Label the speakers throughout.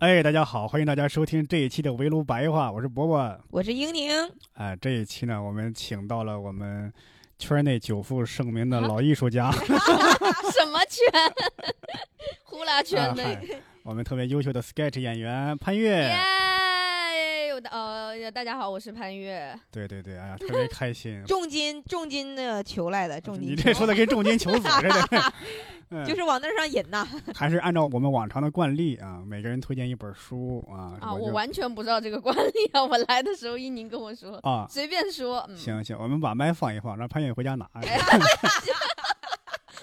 Speaker 1: 哎，大家好，欢迎大家收听这一期的围炉白话，我是伯伯。
Speaker 2: 我是英宁，。
Speaker 1: 哎，这一期呢，我们请到了我们圈内久负盛名的老艺术家，
Speaker 3: 什么圈？呼啦圈的
Speaker 1: 啊嗨我们特别优秀的 sketch 演员潘越。哎
Speaker 3: 耶！我的呃，大家好，我是潘越。
Speaker 1: 对对对，哎呀，特别开心
Speaker 2: 重金重金的求来的，重金
Speaker 1: 你
Speaker 2: 求
Speaker 1: 这说的跟重金求子似 的，
Speaker 2: 就
Speaker 1: 嗯，
Speaker 2: 是往那上引呐。
Speaker 1: 还是按照我们往常的惯例啊，每个人推荐一本书啊，
Speaker 3: 啊，
Speaker 1: 我
Speaker 3: 我
Speaker 1: 就
Speaker 3: 完全不知道这个惯例啊！ 我来的时候，一宁跟我说，
Speaker 1: 啊，
Speaker 3: 随便说。嗯，哎
Speaker 1: 行行，我们把麦放一放，让潘越回家拿。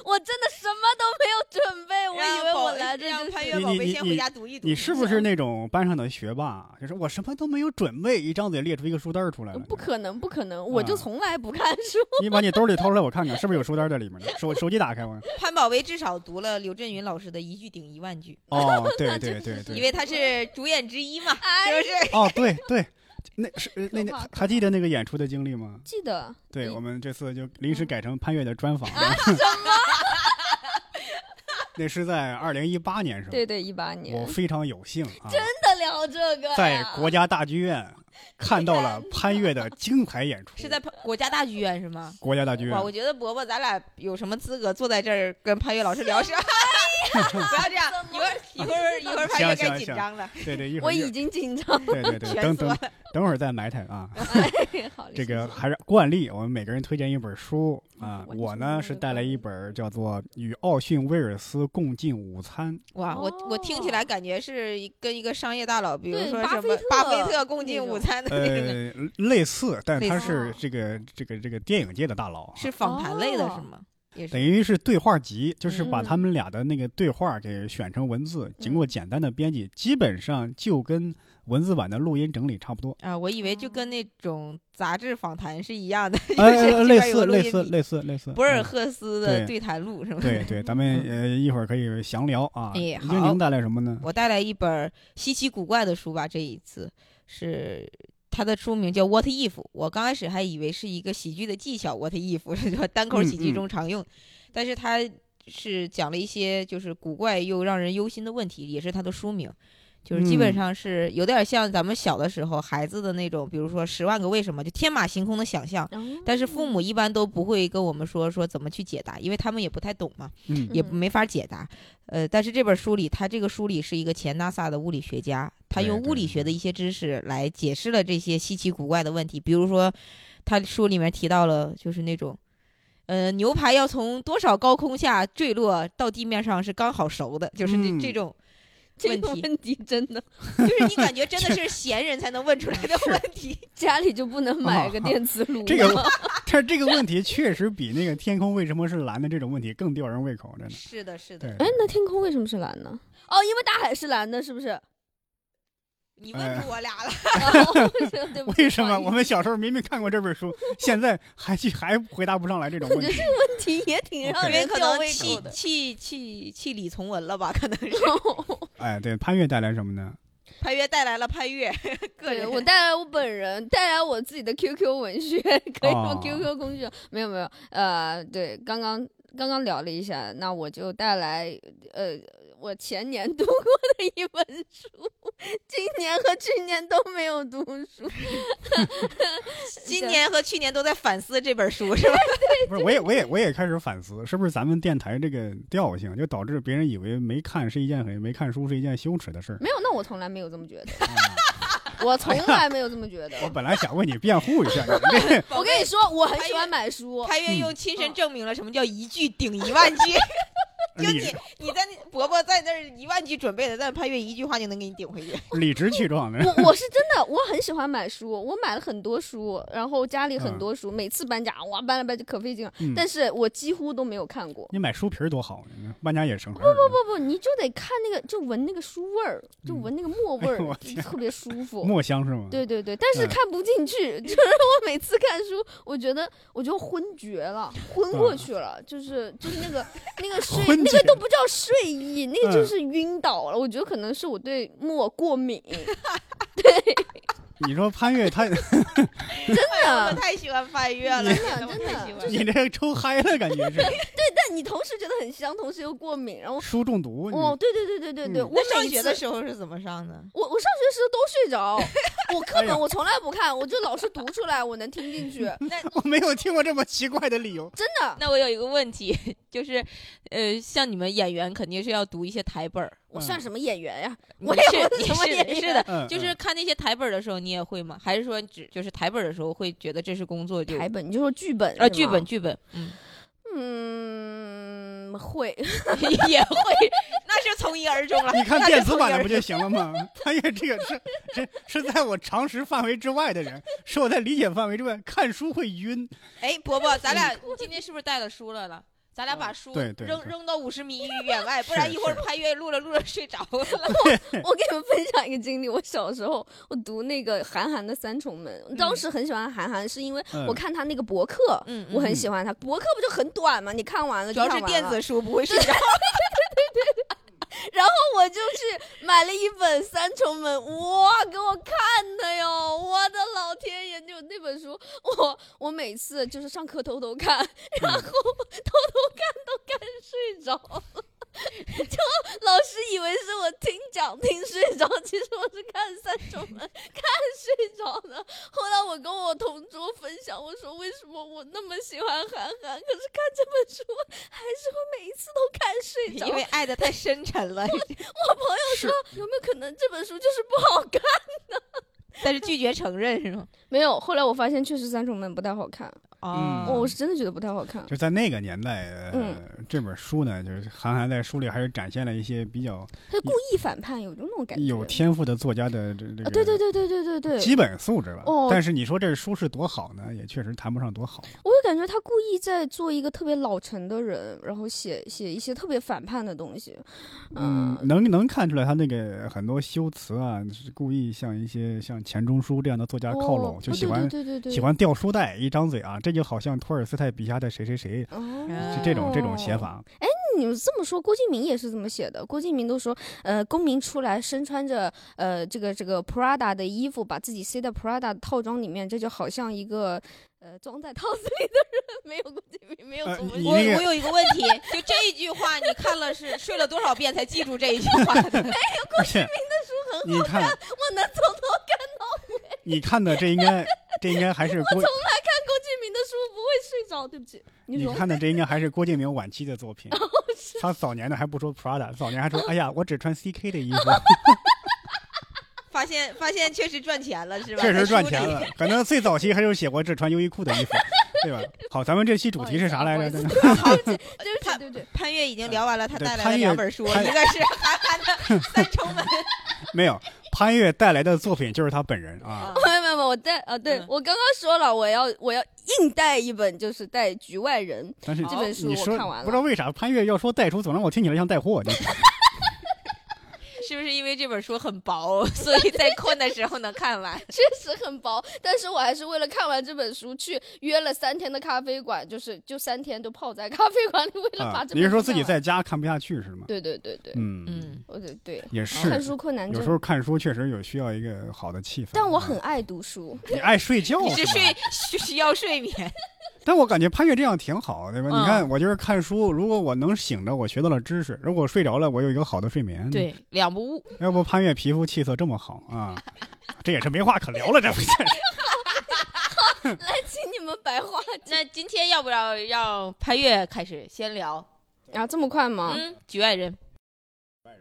Speaker 3: 我真的什么都没有准备，我以为我来这
Speaker 2: 让
Speaker 3: 就
Speaker 2: 潘
Speaker 3: 是
Speaker 2: 越宝贝
Speaker 1: 你
Speaker 2: 先
Speaker 1: 你
Speaker 2: 回家读一读。
Speaker 1: 你是不是那种班上的学霸？啊就是我什么都没有准备，一张嘴列出一个书单儿出来了。
Speaker 3: 不可能，不可能，我
Speaker 1: 啊
Speaker 3: 就从来不看 书。
Speaker 1: 你把你兜里掏出来，我看看是不是有书单在里面呢？手手机打 开我。
Speaker 2: 潘宝贝至少读了刘震云老师的一句顶一万句，
Speaker 1: 哦，对
Speaker 3: 那
Speaker 1: 对
Speaker 3: 真
Speaker 1: 对
Speaker 3: 是
Speaker 2: 因
Speaker 1: 对。
Speaker 2: 为他是主演之一嘛，
Speaker 3: 哎
Speaker 2: 是不是？
Speaker 1: 哦，对对，那是呃那
Speaker 3: 可
Speaker 1: 那
Speaker 3: 怕
Speaker 1: 还记得那个演出的经历吗？
Speaker 3: 记得
Speaker 1: 对
Speaker 3: 嗯啊
Speaker 1: 我们这次就临时改成潘越的专访。 那是在二零一八年是吧？
Speaker 3: 对对，一八年
Speaker 1: 我非常有幸啊，
Speaker 3: 真的啊聊这个呀
Speaker 1: 在国家大剧院看到了潘越的精彩演出。
Speaker 2: 是在国家大剧院是吗？
Speaker 1: 国家大剧
Speaker 2: 哇，
Speaker 1: 院
Speaker 2: 我，觉得伯伯，咱俩有什么资格坐在这儿跟潘越老师聊 啥？不要这样，一会儿一会儿一会儿潘越
Speaker 1: 行啊
Speaker 2: 该
Speaker 1: 行
Speaker 2: 紧张了。
Speaker 1: 对对，一会
Speaker 3: 我
Speaker 1: 儿
Speaker 3: 已
Speaker 1: 一
Speaker 3: 经紧张了。
Speaker 1: 对对对，
Speaker 2: 蜷
Speaker 1: 等
Speaker 2: 缩
Speaker 1: 等等会儿再埋汰啊。
Speaker 3: 哎好嘞
Speaker 1: 这
Speaker 3: 谢
Speaker 1: 个
Speaker 3: 谢
Speaker 1: 还是惯例，我们每个人推荐一本书啊。
Speaker 3: 嗯
Speaker 1: 我
Speaker 3: 我就
Speaker 1: 呢
Speaker 3: 是
Speaker 1: 是带来一本叫做《与奥逊威尔斯共进午餐》。
Speaker 2: 哇，我我听起来感觉是一跟一个商业大佬，比如
Speaker 3: 哦对
Speaker 2: 说
Speaker 3: 巴
Speaker 2: 什
Speaker 3: 菲
Speaker 2: 么
Speaker 3: 特
Speaker 2: 巴菲特共进
Speaker 3: 那种
Speaker 2: 午餐的那个，
Speaker 1: 呃， 类似，但
Speaker 2: 类
Speaker 1: 他
Speaker 3: 似
Speaker 1: 是
Speaker 3: 哦
Speaker 1: 这个这个这个电影界的大佬啊，
Speaker 2: 是访谈类的是吗？也
Speaker 1: 等
Speaker 2: 是。
Speaker 1: 于是对话集，就是把
Speaker 3: 嗯
Speaker 1: 他们俩的那个对话给选成文字，经
Speaker 2: 嗯
Speaker 1: 过简单的编辑，基本上就跟文字版的录音整理差不 多。
Speaker 2: 啊，我以为
Speaker 3: 哦
Speaker 2: 就跟那种杂志访谈是一样的，
Speaker 1: 呃，
Speaker 2: 就是
Speaker 1: 呃
Speaker 2: 这
Speaker 1: 类
Speaker 2: 边有
Speaker 1: 似
Speaker 2: 录
Speaker 1: 类
Speaker 2: 音
Speaker 1: 似
Speaker 2: 笔
Speaker 1: 类似类似。
Speaker 2: 博尔
Speaker 1: 嗯
Speaker 2: 赫斯的
Speaker 1: 对
Speaker 2: 对谈录是吗？
Speaker 1: 对对，咱们呃一会儿可以详聊啊。
Speaker 2: 嗯哎
Speaker 1: 英
Speaker 2: 好
Speaker 1: 宁带来什么呢？
Speaker 2: 我带来一本稀奇古怪的书吧，这一次是它的书名叫《What If》。我刚开始还以为是一个喜剧的技巧，What If 是吧？单口喜剧中常用，但是它是讲了一些就是古怪又让人忧心的问题，也是它的书名。就是基本
Speaker 1: 嗯
Speaker 2: 上是有点像咱们小的时候孩子的那种，比如说《十万个为什么》，就天马行空的想象。但是父母一般都不会跟我们说说怎么去解答，因为他们也不太懂嘛。
Speaker 1: 嗯
Speaker 2: 也
Speaker 3: 嗯
Speaker 2: 没法解答。呃，但是这本书里，他这个书里是一个前 NASA 的物理学家，他
Speaker 1: 对
Speaker 2: 用
Speaker 1: 对
Speaker 2: 物理学的一些知识来解释了这些稀奇古怪的问题，比如说，他书里面提到了就是那种。呃，牛排要从多少高空下坠落到地面上是刚好熟的，就是这、
Speaker 1: 嗯
Speaker 2: 这种，
Speaker 3: 这个
Speaker 2: 问题
Speaker 3: 问题真的
Speaker 2: 就是你感觉真的是闲人才能问出来的问 题。
Speaker 3: 家里就不能买个电磁炉吗？
Speaker 1: 这个，但这个问题确实比那个天空为什么是蓝的这种问题更吊人胃口，真的。
Speaker 2: 是的，是的
Speaker 1: 对。
Speaker 3: 哎，那天空为什么是蓝呢？哦，因为大海是蓝的，是不是？
Speaker 2: 你
Speaker 1: 哎
Speaker 2: 问出我俩了，
Speaker 3: 哦对不起
Speaker 1: 为什么我
Speaker 3: 不好意
Speaker 1: 们小时候明明看过这本 书，现在还去还回答不上来这种问
Speaker 3: 我觉
Speaker 1: 题
Speaker 3: 得？问题也挺让
Speaker 2: 因为
Speaker 3: 人
Speaker 2: 可
Speaker 3: 吊
Speaker 2: 能
Speaker 3: 胃
Speaker 2: 弃
Speaker 3: 口的。
Speaker 2: 弃弃弃李从文了吧？可能 是
Speaker 1: 哎，对，潘越带来什么呢？
Speaker 2: 潘越带来了潘越个
Speaker 3: 对
Speaker 2: 人，
Speaker 3: 我带来我本人，带来我自己的 QQ 文学，可以
Speaker 1: 哦
Speaker 3: 用 QQ 工具。没有没有，呃，对，刚刚刚刚聊了一下，那我就带来呃我前年读过的一本书，今年和去年都没有读书。
Speaker 2: 今年和去年都在反思这本书，是吧？
Speaker 1: 不是，我也我也我也开始反思，是不是咱们电台这个调性，就导致别人以为没看是一件很没看书是一件羞耻的事儿。
Speaker 3: 没有，那我从来没有这么觉得，
Speaker 1: 啊
Speaker 3: 我从来没有这么觉得。
Speaker 1: 我本来想为你辩护一下，你这
Speaker 3: 我跟你说，我很喜欢买书。
Speaker 2: 潘越用亲身证明了什么叫一句顶一万句。就
Speaker 1: 理
Speaker 2: 你，你在那伯伯在那儿一万句准备的，但潘越一句话就能给你顶回去。
Speaker 1: 理直气壮的。
Speaker 3: 我我是真的，我很喜欢买书，我买了很多书，然后家里很多书，每次搬家哇搬来搬去可费劲了，
Speaker 1: 嗯
Speaker 3: 但是我几乎都没有看过。
Speaker 1: 你买书皮儿多好呢，万家也省事儿。不
Speaker 3: 不不，你就得看那个，就闻那个书味儿，就闻那个墨味儿，
Speaker 1: 哎呦我
Speaker 3: 就特别舒 服。
Speaker 1: 墨香是吗？
Speaker 3: 对对对，但是
Speaker 1: 嗯
Speaker 3: 看不进去， 就是我每次看书，我觉得我就昏厥了，昏过
Speaker 1: 嗯
Speaker 3: 去了，就是就是那 个那个睡，
Speaker 1: 昏
Speaker 3: 那
Speaker 1: 厥
Speaker 3: 个都不叫睡意，那个就
Speaker 1: 嗯
Speaker 3: 是晕倒了。我觉得可能是我对墨 过敏，
Speaker 1: 你说潘越他，
Speaker 3: 真
Speaker 2: 我
Speaker 3: 的。
Speaker 2: 太喜欢潘越了，
Speaker 3: 真的
Speaker 2: 我太喜
Speaker 3: 真的
Speaker 2: 欢
Speaker 3: 就
Speaker 2: 了。
Speaker 1: 你这抽嗨了，感觉是
Speaker 3: 但你同时觉得很香，同时又过敏，然后
Speaker 1: 书中毒。你
Speaker 3: 哦，对对对对对对，
Speaker 1: 嗯
Speaker 3: 我
Speaker 2: 那
Speaker 3: 每
Speaker 2: 上
Speaker 3: 一
Speaker 2: 学
Speaker 3: 次
Speaker 2: 的时候是怎么上的？
Speaker 3: 我我上学时都 睡着，我课
Speaker 1: 哎呀
Speaker 3: 本我从来不看，我就老师读出来，我能听 进去，
Speaker 1: 我没有听过这么奇怪的理由。
Speaker 3: 真的。
Speaker 2: 那我有一个问题，就是，呃，像你们演员肯定是要读一些台本儿，
Speaker 3: 我算
Speaker 1: 嗯
Speaker 3: 什么演员呀？
Speaker 2: 你
Speaker 3: 我也
Speaker 2: 是
Speaker 3: 不
Speaker 2: 你
Speaker 3: 怎么
Speaker 2: 是
Speaker 3: 演
Speaker 2: 你是
Speaker 3: 员
Speaker 2: 的，
Speaker 1: 嗯，
Speaker 2: 就是看那些台本儿的时候你也会吗？还是说只就是台本儿的时候会觉得这是工作就
Speaker 3: 台本，你就说剧本
Speaker 2: 啊
Speaker 3: 是
Speaker 2: 剧
Speaker 3: 吗
Speaker 2: 本剧本，嗯，
Speaker 3: 嗯，会。
Speaker 2: 也会，那是从一而终了。
Speaker 1: 嗯 你看
Speaker 2: 那是
Speaker 1: 电子
Speaker 2: 从一
Speaker 1: 版的
Speaker 2: 而
Speaker 1: 不就行了吗？潘越这个是这是在我常识范围之外的人，是我在理解范围之外。看书会晕，
Speaker 2: 哎，伯伯，咱俩今天是不是带了书来了？咱俩把书
Speaker 1: 对对
Speaker 2: 扔
Speaker 1: 对
Speaker 2: 扔到五十米远外，不然
Speaker 1: 是
Speaker 2: 一会儿潘越录着录着睡着了。
Speaker 3: 我给你们分享一个经历，我小时候我读那个韩寒的《三重门》，当时很喜欢韩寒，是因为
Speaker 1: 嗯
Speaker 3: 我看他那个博客，
Speaker 2: 嗯
Speaker 3: 我很喜欢他。博客不就很短吗？你看完了
Speaker 2: 主
Speaker 3: 就
Speaker 2: 要
Speaker 3: 看
Speaker 2: 是
Speaker 3: 完
Speaker 2: 电
Speaker 3: 了
Speaker 2: 子书不会睡 着。
Speaker 3: 我就去买了一本《三重门》，哇，给我看的哟！我的老天爷，就那本书，我我每次就是上课偷偷看，
Speaker 2: 嗯
Speaker 3: 然后偷偷看都看睡着了， 就老师以为是我听讲听睡着，其实我是看《三重门》看睡着的。后来我跟我同桌分享，我说为什么我那么喜欢韩寒，可是看这本书还是会每一次都看睡着，
Speaker 2: 因为爱的太深沉 了，
Speaker 3: 我朋友 说，有没有可能这本书就是不好看？
Speaker 2: 但是拒绝承认是吗？
Speaker 3: 没有，后来我发现确实《三重门》不太好看，
Speaker 1: 嗯
Speaker 2: 啊，
Speaker 3: 我是真的觉得不太好看。
Speaker 1: 就在那个年代，呃
Speaker 3: 嗯
Speaker 1: 这本书呢，就是韩寒在书里还是展现了一些比较
Speaker 3: 他故意反叛，有种那种感觉。
Speaker 1: 有天赋的作家的这这
Speaker 3: 啊
Speaker 1: 个
Speaker 3: 对对对对对对对，
Speaker 1: 基本素质吧。
Speaker 3: 哦嗯
Speaker 1: 但是你说这书是多好呢，也确实谈不上多好。
Speaker 3: 我就感觉他故意在做一个特别老成的人，然后写写一些特别反叛的东西。
Speaker 1: 嗯，能能看出来他那个很多修辞啊，是故意向一些像钱钟书这样的作家靠拢，
Speaker 3: 哦
Speaker 1: 就
Speaker 3: 哦
Speaker 1: 喜欢
Speaker 3: 对对对对对
Speaker 1: 喜欢掉书袋，一张嘴啊，这就好像托尔斯泰笔下的谁谁谁，
Speaker 3: 哦
Speaker 2: 嗯
Speaker 1: 就这种这种写。法。
Speaker 3: 你们这么说，郭敬明也是这么写的。郭敬明都说，呃，公民出来身穿着呃这个这个 Prada 的衣服，把自己塞在 Prada 的套装里面，这就好像一个呃装在套子里的人。没有郭敬明， 没有
Speaker 1: 呃
Speaker 3: 郭
Speaker 1: 你
Speaker 2: 我
Speaker 1: 那个
Speaker 2: 我有一个问题，就这一句话，你看了是睡了多少遍才记住这一句话的？
Speaker 1: 而且你看
Speaker 3: 我能从头看到。
Speaker 1: 你看的这应 该这应该还是郭
Speaker 3: 从来看郭敬明的书不会睡着，对不起。
Speaker 1: 你
Speaker 3: 说，
Speaker 1: 看的这应该还是郭敬明晚期的作品。
Speaker 3: 哦
Speaker 1: 他早年的还不说 Prada，早年 还说哎呀，我只穿 CK 的衣服，
Speaker 3: 哦
Speaker 2: 发现发现确实赚钱了是吧？
Speaker 1: 确
Speaker 2: 在
Speaker 1: 实
Speaker 2: 书
Speaker 1: 赚钱
Speaker 2: 里
Speaker 1: 了。可能最早期还有写过只穿优衣库的衣服， 对吧？好，咱们这期主题是啥来着？
Speaker 3: 不好
Speaker 1: 真
Speaker 3: 意
Speaker 1: 的
Speaker 3: 思 对不起，对不
Speaker 2: 他
Speaker 3: 起，对不起。
Speaker 2: 潘越已经聊完了，他
Speaker 1: 对
Speaker 2: 带来
Speaker 1: 潘
Speaker 2: 了
Speaker 1: 越
Speaker 2: 两本书，一
Speaker 1: 潘
Speaker 2: 个是韩寒的《三重门》
Speaker 1: 没有，潘越带来的作品就是他本人 啊。
Speaker 2: 啊，
Speaker 3: 没有没有没有，我带啊，对
Speaker 2: 嗯
Speaker 3: 我刚刚说了，我要我要硬带一本，就是带《局外人》
Speaker 1: 但是
Speaker 3: 这本书
Speaker 1: 你
Speaker 3: 我
Speaker 1: 说
Speaker 3: 看完了
Speaker 1: 不知道为啥潘越要说带出，总让我听起来像带 货。就是
Speaker 2: 是不是因为这本书很薄， 所以在困的时候能看完？
Speaker 3: 确实很薄，但是我还是为了看完这本书去约了三天的咖啡馆，就是就三天都泡在咖啡馆里，为了
Speaker 1: 啊
Speaker 3: 把，这本书、
Speaker 1: 你是说自己？在家看不下去是吗？
Speaker 3: 对对对对，
Speaker 1: 嗯，
Speaker 2: 嗯，
Speaker 3: 我对对，
Speaker 1: 也
Speaker 3: 看
Speaker 1: 是。
Speaker 3: 书困难
Speaker 1: 有时
Speaker 3: 症。
Speaker 1: 候看书确实有需要一个好的气氛。
Speaker 3: 但我很
Speaker 1: 嗯
Speaker 3: 爱读书，
Speaker 1: 你爱睡觉啊
Speaker 2: 你是
Speaker 1: 嗯哦是吧
Speaker 2: 睡需需要睡眠，
Speaker 1: 但我感觉潘越这样挺好，对吧？
Speaker 2: 嗯
Speaker 1: 你看，我就是看书，如果我能醒着，我学到了知识；如果睡着了，我有一个好的睡眠。，，
Speaker 2: 两不误。
Speaker 1: 要不潘越皮肤气色这么好啊，这也是没话可聊了，这 不是？
Speaker 3: 来，请你们白 话。
Speaker 2: 那今天要不要让潘越开始先聊？
Speaker 3: 啊，这么快吗？
Speaker 2: 嗯，局外人，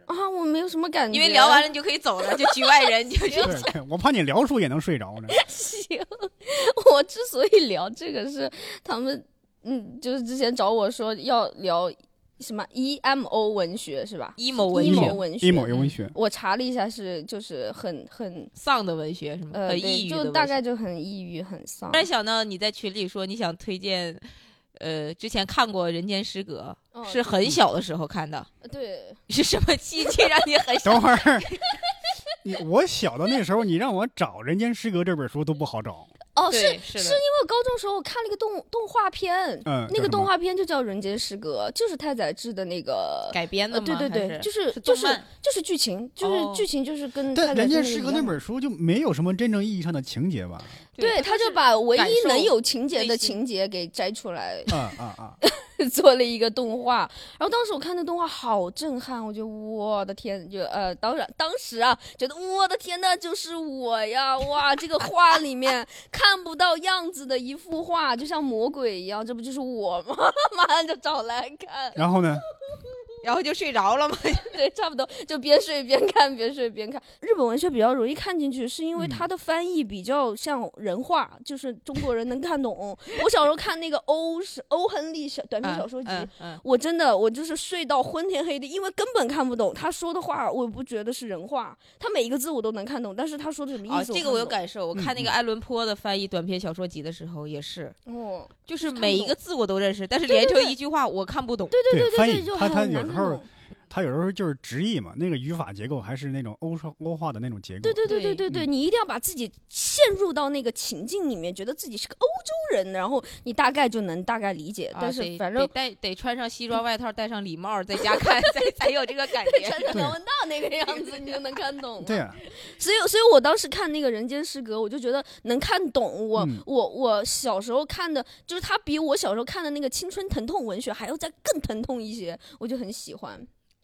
Speaker 3: 啊，我没有什么感
Speaker 2: 嗯
Speaker 3: 觉，
Speaker 2: 因为聊完了你就可以走了，就局外人就是。
Speaker 1: 对对我怕你聊书也能睡 着呢。
Speaker 3: 行，我之所以聊这个是他们，嗯，就是之前找我说要聊什么 emo 文学是吧
Speaker 2: emo 文
Speaker 3: ？emo
Speaker 2: 学、
Speaker 3: 文学嗯
Speaker 1: ，emo 有文学，
Speaker 3: 我查了一下是就是很很
Speaker 2: 丧的文学什么，很
Speaker 3: 呃，对
Speaker 2: 抑郁的
Speaker 3: 就
Speaker 2: 文
Speaker 3: 大
Speaker 2: 学
Speaker 3: 概就很抑郁很丧
Speaker 2: 突。然想到你在群里说你想推荐，呃，之前看过《人间失格》，
Speaker 3: 哦
Speaker 2: 是很小的时候看的，
Speaker 3: 对，
Speaker 2: 是什么契机让你很小？
Speaker 1: 等会儿，你我小的那时候，你让我找《人间失格》这本书都不好找。
Speaker 3: 哦是
Speaker 2: 对，
Speaker 3: 是因
Speaker 2: 的，
Speaker 3: 为我高中时候我看了一个动动画片，
Speaker 1: 嗯，叫
Speaker 3: 那个
Speaker 1: 什
Speaker 3: 动
Speaker 1: 么
Speaker 3: 画片就叫《人间失格》，就是太宰治的那个。
Speaker 2: 改编的
Speaker 3: 呃，
Speaker 2: 吗？
Speaker 3: 对对对，
Speaker 2: 还
Speaker 3: 就是是就
Speaker 2: 动
Speaker 3: 是
Speaker 2: 漫
Speaker 3: 就是剧情，就是
Speaker 2: 哦
Speaker 3: 剧情就是跟
Speaker 1: 但
Speaker 3: 太
Speaker 1: 《
Speaker 3: 宰
Speaker 1: 人
Speaker 3: 治
Speaker 1: 间
Speaker 3: 个
Speaker 1: 失格》
Speaker 3: 一
Speaker 1: 那
Speaker 3: 样
Speaker 1: 本书就没有什么真正意义上的情节吧？
Speaker 3: 对，
Speaker 2: 它
Speaker 3: 他就是把唯
Speaker 2: 感
Speaker 3: 一能
Speaker 2: 受
Speaker 3: 有情节
Speaker 2: 内
Speaker 3: 的
Speaker 2: 心
Speaker 3: 情节给摘出来，
Speaker 1: 啊啊啊！
Speaker 3: 做了一个动画。然后当时我看那动画好震撼，我觉得我的天，就呃，当然当时啊，觉得我的天，那就是我呀！哇，这个画里面看不到样子的一幅画，就像魔鬼一样，这不就是我吗？ 马上就找来看，
Speaker 1: 然后呢？
Speaker 2: 然后就睡着了嘛。
Speaker 3: 对，差不多就边睡边看，边睡边看。日本文学比较容易看进去，是因为
Speaker 1: 嗯
Speaker 3: 它的翻译比较像人话，就是中国人能看懂。我小时候看那个欧是欧亨利小短篇小说集，
Speaker 2: 嗯嗯，
Speaker 3: 我真的我就是睡到昏天黑地，因为根本看不懂他说的话，我不觉得是人话，他每一个字我都能看懂，但是他说的什么
Speaker 2: 哦，
Speaker 3: 意思、
Speaker 2: 这个我有感受。我
Speaker 1: 嗯
Speaker 2: 看那个
Speaker 1: 嗯
Speaker 2: 艾伦坡的翻译短篇小说集的时候也是，
Speaker 3: 看不懂。哦，
Speaker 2: 就是
Speaker 3: 看
Speaker 2: 每一
Speaker 3: 懂
Speaker 2: 个字我都认识，但是连成一句话我看不懂。
Speaker 3: 对对对
Speaker 1: 翻
Speaker 3: 对，
Speaker 1: 译
Speaker 3: 就
Speaker 1: 他
Speaker 3: 很
Speaker 1: 他有
Speaker 3: 难
Speaker 1: 时
Speaker 3: 看
Speaker 1: 候
Speaker 3: 懂。
Speaker 1: 他有时候就是直译嘛，那个语法结构还是那种欧说欧化的那种结构。
Speaker 3: 对对对对
Speaker 2: 对
Speaker 3: 对嗯对，你一定要把自己陷入到那个情境里面，觉得自己是个欧洲人，然后你大概就能大概理解。
Speaker 2: 啊
Speaker 3: 但
Speaker 2: 得
Speaker 3: 是反
Speaker 2: 得
Speaker 3: 正
Speaker 2: 带得穿上西装外套，戴上礼帽，在家看 才才有这个感 觉。
Speaker 3: 穿上
Speaker 1: 对
Speaker 3: 梁文道那个样子，你就能看懂了。
Speaker 1: 对啊，
Speaker 3: 所以，所以我当时看那个《人间失格》，我就觉得能看懂我、
Speaker 1: 嗯
Speaker 3: 我我小时候看的，就是它比我小时候看的那个青春疼痛文学还要再更疼痛一些，我就很喜欢。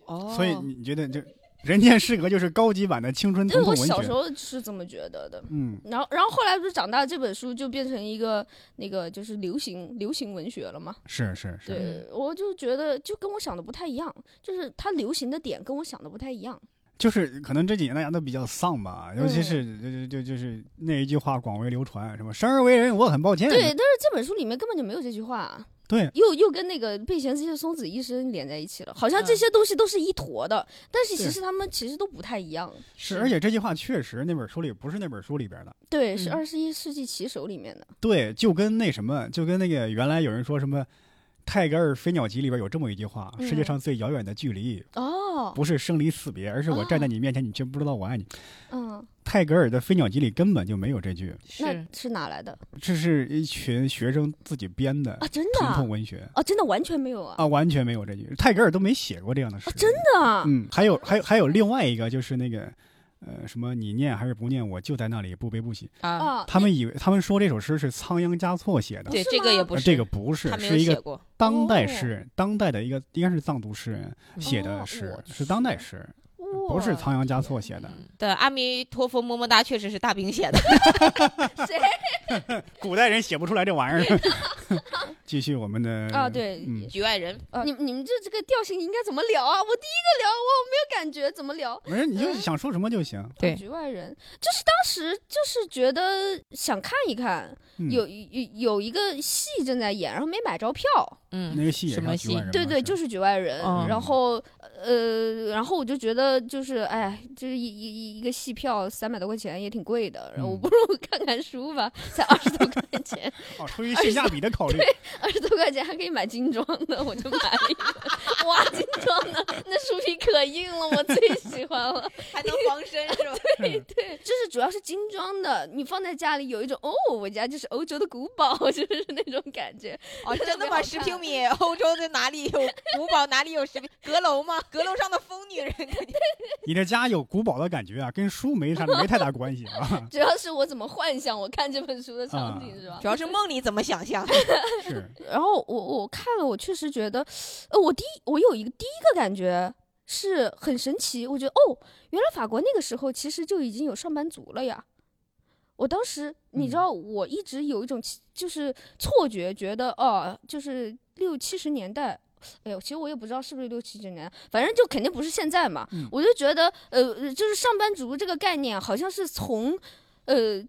Speaker 2: 哦
Speaker 1: 所以你觉得就《人间失格》就是高级版的青春
Speaker 3: 因
Speaker 1: 嗯
Speaker 3: 为
Speaker 1: 疼痛
Speaker 3: 我
Speaker 1: 文
Speaker 3: 小时
Speaker 1: 学？
Speaker 3: 候是这么觉得的。
Speaker 1: 嗯，
Speaker 3: 然后，然后后来不是长大，这本书就变成一个那个就是流行流行文学了嘛？
Speaker 1: 是是是。
Speaker 3: 对，我就觉得就跟我想的不太一样，就是它流行的点跟我想的不太一样。
Speaker 1: 就是可能这几年大家都比较丧吧，尤
Speaker 3: 嗯
Speaker 1: 其是就就就就是那一句话广为流传，什么“生而为人，我很抱歉”。
Speaker 3: 对，但是这本书里面根本就没有这句话、
Speaker 1: 哎
Speaker 3: 啊
Speaker 1: 对
Speaker 3: 又又跟那个被嫌弃的松子医生连在一起了，好像
Speaker 2: 嗯
Speaker 3: 这些东西都是一坨的，但是其
Speaker 1: 对
Speaker 3: 实他们其实都不太一样。
Speaker 1: 是，而且这句话确实那本书里不是那本书里边的。
Speaker 3: 对，是
Speaker 2: 嗯
Speaker 3: 二十一世纪棋手里面的。
Speaker 1: 对，就跟那什么，就跟那个原来有人说什么。泰戈尔《飞鸟集》里边有这么一句话：“世界
Speaker 3: 嗯
Speaker 1: 上最遥远的距离，
Speaker 3: 哦，
Speaker 1: 不是生离死别，而是我站在你面前，你却不知道我爱你。
Speaker 3: 嗯，”
Speaker 1: 泰戈尔的《飞鸟集》里根本就没有这句，
Speaker 3: 那是哪来的
Speaker 1: 这是一群学生自己编的
Speaker 3: 啊？真的
Speaker 1: 疼
Speaker 3: 啊
Speaker 1: 呃痛？文学
Speaker 3: 哦，真的完全没有啊！
Speaker 1: 啊，完全没有这句。泰戈尔都没写过这样的诗，
Speaker 3: 真的啊，
Speaker 1: 嗯，还有还有还有另外一个就是那个，呃，什么你念还是不念，我就在那里不悲不喜。
Speaker 2: 啊，
Speaker 3: 啊，
Speaker 1: 他们以为他们说这首诗是仓央嘉措写的，
Speaker 2: 对，
Speaker 3: 是
Speaker 2: 这个
Speaker 3: 吗
Speaker 2: 也不
Speaker 1: 呃
Speaker 2: 是，
Speaker 1: 这个不是
Speaker 2: 他，没有
Speaker 1: 是一
Speaker 2: 写
Speaker 1: 个
Speaker 2: 过。
Speaker 1: 当代
Speaker 3: 哦
Speaker 1: 诗人，当代的一个应该是藏族诗人写的
Speaker 3: 哦
Speaker 1: 诗
Speaker 3: 我，
Speaker 1: 是当代
Speaker 3: 去
Speaker 1: 诗，
Speaker 3: 不
Speaker 1: 不是仓央嘉措写的。
Speaker 2: 对，阿弥陀佛么么哒确实是大兵写的。
Speaker 3: 谁
Speaker 1: 古代人写不出来这玩意儿。 继续我们的
Speaker 3: 啊？对，
Speaker 1: 嗯，
Speaker 2: 局外人，
Speaker 3: 呃你你们这这个调性应该怎么聊啊？我第一个聊，我没有感觉，怎么聊？
Speaker 1: 没事，你就想说什么就行。
Speaker 2: 对
Speaker 3: 局外人，就是当时就是觉得想看一看，
Speaker 1: 嗯、
Speaker 3: 有有有一个戏正在演，然后没买着票，
Speaker 1: 那
Speaker 2: 嗯，
Speaker 1: 个戏也
Speaker 2: 什
Speaker 1: 叫
Speaker 2: 么
Speaker 1: 局
Speaker 2: 戏
Speaker 1: 外人
Speaker 3: 对
Speaker 1: 吗
Speaker 3: 对，
Speaker 1: 是
Speaker 3: 就是局外人。
Speaker 2: 哦
Speaker 3: 然后呃，然后我就觉得就是哎，就是一一一个戏票三百多块钱也挺贵的，然后我
Speaker 1: 嗯
Speaker 3: 不如看看书吧，才二十多块钱，
Speaker 1: 哦，出于性价比的考 虑，
Speaker 3: 二十多块钱还可以买精装的，我就买了一个。哇，精装的那书皮可硬了，我最喜欢了。
Speaker 2: 还能防身是吧？
Speaker 1: 嗯
Speaker 3: 对，就是主要是精装的，你放在家里有一种哦，我家就是欧洲的古堡， 就是那种感觉。
Speaker 2: 哦，真的
Speaker 3: 特别
Speaker 2: 吗？
Speaker 3: 好
Speaker 2: 十
Speaker 3: 看
Speaker 2: 平米，欧洲的哪里有古堡？哪里有十平阁楼 吗？阁楼上的疯女人，
Speaker 1: 你这家有古堡的感觉啊，跟书没啥没太大关系 啊。
Speaker 3: 主要是我怎么幻想我看这本书的场景、
Speaker 1: 啊
Speaker 3: 是吧
Speaker 2: 主？要是梦里怎么想象？
Speaker 1: 是，
Speaker 3: 然后我我看了，我确实觉得，呃，我第一我有一个第一个感觉是很神奇，我觉得哦，原来法国那个时候其实就已经有上班族了呀。我当时你知
Speaker 1: 嗯
Speaker 3: 道，我一直有一种奇就是错觉，觉得哦，就是六七十年代。哎呦，其实我也不知道是不是六七十年代，反正就肯定不是现在嘛。
Speaker 1: 嗯
Speaker 3: 我就觉得，呃，就是上班族这个概念好像是从，呃，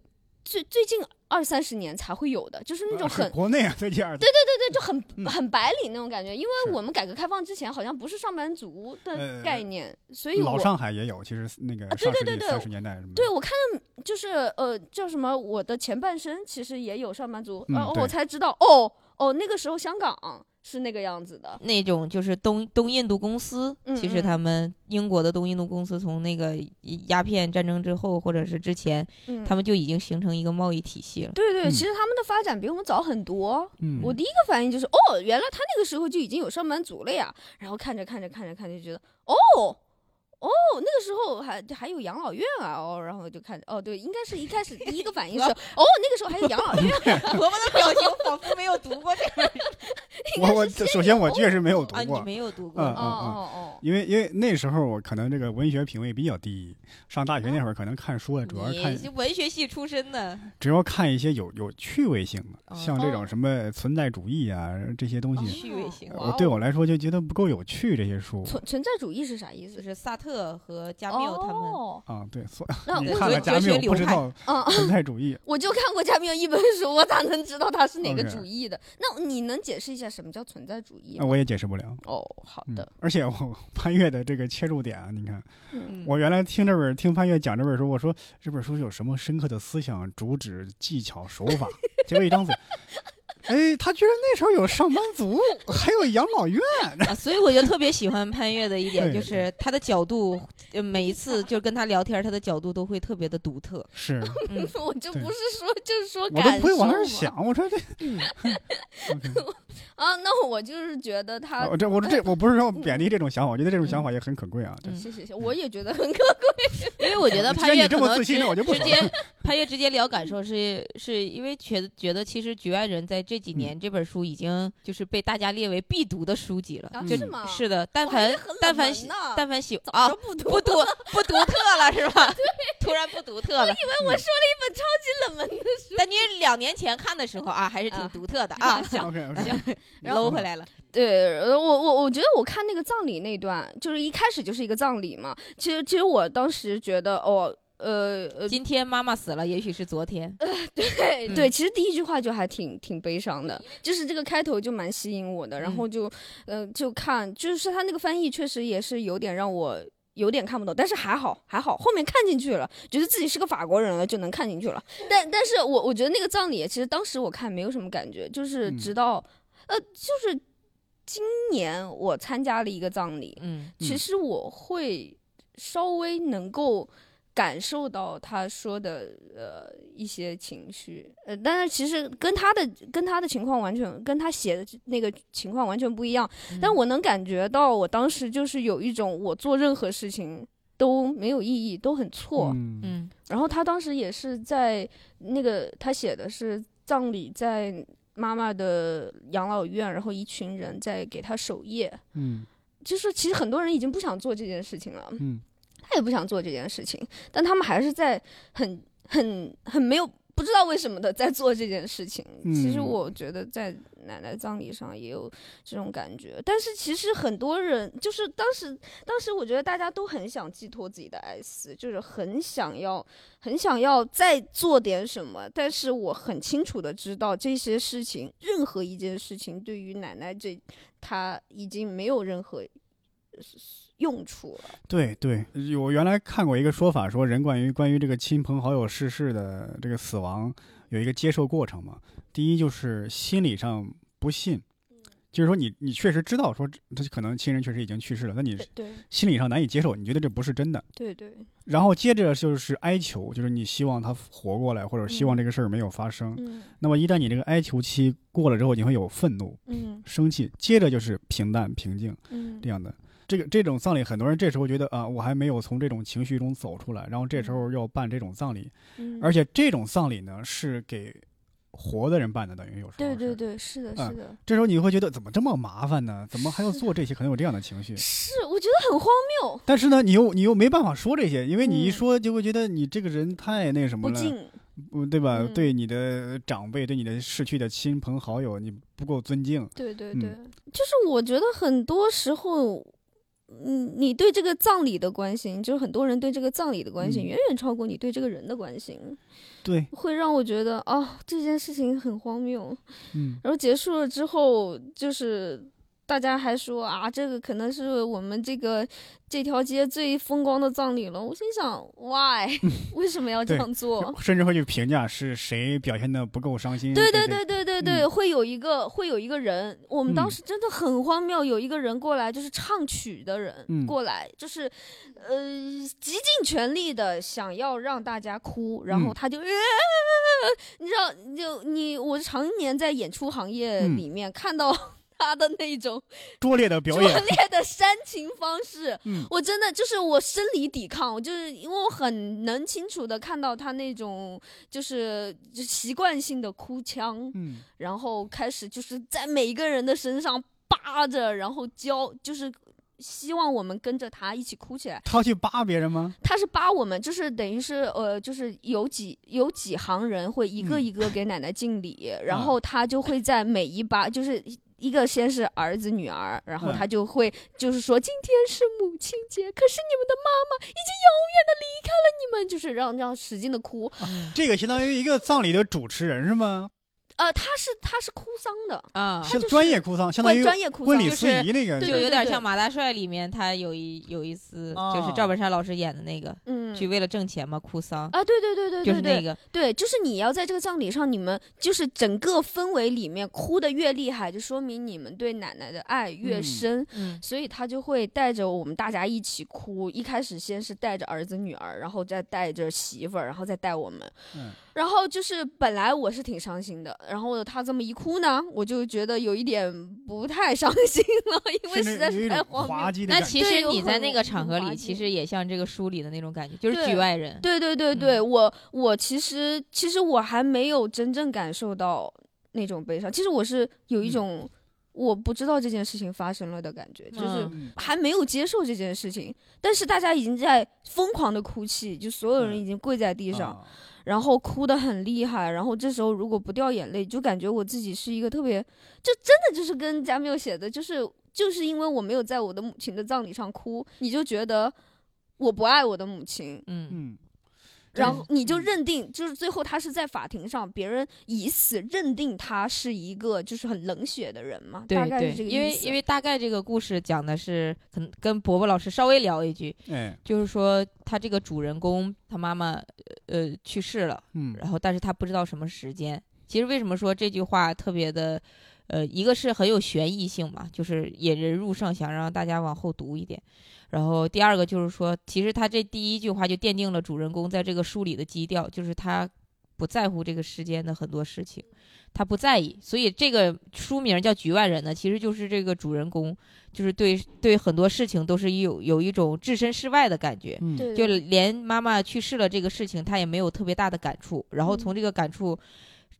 Speaker 3: 最最近二三十年才会有的，就是那种很
Speaker 1: 国内啊，最近二
Speaker 3: 对对对对，就很、
Speaker 1: 嗯
Speaker 3: 很白领那种感觉，因
Speaker 1: 是
Speaker 3: 为我们改革开放之前好像不是上班族
Speaker 1: 呃
Speaker 3: 的概念，所以
Speaker 1: 老
Speaker 3: 我啊
Speaker 1: 上海也有，其实那个
Speaker 3: 对
Speaker 1: 上世
Speaker 3: 对对
Speaker 1: 纪
Speaker 3: 对
Speaker 1: 三十年代什么的，
Speaker 3: 对，我看到就是呃，叫什么？我的前半生其实也有上班族，
Speaker 1: 嗯
Speaker 3: 然后
Speaker 1: 对
Speaker 3: 我才知道，哦哦，那个时候香港是那个样子的。
Speaker 2: 那种就是东东印度公司，
Speaker 3: 嗯
Speaker 2: 其实
Speaker 3: 嗯
Speaker 2: 他们英国的东印度公司从那个鸦片战争之后，或者是之前，
Speaker 3: 嗯，
Speaker 2: 他们就已经形成一个贸易体系 了。
Speaker 3: 对对，
Speaker 1: 嗯
Speaker 3: 其实他们的发展比我们早很多。
Speaker 1: 嗯，
Speaker 3: 我第一个反应就是，哦，原来他那个时候就已经有上班族了呀。然后看着看着看着看着就觉得，哦。哦，那个时候还还有养老院啊，哦，然后就看，哦，对，应该是一开始第一个反应是， 哦，那个时候还有养老院，
Speaker 2: 我们的表情仿佛没有读过这 个
Speaker 1: 我我首先我确实没有读
Speaker 2: 啊，
Speaker 1: 过
Speaker 2: 你，没有读 过。
Speaker 1: 嗯
Speaker 3: 哦
Speaker 1: 嗯嗯
Speaker 3: 哦哦，
Speaker 1: 因为因为那时候我可能这个文学品味比较低，上大学那会儿可能看书啊，主要是看
Speaker 2: 你是文学系出身的，
Speaker 1: 主要看一些有有趣味性的，
Speaker 2: 哦
Speaker 1: 像这种什么存在主义啊这些东西，
Speaker 2: 趣味型，
Speaker 3: 哦
Speaker 1: 我对我来说就觉得不够有趣这些书
Speaker 3: 存存在主义是啥意
Speaker 2: 就
Speaker 3: 思？
Speaker 2: 是萨特和加缪他们。
Speaker 3: 哦，
Speaker 1: 啊。对，所
Speaker 3: 那
Speaker 1: 你
Speaker 3: 我
Speaker 1: 看了
Speaker 2: 觉
Speaker 1: 加
Speaker 2: 得哲学
Speaker 1: 缪
Speaker 2: 流
Speaker 1: 不知
Speaker 2: 派
Speaker 1: 道
Speaker 3: 嗯，
Speaker 1: 存在主义，
Speaker 3: 我就看过加缪一本书，我咋能知道他是哪个
Speaker 1: OK
Speaker 3: 主义的那你能解释一下什么叫存在主义
Speaker 1: 那
Speaker 3: 吗？
Speaker 1: 我也解释不了。
Speaker 3: 哦，好
Speaker 1: 嗯
Speaker 3: 的，，
Speaker 1: 而且我 潘越的这个切入点啊，你看，
Speaker 2: 嗯
Speaker 1: 我原来听这本听潘越讲这本书，我说这本书有什么深刻的思想、主旨、技巧、手法，结果一张嘴，哎，他居然那时候有上班族，还有养老院，
Speaker 2: 啊，所以我就特别喜欢潘越的一点，
Speaker 1: 对
Speaker 2: 就是他的角度，呃每一次就跟他聊天，他的角度都会特别的独特。
Speaker 1: 是
Speaker 2: 嗯，
Speaker 3: 我就
Speaker 1: 对
Speaker 3: 不是说就是说啊
Speaker 1: 我都
Speaker 3: 感
Speaker 1: 不会
Speaker 3: 受
Speaker 1: 往那
Speaker 3: 嘛
Speaker 1: 儿想，我说这，OK，
Speaker 3: 啊，那我就是觉得他
Speaker 2: 哦
Speaker 1: 我，这我这我不是说贬低这种想法，我觉得这种想法也很可贵啊。对
Speaker 2: 啊嗯
Speaker 3: 谢谢谢，我也觉得很可
Speaker 2: 因为我觉得
Speaker 1: 既
Speaker 2: 潘
Speaker 1: 然
Speaker 2: 越
Speaker 1: 哎你这
Speaker 2: 可
Speaker 1: 么
Speaker 2: 能
Speaker 1: 自信
Speaker 2: 直
Speaker 1: 那我就不
Speaker 2: 直
Speaker 1: 说
Speaker 2: 接 潘越直接聊感受是，是因为觉得觉得其实《局外人》在这
Speaker 1: 嗯
Speaker 2: 几年这本书已经就是被大家列为必读的书籍了。
Speaker 3: 啊，
Speaker 1: 嗯
Speaker 3: 是吗？
Speaker 2: 是的，但
Speaker 3: 我还
Speaker 2: 凡
Speaker 3: 是很冷
Speaker 2: 但凡
Speaker 3: 门
Speaker 2: 喜
Speaker 3: 呢
Speaker 2: 但凡喜
Speaker 3: 早
Speaker 2: 啊
Speaker 3: 就，不读
Speaker 2: 不独不独特了是 吧？突然不独特了。
Speaker 3: 我说了一本超级冷门的书，
Speaker 2: 但你两年前看的时候啊，还是挺
Speaker 3: 啊
Speaker 2: 独特的啊，想
Speaker 1: OK OK，
Speaker 2: 行，搂回来了。
Speaker 3: 对，呃我我我觉得我看那个葬礼那段，就是一开始就是一个葬礼嘛，其实其实我当时觉得哦。呃呃，
Speaker 2: 今天妈妈死了，也许是昨天。
Speaker 3: 对
Speaker 2: 嗯
Speaker 3: 对，其实第一句话就还挺挺悲伤的，就是这个开头就蛮吸引我的，然后就，呃，就看，就是他那个翻译确实也是有点让我有点看不懂，但是还好还好，后面看进去了，觉得自己是个法国人了，就能看进去了。但但是我我觉得那个葬礼，其实当时我看没有什么感觉，就是
Speaker 1: 嗯
Speaker 3: 直到，呃，就是今年我参加了一个葬礼，
Speaker 2: 嗯
Speaker 3: 其
Speaker 1: 嗯
Speaker 3: 实我会稍微能够感受到他说的呃一些情绪，呃，但是其实跟他的跟他的情况完全跟他写的那个情况完全不一样，
Speaker 1: 嗯
Speaker 2: 嗯
Speaker 3: 但我能感觉到我当时就是有一种我做任何事情都没有意义，都很错，
Speaker 1: 嗯
Speaker 2: 嗯
Speaker 3: 然后他当时也是在那个他写的是葬礼在妈妈的养老院，然后一群人在给他守夜，
Speaker 1: 嗯
Speaker 3: 就是其实很多人已经不想做这件事情了，
Speaker 1: 嗯
Speaker 3: 他也不想做这件事情，但他们还是在很很很没有不知道为什么的在做这件事情。
Speaker 1: 嗯
Speaker 3: 其实我觉得在奶奶葬礼上也有这种感觉，但是其实很多人就是当时当时我觉得大家都很想寄托自己的哀思，就是很想要很想要再做点什么，但是我很清楚的知道这些事情，任何一件事情对于奶奶这她已经没有任何呃用处了。
Speaker 1: 对对，我原来看过一个说法，说人关于关于这个亲朋好友逝世的这个死亡有一个接受过程嘛。第一就是心理上不信，
Speaker 2: 嗯
Speaker 1: 就是说你你确实知道说这这可能亲人确实已经去世了，但你
Speaker 3: 对
Speaker 1: 心理上难以接受，你觉得这不是真的。
Speaker 3: 对对。
Speaker 1: 然后接着就是哀求，就是你希望他活过来，或者希望这个事儿没有发生。
Speaker 3: 嗯
Speaker 1: 那么一旦你这个哀求期过了之后，你会有愤怒、
Speaker 3: 嗯
Speaker 1: 生气，接着就是平淡、平静。
Speaker 3: 嗯
Speaker 1: 这样的。这个这种葬礼，很多人这时候觉得啊，我还没有从这种情绪中走出来，然后这时候要办这种葬礼，
Speaker 3: 嗯
Speaker 1: 而且这种葬礼呢是给活的人办的，等于有时候
Speaker 3: 对
Speaker 1: 是
Speaker 3: 对。对，是的，
Speaker 1: 嗯
Speaker 3: 是的，
Speaker 1: 这时候你会觉得怎么这么麻烦呢？怎么还要做这些？可能有这样的情 绪，
Speaker 3: 是我觉得很荒谬，
Speaker 1: 但是呢，你又你又没办法说这些，因为你一
Speaker 3: 嗯
Speaker 1: 说就会觉得你这个人太那什么
Speaker 3: 不
Speaker 1: 了，
Speaker 3: 敬，
Speaker 1: 嗯，对吧？
Speaker 3: 嗯
Speaker 1: 对你的长辈，对你的逝去的亲朋好友，你不够尊敬。
Speaker 3: 对对
Speaker 1: 嗯
Speaker 3: 对，就是我觉得很多时候嗯，你对这个葬礼的关心，就是很多人对这个葬礼的关心，
Speaker 1: 嗯
Speaker 3: 远远超过你对这个人的关心，
Speaker 1: 对，
Speaker 3: 会让我觉得哦，这件事情很荒谬。
Speaker 1: 嗯，
Speaker 3: 然后结束了之后，就是大家还说啊，这个可能是我们这个这条街最风光的葬礼了。我心想，why？为 什么要这
Speaker 1: 对
Speaker 3: 样做？
Speaker 1: 甚至会去评价是谁表现的不够伤心。
Speaker 3: 对
Speaker 1: 对
Speaker 3: 对对对对对，会有一个会有一个人，我们当
Speaker 1: 嗯
Speaker 3: 时真的很荒谬，有一个人过来就是唱曲的人、
Speaker 1: 嗯
Speaker 3: 过来，就是呃极尽全力的想要让大家哭，然后
Speaker 1: 嗯
Speaker 3: 他就、呃你知道，你就你我常年在演出行业
Speaker 1: 嗯
Speaker 3: 里面看到 他的那种
Speaker 1: 拙劣的
Speaker 3: 拙
Speaker 1: 表演，
Speaker 3: 劣的煽情方式，
Speaker 1: 嗯
Speaker 3: 我真的就是我生理抵抗，我就是因为我很能清楚的看到他那种就是就习惯性的哭腔，
Speaker 1: 嗯
Speaker 3: 然后开始就是在每一个人的身上扒着，然后教就是。希望我们跟着他一起哭起来。
Speaker 1: 他要去扒别人吗？
Speaker 3: 他是扒我们，就是等于是呃，就是有几有几行人会一个
Speaker 1: 嗯
Speaker 3: 一个给奶奶敬礼，然后他就会在每一把就是。一个先是儿子女儿，然后
Speaker 1: 嗯
Speaker 3: 他就会就是说今天是母亲节，可是你们的妈妈已经永远的离开了你们，就是让让使劲的哭。
Speaker 1: 这个相当于一个葬礼的主持人是吗？
Speaker 3: 呃，他是他是哭丧的，
Speaker 2: 啊，
Speaker 1: 像
Speaker 3: 嗯就是
Speaker 1: 专业哭丧，相当
Speaker 3: 关
Speaker 1: 于
Speaker 3: 专业哭丧
Speaker 1: 婚，礼
Speaker 2: 就
Speaker 1: 司
Speaker 2: 是
Speaker 1: 仪那个
Speaker 3: 对
Speaker 2: 就有点
Speaker 3: 对
Speaker 2: 像《马大帅》里面他有一有一次，就是
Speaker 1: 啊
Speaker 2: 赵本山老师演的那个，
Speaker 3: 哦嗯
Speaker 2: 去为了挣钱嘛，哭丧，
Speaker 3: 啊，对对对对
Speaker 2: 就
Speaker 3: 对
Speaker 2: 是那
Speaker 3: 对
Speaker 2: 个，
Speaker 3: 对，就是你要在这个葬礼上，你们就是整个氛围里面哭的越厉害，就说明你们对奶奶的爱越
Speaker 1: 嗯
Speaker 3: 深。
Speaker 2: 嗯，
Speaker 3: 所以他就会带着我们大家一起哭。一开始先是带着儿子女儿，然后再带着媳妇儿，然后再带我们。
Speaker 1: 嗯
Speaker 3: 然后就是本来我是挺伤心的，然后他这么一哭呢，我就觉得有一点不太伤心了，因为
Speaker 1: 甚
Speaker 3: 实在
Speaker 1: 至有
Speaker 3: 是
Speaker 1: 一
Speaker 3: 太
Speaker 1: 种
Speaker 3: 荒
Speaker 1: 滑
Speaker 3: 谬。
Speaker 1: 稽的
Speaker 2: 嗯那
Speaker 1: 感觉。
Speaker 2: 其
Speaker 3: 对
Speaker 2: 实
Speaker 3: 有
Speaker 2: 你在
Speaker 3: 很
Speaker 2: 那个场合
Speaker 3: 很滑
Speaker 2: 里，
Speaker 3: 稽
Speaker 2: 其实也像这个书里的那种感觉，就是
Speaker 3: 对
Speaker 2: 局外人，
Speaker 3: 对对对对，我我其实其实我还没有真正感受到那种悲伤，其实我是有一
Speaker 1: 嗯
Speaker 3: 种我不知道这件事情发生了的感觉，就是
Speaker 2: 嗯
Speaker 1: 嗯
Speaker 3: 还没有接受这件事情，但是大家已经在疯狂的哭泣，就所有人已经跪在地上，
Speaker 1: 啊
Speaker 3: 然后哭得很厉害，然后这时候如果不掉眼泪，就感觉我自己是一个特别，这真的就是跟加缪写的，就是就是因为我没有在我的母亲的葬礼上哭，你就觉得我不爱我的母亲，
Speaker 2: 嗯，
Speaker 1: 嗯，
Speaker 3: 然后你就
Speaker 1: 嗯
Speaker 3: 认定，就是最后他是在法庭上，别人以此认定他是一个就是很冷血的人嘛，大
Speaker 2: 对
Speaker 3: 概
Speaker 2: 对
Speaker 3: 是这，个
Speaker 2: 因为
Speaker 3: 意思
Speaker 2: 因为大概这个故事讲的是，可能跟伯伯老师稍微聊一句，
Speaker 1: 哎，
Speaker 2: 就是说他这个主人公他妈妈呃呃去世了，
Speaker 1: 嗯，
Speaker 2: 然后但是他不知道什么时间。其实为什么说这句话特别的，呃，一个是很有悬疑性嘛，就是引人入胜，想让大家往后读一点。然后第二个就是说，其实他这第一句话就奠定了主人公在这个书里的基调，就是他不在乎这个世间的很多事情，他不在意。所以这个书名叫《局外人》呢，其实就是这个主人公就是对对很多事情都是有有一种置身事外的感觉。
Speaker 1: 嗯，
Speaker 3: 对
Speaker 2: 就
Speaker 3: 对对
Speaker 2: 连妈妈去世了这个事情，他也没有特别大的感触。然后从这个感触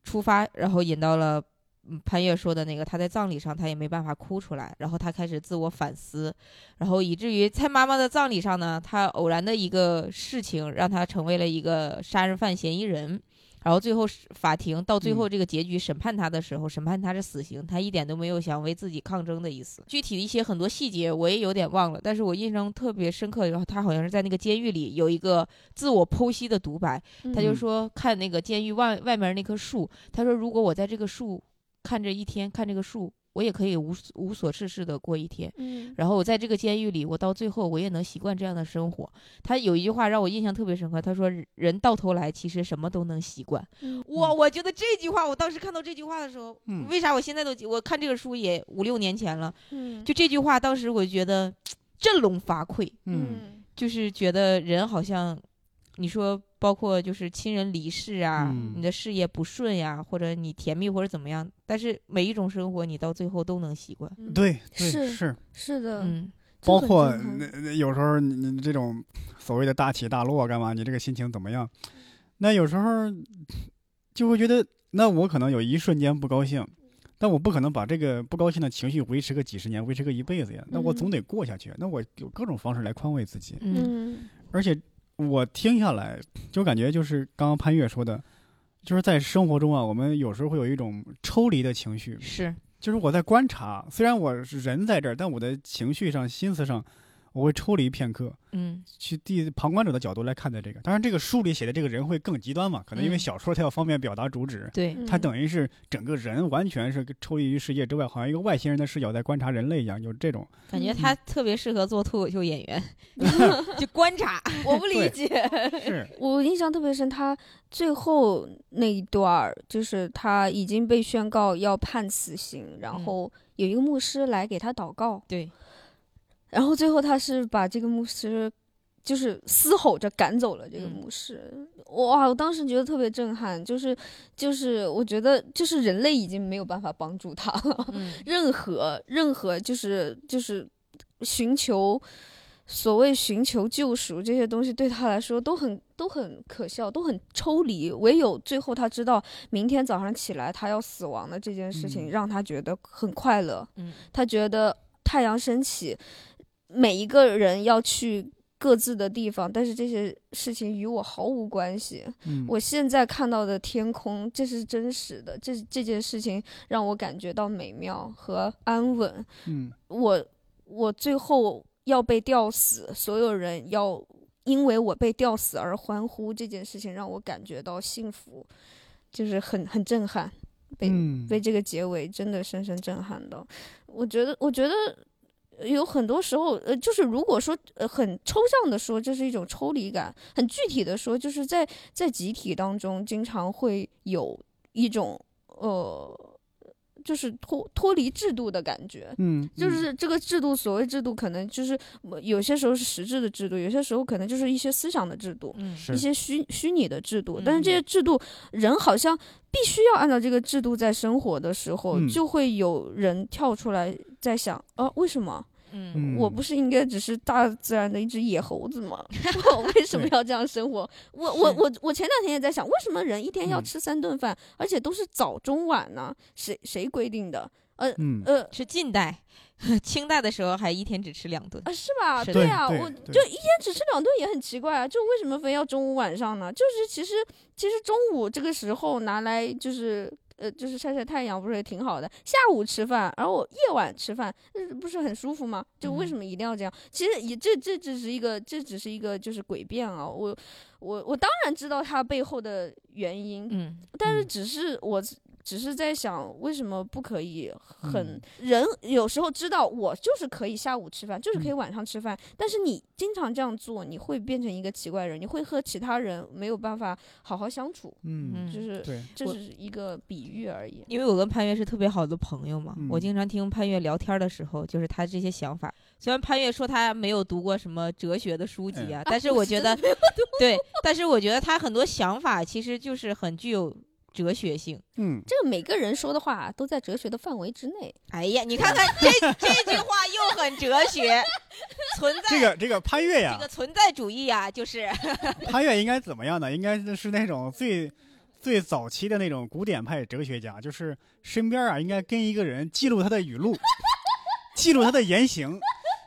Speaker 2: 出发，然后引到了嗯潘越说的那个，他在葬礼上他也没办法哭出来，然后他开始自我反思，然后以至于在妈妈的葬礼上呢，他偶然的一个事情让他成为了一个杀人犯嫌疑人。然后最后是法庭到最后这个结局审判他的时候，审判他是死刑，他一点都没有想为自己抗争的意思。具体的一些很多细节我也有点忘了，但是我印象特别深刻。然后他好像是在那个监狱里有一个自我剖析的独白，他就
Speaker 1: 嗯
Speaker 2: 说看那个监狱外外面那棵树，他说如果我在这个树看这一天，看这个树，我也可以无无所事事的过一天。
Speaker 3: 嗯
Speaker 2: 然后我在这个监狱里，我到最后我也能习惯这样的生活。他有一句话让我印象特别深刻，他说人到头来其实什么都能习惯。
Speaker 3: 嗯
Speaker 2: 我
Speaker 1: 嗯
Speaker 2: 我觉得这句话，我当时看到这句话的时候，
Speaker 1: 嗯
Speaker 2: 为啥我现在都我看这个书也五六年前了，
Speaker 3: 嗯
Speaker 2: 就这句话，当时我觉得振聋发聩，
Speaker 1: 嗯，
Speaker 2: 就是觉得人好像，你说包括就是亲人离世啊，
Speaker 1: 嗯
Speaker 2: 你的事业不顺呀、或者你甜蜜或者怎么样，但是每一种生活你到最后都能习惯。
Speaker 3: 嗯
Speaker 1: 对，对
Speaker 3: 是
Speaker 1: 是，
Speaker 3: 是的，
Speaker 2: 嗯，
Speaker 3: 这
Speaker 1: 包
Speaker 3: 很
Speaker 1: 括
Speaker 3: 正常嗯
Speaker 1: 那那有时候你你这种所谓的大起大落干嘛？你这个心情怎么样？那有时候就会觉得，那我可能有一瞬间不高兴，但我不可能把这个不高兴的情绪维持个几十年，维持个一辈子呀。那我
Speaker 3: 嗯
Speaker 1: 总得过下去，那我有各种方式来宽慰自己。
Speaker 2: 嗯
Speaker 3: 嗯
Speaker 1: 而且我听下来，就感觉就是刚刚潘越说的，就是在生活中啊，我们有时候会有一种抽离的情绪，
Speaker 2: 是
Speaker 1: 就是我在观察，虽然我是人在这儿，但我的情绪上、心思上，我会抽离片刻，
Speaker 2: 嗯
Speaker 1: 去第旁观者的角度来看待这个。当然，这个书里写的这个人会更极端嘛，可能因为
Speaker 2: 嗯
Speaker 1: 小说它要方便表达主旨，
Speaker 2: 对，
Speaker 3: 嗯
Speaker 1: 他等于是整个人完全是抽离于世界之外，好像一个外星人的视角在观察人类一样，有这 种。
Speaker 2: 感觉
Speaker 3: 嗯
Speaker 2: 他特别适合做脱口秀演员，就观察。
Speaker 3: 我不理
Speaker 1: 对
Speaker 3: 解。
Speaker 1: 是，
Speaker 3: 我印象特别深，他最后那一段儿，就是他已经被宣告要判死刑，然
Speaker 2: 嗯
Speaker 3: 后有一个牧师来给他祷告，
Speaker 2: 对，
Speaker 3: 然后最后他是把这个牧师就是嘶吼着赶走了这个
Speaker 2: 嗯
Speaker 3: 牧师。哇，我当时觉得特别震撼，就是就是我觉得就是人类已经没有办法帮助他了，
Speaker 2: 嗯
Speaker 3: 任何任何就是就是寻求所谓寻求救赎这些东西，对他来说都很都很可笑，都很抽离。唯有最后他知道明天早上起来他要死亡的这件事情，
Speaker 1: 嗯
Speaker 3: 让他觉得很快乐。
Speaker 2: 嗯
Speaker 3: 他觉得太阳升起，每一个人要去。各自的地方，但是这些事情与我毫无关系。
Speaker 1: 嗯，
Speaker 3: 我现在看到的天空，这是真实的，这这件事情让我感觉到美妙和安稳。
Speaker 1: 嗯
Speaker 3: 我我最后要被吊死，所有人要因为我被吊死而欢呼，这件事情让我感觉到幸福，就是很很震撼，被、
Speaker 1: 嗯
Speaker 3: 被这个结尾真的深深震撼到。我觉得，我觉得。呃有很多时候，呃，就是如果说呃很抽象的说，这是一种抽离感；很具体的说，就是在在集体当中，经常会有一种呃，就是脱脱离制度的感觉。
Speaker 1: 嗯，
Speaker 3: 就是这个制度，所谓制度，可能就是呃有些时候是实质的制度，有些时候可能就是一些思想的制度，
Speaker 2: 嗯
Speaker 1: 是
Speaker 3: 一些虚虚拟的制度。但是这
Speaker 2: 嗯
Speaker 3: 些制度，人好像必须要按照这个制度在生活的时候，
Speaker 1: 嗯
Speaker 3: 就会有人跳出来在想，啊，为什么
Speaker 2: 嗯
Speaker 3: 我
Speaker 1: 嗯
Speaker 3: 不是应该只是大自然的一只野猴子吗？ 我为什么
Speaker 1: 对
Speaker 3: 要这样生活？我我
Speaker 2: 是
Speaker 3: 我我前两天也在想，为什么人一天要
Speaker 1: 嗯
Speaker 3: 吃三顿饭，而且都是早中晚呢？谁谁规定的？
Speaker 1: 嗯，
Speaker 3: 呃，
Speaker 2: 是近代， 清代的时候还一天只吃两顿。
Speaker 3: 啊，是吧？
Speaker 2: 是
Speaker 3: 对
Speaker 1: 的
Speaker 3: 啊，
Speaker 1: 对
Speaker 3: 我
Speaker 1: 对
Speaker 3: 就一天只吃两顿也很奇怪啊，就为什么非要中午晚上呢？就是其实其实中午这个时候拿来就是呃就是晒晒太阳不是也挺好的？下午吃饭，然后我夜晚吃饭，那不是很舒服吗？就为
Speaker 2: 嗯
Speaker 3: 什么一定要这样？其实也这这只是一个这只是一个就是诡辩啊，我我我当然知道它背后的原因，
Speaker 2: 嗯，
Speaker 3: 但是
Speaker 1: 嗯
Speaker 3: 只是我只。只是在想，为什么不可以很、
Speaker 1: 嗯
Speaker 3: 人有时候知道我就是可以下午吃饭，就是
Speaker 1: 嗯
Speaker 3: 可以晚上吃饭，但是你经常这样做，你会变成一个奇怪人，你会和其他人没有办法好好相处，
Speaker 1: 嗯，
Speaker 2: 嗯
Speaker 3: 就是
Speaker 1: 对，
Speaker 3: 这
Speaker 2: 我
Speaker 3: 是一个比喻而已。
Speaker 2: 因为我跟潘越是特别好的朋友嘛，
Speaker 1: 嗯
Speaker 2: 我经常听潘越聊天的时候，就是他这些想法。虽然潘越说他没有读过什么哲学的书籍啊，但是我 觉得，对，但是我觉得他很多想法其实就是很具有哲学性。
Speaker 1: 嗯，
Speaker 3: 这个每个人说的话都在哲学的范围之 内，
Speaker 2: 哎呀，你看看这这句话又很哲学，存在
Speaker 1: 这个这个潘越呀
Speaker 2: 这个，存在主义啊，就是
Speaker 1: 潘越应该怎么样呢？应该是是那种最。最早期的那种古典派哲学家，就是身边啊，应该跟一个人记录他的语 录，记录他的言行。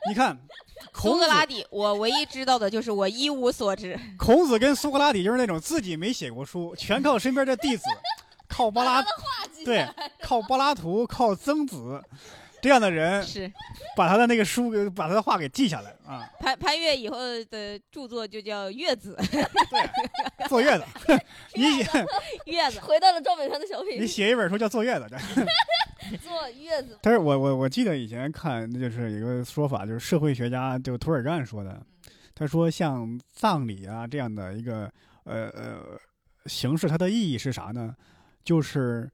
Speaker 1: 你看，
Speaker 2: 苏
Speaker 1: 孔
Speaker 2: 格
Speaker 1: 子
Speaker 2: 拉底。我唯一知道的就是我一无所知。
Speaker 1: 孔子跟苏格拉底就是那种自己没写过书，全靠身边的弟 子，靠柏拉，对，靠柏拉图，靠曾子这样的 人，
Speaker 2: 是
Speaker 1: 把他的那个书给，把他的话给记下来啊，
Speaker 2: 潘潘越以后的著作就叫《月子》，
Speaker 1: 对，坐 月子，你写
Speaker 2: 月子。
Speaker 3: 回到了赵本山的小品
Speaker 1: 你写一本书叫坐月子，对
Speaker 3: 坐月子，
Speaker 1: 但是我我我记得以前看，就是有个说法，就是社会学家就涂尔干说的，他说像葬礼啊这样的一个呃呃形式，它的意义是啥呢？就是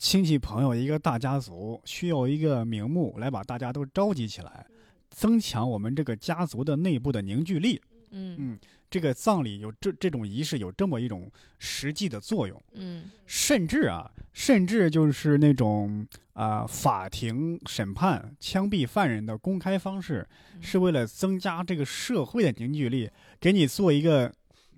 Speaker 1: 亲戚朋友一个大家族需要一个名目来把大家都召集起来，增强我们这个家族的内部的凝聚力。
Speaker 2: 嗯
Speaker 1: 嗯，这个葬礼有这这种仪式有这么一种实际的作用。
Speaker 2: 嗯
Speaker 1: 甚至啊，甚至就是那种啊、法庭审判、枪毙犯人的公开方式，
Speaker 2: 嗯
Speaker 1: 是为了增加这个社会的凝聚力，给你做一个，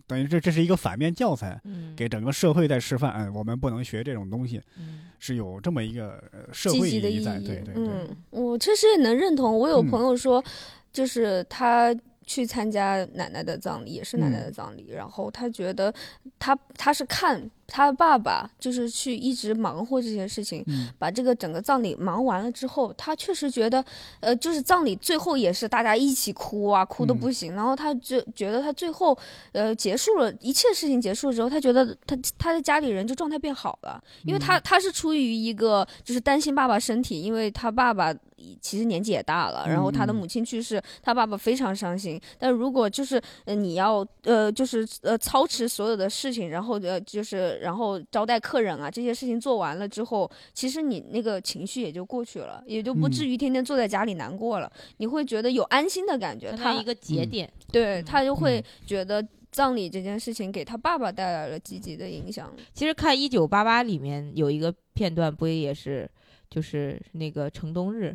Speaker 1: 等于这这是一个反面教材，
Speaker 2: 嗯，
Speaker 1: 给整个社会在示范，嗯，我们不能学这种东西，
Speaker 2: 嗯
Speaker 1: 是有这么一个呃社
Speaker 3: 积
Speaker 1: 会
Speaker 3: 极的
Speaker 1: 意
Speaker 3: 意
Speaker 1: 义
Speaker 3: 义嗯
Speaker 1: 在，对对对，
Speaker 3: 嗯，我确实也能认同。我有
Speaker 1: 嗯
Speaker 3: 朋友说，就是他去参加奶奶的葬礼，也是奶奶的
Speaker 1: 嗯
Speaker 3: 葬礼。然后他觉得他他是看他爸爸就是去一直忙活这些事情，
Speaker 1: 嗯
Speaker 3: 把这个整个葬礼忙完了之后，他确实觉得，呃，就是葬礼最后也是大家一起哭啊，哭的不行。然后他就觉得他最后，呃，结束了一切事情结束了之后，他觉得他他的家里人就状态变好了，因为他他是出于一个就是担心爸爸身体，因为他爸爸。其实年纪也大了，然后他的
Speaker 1: 嗯嗯
Speaker 3: 母亲去世，他爸爸非常伤心。但如果就是呃你要呃就是呃操持所有的事情，然后呃就是然后招待客人啊这些事情做完了之后，其实你那个情绪也就过去了，也就不
Speaker 1: 嗯
Speaker 3: 至于天天坐在家里难过了。你会觉得有安心的感觉，
Speaker 2: 相
Speaker 3: 他
Speaker 2: 当于一个节
Speaker 1: 嗯
Speaker 2: 点。
Speaker 3: 对
Speaker 2: 嗯
Speaker 3: 他就会
Speaker 1: 嗯
Speaker 3: 觉得葬礼这件事情给他爸爸带来了积极的影响。
Speaker 2: 其实看《一九八八》里面有一个片段，不也是就是那个城东日，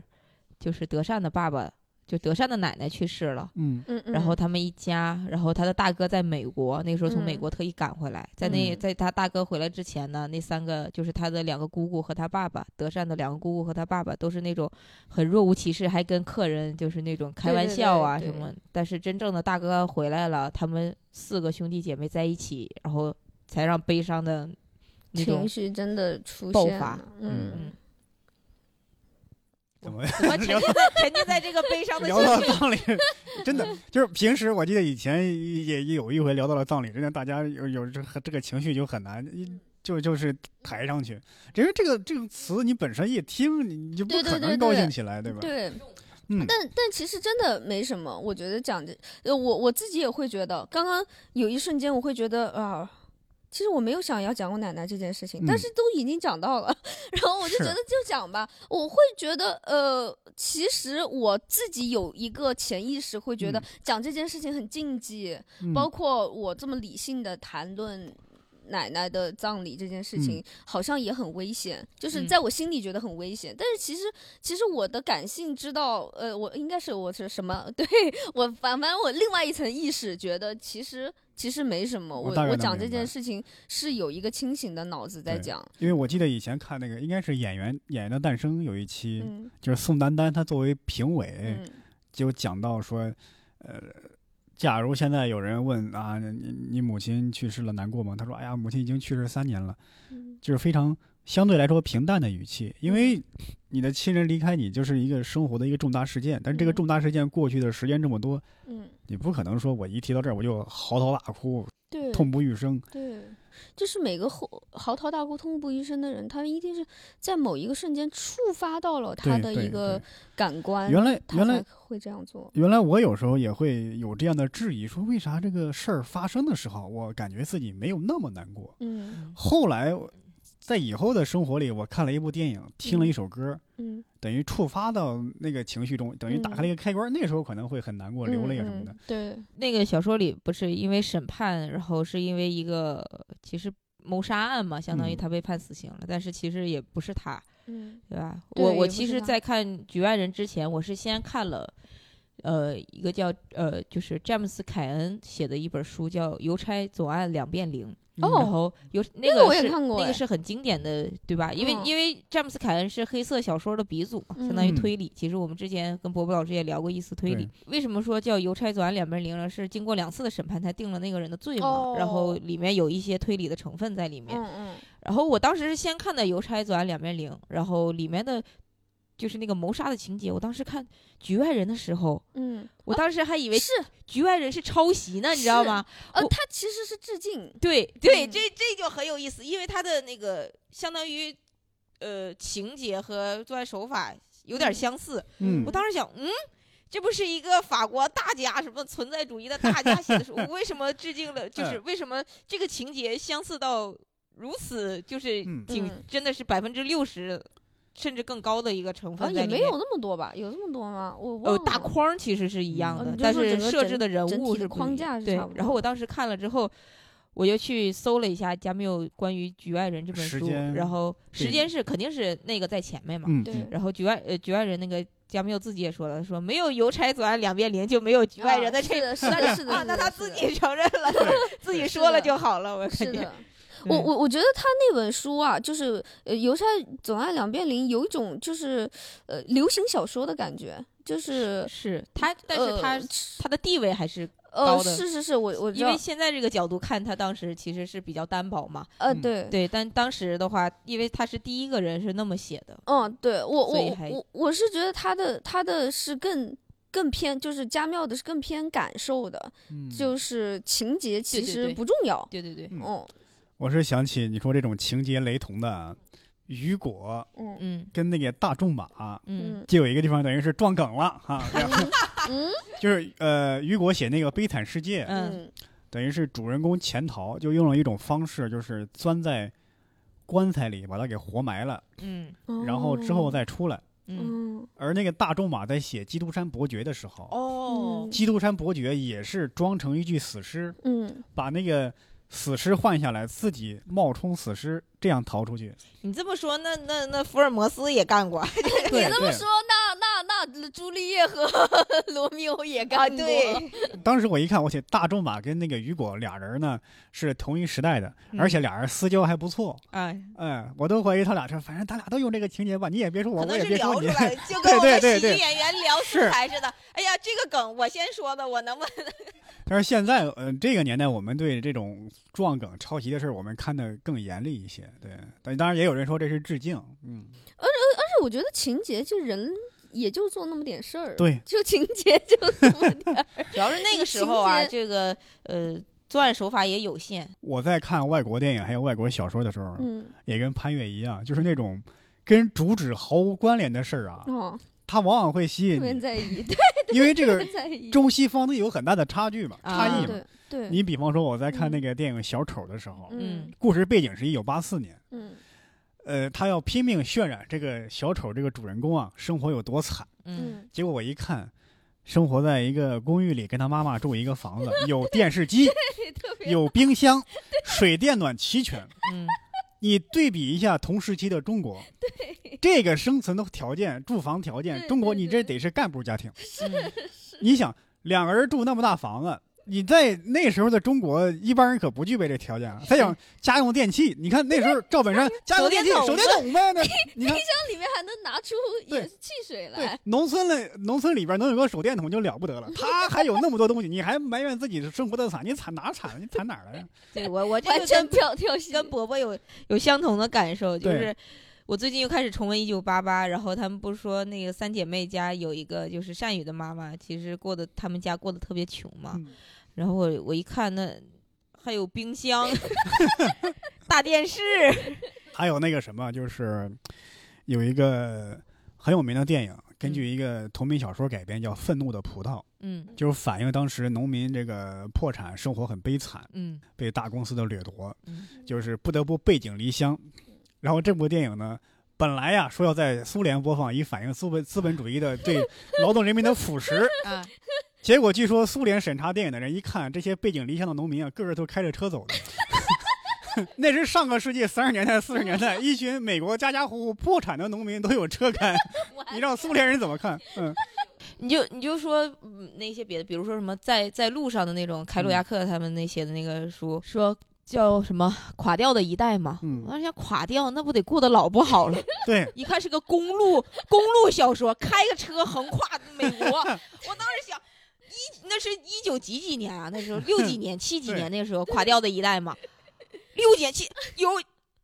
Speaker 2: 就是德善的爸爸，就德善的奶奶去世了。
Speaker 1: 嗯
Speaker 3: 嗯，嗯
Speaker 2: 然后他们一家，然后他的大哥在美国，那时候从美
Speaker 3: 嗯
Speaker 2: 国特意赶回来，在那
Speaker 1: 嗯
Speaker 2: 在他大哥回来之前呢，那三个就是他的两个姑姑和他爸爸，德善的两个姑姑和他爸爸都是那种很若无其事，还跟客人就是那种开
Speaker 3: 对
Speaker 2: 玩
Speaker 3: 对
Speaker 2: 笑
Speaker 3: 对
Speaker 2: 啊
Speaker 3: 对
Speaker 2: 什么。但是真正的大哥回来了，他们四个兄弟姐妹在一起，然后才让悲伤的那种
Speaker 3: 情绪真的出
Speaker 2: 爆
Speaker 3: 现
Speaker 2: 发
Speaker 3: 了，
Speaker 1: 嗯
Speaker 3: 嗯
Speaker 2: 嗯
Speaker 1: 怎么
Speaker 2: 怎么沉浸在沉浸在这个悲伤的情
Speaker 1: 聊到
Speaker 2: 绪？
Speaker 1: 葬礼，真的就是平时我记得以前也也有一回聊到了葬礼，真的大家有有这这个情绪就很难一
Speaker 3: 嗯
Speaker 1: 就就是抬上去，因为这个这个词你本身一听你你就不
Speaker 3: 对对
Speaker 1: 可
Speaker 3: 对
Speaker 1: 能高
Speaker 3: 对
Speaker 1: 兴起来，对吧？
Speaker 3: 对，
Speaker 1: 嗯
Speaker 3: 但但其实真的没什么，我觉得讲这，呃，我我自己也会觉得，刚刚有一瞬间我会觉得啊。其实我没有想要讲我奶奶这件事情，但
Speaker 1: 嗯
Speaker 3: 是都已经讲到了， 然后我就觉
Speaker 1: 是
Speaker 3: 得就讲吧。我会觉得，呃，其实我自己有一个潜意识会觉得
Speaker 1: 嗯
Speaker 3: 讲这件事情很禁忌，
Speaker 1: 嗯
Speaker 3: 包括我这么理性的谈论奶奶的葬礼这件事情，
Speaker 1: 嗯
Speaker 3: 好像也很危险，就是
Speaker 2: 嗯
Speaker 3: 在我心里觉得很危险。但是其实，其实我的感性知道，呃，我应该是我是什么？ 对我反反正我另外一层意识觉得，其实其实没什么。
Speaker 1: 我
Speaker 3: 我
Speaker 1: 大概
Speaker 3: 我
Speaker 1: 能
Speaker 3: 讲这
Speaker 1: 明
Speaker 3: 件
Speaker 1: 白
Speaker 3: 事情是有一个清醒的脑子在
Speaker 1: 对
Speaker 3: 讲，
Speaker 1: 因为我记得以前看那个应该是《演员演员的诞生》有一期，
Speaker 3: 嗯
Speaker 1: 就是宋丹丹她作为评委，
Speaker 3: 嗯
Speaker 1: 就讲到说，呃，假如现在有人问啊，你你母亲去世了，难过吗？她说，哎呀，母亲已经去世三年了，
Speaker 3: 嗯
Speaker 1: 就是非常相对来说平淡的语气，因为你的亲人离开你就是一个生活的一个重大事件，但是这个
Speaker 3: 嗯
Speaker 1: 重大事件过去的时间这么多，
Speaker 3: 嗯，
Speaker 1: 你不可能说我一提到这儿我就嚎啕大哭，
Speaker 3: 对，
Speaker 1: 痛不欲生。
Speaker 3: 对，就是每个后嚎啕大哭、痛不欲生的人，他一定是在某一个瞬间触发到了他
Speaker 1: 对
Speaker 3: 的
Speaker 1: 对
Speaker 3: 一个
Speaker 1: 对
Speaker 3: 感官，
Speaker 1: 原来
Speaker 3: 啊他
Speaker 1: 原来
Speaker 3: 才会这样做。
Speaker 1: 原来我有时候也会有这样的质疑，说为啥这个事儿发生的时候，我感觉自己没有那么难过。
Speaker 3: 嗯
Speaker 1: 后来我在以后的生活里，我看了一部电影，听了一首歌，
Speaker 3: 嗯
Speaker 1: 等于触发到那个情绪中，等于打开了一个开关。那时候可能会很难过、流泪啊什么的
Speaker 3: 嗯。嗯对，
Speaker 2: 那个小说里不是因为审判，然后是因为一个其实谋杀案嘛，相当于
Speaker 1: 嗯
Speaker 2: 他被判死刑了，但是其实也不是他，
Speaker 3: 嗯
Speaker 2: 对吧？
Speaker 3: 对
Speaker 2: 我
Speaker 3: 也
Speaker 2: 我
Speaker 3: 不
Speaker 2: 其
Speaker 3: 是
Speaker 2: 实，
Speaker 3: 他
Speaker 2: 在看《局外人》之前，我是先看了，呃，一个叫呃，就是詹姆斯凯恩写的一本书，叫《邮差总案两变零》。
Speaker 1: 嗯
Speaker 3: 哦
Speaker 2: 嗯然后有那
Speaker 3: 个
Speaker 2: 个
Speaker 3: 我也
Speaker 2: 是
Speaker 3: 看过
Speaker 2: 那
Speaker 3: 哎
Speaker 2: 个是很经典的，对吧？因为、
Speaker 3: 嗯
Speaker 2: 因为詹姆斯凯恩是黑色小说的鼻祖嘛，相当于
Speaker 1: 嗯
Speaker 2: 推理。其实我们之前跟伯伯老师也聊过异思推理
Speaker 1: 对。
Speaker 2: 为什么说叫邮差左岸两边零呢？是经过两次的审判才定了那个人的罪嘛，然后
Speaker 3: 哦
Speaker 2: 里面有一些推理的成分在里面。
Speaker 3: 嗯嗯
Speaker 2: 然后我当时是先看的《邮差左岸两边零》，然后里面的就是那个谋杀的情节。我当时看《局外人》的时候，
Speaker 3: 嗯，
Speaker 2: 我当时还以为《
Speaker 3: 是
Speaker 2: 局外人》是抄袭呢，你知道吗？
Speaker 3: 呃，
Speaker 2: 我
Speaker 3: 他其实是致敬。
Speaker 2: 对对，
Speaker 3: 嗯
Speaker 2: 这这就很有意思，因为他的那个相当于呃情节和作案手法有点
Speaker 3: 嗯
Speaker 2: 相似。
Speaker 1: 嗯
Speaker 2: 我当时想，嗯。这不是一个法国大家什么存在主义的大家写的书，为什么致敬 了？
Speaker 1: 嗯
Speaker 2: 就是为什么这个情节相似到如此，就是
Speaker 1: 嗯
Speaker 2: 挺
Speaker 3: 嗯
Speaker 2: 真的是百分之六十甚至更高的一个成
Speaker 3: 啊，
Speaker 2: 分在
Speaker 3: 也
Speaker 2: 里
Speaker 3: 没
Speaker 2: 面。
Speaker 3: 有那么多吧？有那么多吗？我忘
Speaker 2: 呃，
Speaker 3: 了。
Speaker 2: 大框其实是一样
Speaker 1: 嗯
Speaker 2: 的
Speaker 1: 哦，
Speaker 2: 但
Speaker 3: 你就是说整个
Speaker 2: 设置的人
Speaker 3: 整体
Speaker 2: 物
Speaker 3: 的
Speaker 2: 是不一
Speaker 3: 框架
Speaker 2: 样
Speaker 3: 是
Speaker 2: 对
Speaker 3: 差不。
Speaker 2: 然
Speaker 3: 多
Speaker 2: 后我当时看了之后，我就去搜了一下加缪关于《局外人》这本
Speaker 1: 时
Speaker 2: 书，
Speaker 1: 间
Speaker 2: 然后时
Speaker 1: 对
Speaker 2: 间是肯定是那个在前面嘛。
Speaker 1: 嗯，
Speaker 3: 对
Speaker 1: 嗯
Speaker 2: 然后局外呃局外人那个加缪自己也说了，说没有邮差左岸两边零就没有局外人
Speaker 3: 啊
Speaker 2: 的
Speaker 3: 是
Speaker 2: 这
Speaker 3: 的，是的，是的，
Speaker 2: 啊，
Speaker 3: 是
Speaker 2: 那
Speaker 3: 的
Speaker 2: 他
Speaker 3: 是
Speaker 2: 自
Speaker 3: 的
Speaker 2: 己承认了， 自己说了就好了，我
Speaker 3: 是
Speaker 2: 感觉嗯
Speaker 3: 的。我
Speaker 2: 对
Speaker 3: 我我觉得他那本书啊，就是呃《邮差总爱两边零》，有一种就是呃流行小说的感觉，就是
Speaker 2: 是他，但是他、
Speaker 3: 呃
Speaker 2: 他的地位还是
Speaker 3: 呃
Speaker 2: 高的
Speaker 3: 是是是，我我知
Speaker 2: 因
Speaker 3: 道
Speaker 2: 为，现在这个角度看，他当时其实是比较单薄嘛。
Speaker 3: 呃
Speaker 1: 嗯
Speaker 3: 对。
Speaker 2: 对，但当时的话，因为他是第一个人是那么写的，
Speaker 3: 嗯，对我
Speaker 2: 所以
Speaker 3: 我
Speaker 2: 还
Speaker 3: 我我是觉得他的他的是更更偏，就是加缪的是更偏感受的，
Speaker 1: 嗯
Speaker 3: 就是情节其
Speaker 2: 对对
Speaker 3: 实
Speaker 2: 对
Speaker 3: 不重要。
Speaker 2: 对对对，
Speaker 1: 嗯
Speaker 3: 嗯
Speaker 1: 我是想起你说这种情节雷同的啊，雨果
Speaker 3: 嗯
Speaker 2: 嗯
Speaker 1: 跟那个大仲马。
Speaker 2: 嗯，
Speaker 1: 就有一个地方等于是撞梗了哈， 这样
Speaker 3: 嗯
Speaker 1: 就是呃，雨果写那个《悲惨世界》，
Speaker 3: 嗯
Speaker 1: 等于是主人公潜逃，就用了一种方式，就是钻在棺材里把他给活埋了，
Speaker 2: 嗯
Speaker 3: 嗯，
Speaker 1: 然后之后
Speaker 3: 哦
Speaker 1: 再出来。
Speaker 2: 嗯
Speaker 3: 嗯
Speaker 1: 而那个大仲马在写《基督山伯爵》的时候，
Speaker 2: 哦
Speaker 3: 嗯
Speaker 1: 基督山伯爵也是装成一具死尸，
Speaker 3: 嗯
Speaker 1: 把那个死尸换下来，自己冒充死尸，这样逃出去。
Speaker 2: 你这么说，那那那福尔摩斯也干过，
Speaker 1: 对
Speaker 3: 哎这么说，那那那朱丽叶和 罗密欧也干过，
Speaker 2: 啊对，
Speaker 1: 对，当时我一看，我去，大仲马跟那个雨果俩人呢是同一时代的，
Speaker 2: 嗯
Speaker 1: 而且俩人私交还不错。
Speaker 2: 啊，
Speaker 1: 哎，我都怀疑他俩是，反正咱俩都用这个情节吧，你也别说我，
Speaker 2: 可
Speaker 1: 我
Speaker 2: 能
Speaker 1: 也
Speaker 2: 是
Speaker 1: 别
Speaker 2: 聊
Speaker 1: 说
Speaker 2: 出
Speaker 1: 你。
Speaker 2: 来，就跟我
Speaker 1: 对
Speaker 2: 们
Speaker 1: 对
Speaker 2: 喜剧
Speaker 1: 对
Speaker 2: 演员聊素
Speaker 1: 是
Speaker 2: 材似的。哎呀，这个梗我先说的，我能不能？
Speaker 1: 但是现在，呃，这个年代，我们对这种撞梗、抄袭的事儿，我们看得更严厉一些。对，但当然也有人说这是致敬。嗯，
Speaker 3: 但是我觉得情节就人也就做那么点事儿，，
Speaker 1: 对， 啊
Speaker 3: 就情节就那么点儿，
Speaker 2: 主要是那个时候啊，
Speaker 3: 情
Speaker 2: 这个呃，作案手法也有限。
Speaker 1: 我在看外国电影还有外国小说的时候，
Speaker 3: 嗯
Speaker 1: 也跟潘越一样，就是那种跟主旨毫无关联的事儿啊，
Speaker 3: 哦，
Speaker 1: 它往往会吸
Speaker 3: 特
Speaker 1: 引
Speaker 3: 别
Speaker 1: 你，
Speaker 3: 在意，
Speaker 1: 因为这
Speaker 3: 特
Speaker 1: 个
Speaker 3: 别在意，
Speaker 1: 中西方都有很大的差距嘛，
Speaker 2: 啊
Speaker 1: 差
Speaker 3: 啊
Speaker 1: 异嘛。
Speaker 3: 对 对，
Speaker 1: 你比方说，我在看
Speaker 3: 嗯
Speaker 1: 那个电影《小丑》的时候，
Speaker 3: 嗯
Speaker 2: 嗯
Speaker 1: 故事背景是一九八四年，
Speaker 3: 嗯
Speaker 1: 呃，他要拼命渲染这个小丑这个主人公啊，生活有多惨。
Speaker 2: 嗯，
Speaker 3: 嗯
Speaker 1: 结果我一看，生活在一个公寓里，跟他妈妈住一个房子，有电视 机，
Speaker 3: 对，特别
Speaker 1: 有冰箱，水电暖齐全。
Speaker 2: 嗯，
Speaker 1: 你对比一下同时期的中国，这个生存的条件、住房条件，
Speaker 3: 对
Speaker 1: 中国
Speaker 3: 对
Speaker 1: 你这
Speaker 3: 对
Speaker 1: 得是干部家庭。
Speaker 2: 嗯
Speaker 1: 你想，两个人住那么大房子。你在那时候的中国，一般人可不具备这条件啊。他想家用电器，你看那时候赵本山家用电器手
Speaker 2: 手
Speaker 1: 电
Speaker 2: 电
Speaker 1: 筒呗，那你看
Speaker 3: 里面还能拿出
Speaker 1: 对
Speaker 3: 也是汽水
Speaker 1: 对
Speaker 3: 来，，
Speaker 1: 农村的农村里边能有个手电筒就了不得了，他还有那么多东西，你还埋怨自己的生活的惨，你惨哪惨？你惨哪儿了呀？
Speaker 2: 对我我这
Speaker 3: 完
Speaker 2: 就
Speaker 3: 全
Speaker 2: 跟
Speaker 3: 跳跳戏，
Speaker 2: 跟伯伯有有相同的感受，就
Speaker 1: 对
Speaker 2: 是我最近又开始重温《一九八八》，然后他们不是说那个三姐妹家有一个就是善宇的妈妈，其实过得他们家过得特别穷嘛，
Speaker 1: 嗯
Speaker 2: 然后我我一看那还有冰 箱、大电视，
Speaker 1: 还有那个什么，就是有一个很有名的电影，根据一个同名小说改编，叫《愤怒的葡萄》，
Speaker 2: 嗯
Speaker 1: 就是反映当时农民这个破产，生活很悲惨，
Speaker 2: 嗯
Speaker 1: 被大公司的掠夺，
Speaker 2: 嗯
Speaker 1: 就是不得不背井离乡。然后这部电影呢，本来呀说要在苏联播放，以反映资本资本主义的对劳动人民的腐蚀。
Speaker 2: 啊，
Speaker 1: 结果据说苏联审查电影的人一看，这些背井离乡的农民啊，个个都开着车走的。 那是上个世纪三十年代、四十年代，一群美国家家户户破产的农民都有车开，你让苏联人怎么看？嗯，
Speaker 2: 你就你就说嗯那些别的，比如说什么在在路上的那种凯鲁
Speaker 1: 嗯
Speaker 2: 亚克他们那写的那个书，说叫什么垮掉的一代嘛，
Speaker 1: 嗯
Speaker 2: 我想垮掉那不得过得老不好了。
Speaker 1: 对，
Speaker 2: 一看是个公路公路小说，开个车横跨美国，我当时想。一那是一九几几年啊？那时候六几年、七几年那时候垮掉的一代嘛，六几年七有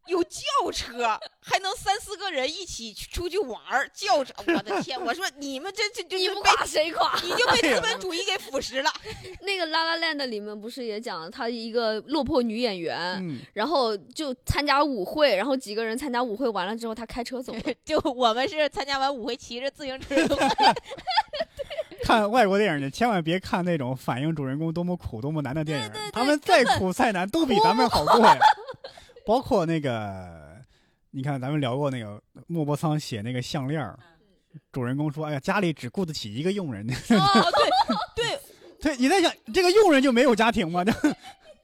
Speaker 2: 有轿车，还能三四个人一起去出去玩儿，轿车，我的天！我说你们这这这
Speaker 3: 你
Speaker 2: 你
Speaker 3: 不
Speaker 2: 们被
Speaker 3: 垮谁垮？
Speaker 2: 你就被资本主义给腐蚀了。
Speaker 3: 那个《La La Land》里面不是也讲了她一个落魄女演员，
Speaker 1: 嗯，
Speaker 3: 然后就参加舞会，然后几个人参加舞会完了之后，她开车走了。
Speaker 2: 就我们是参加完舞会，骑着自行车，
Speaker 1: 看外国电影你千万别看那种反映主人公多么苦、多么难的电影，他们再苦再难都比咱们好过呀。 包括那个，你看咱们聊过那个莫泊桑写那个项链儿，主人公说：“哎呀，家里只雇得起一个佣人。”
Speaker 2: 哦，对对，
Speaker 1: 对，你在想这个佣人就没有家庭吗？ 就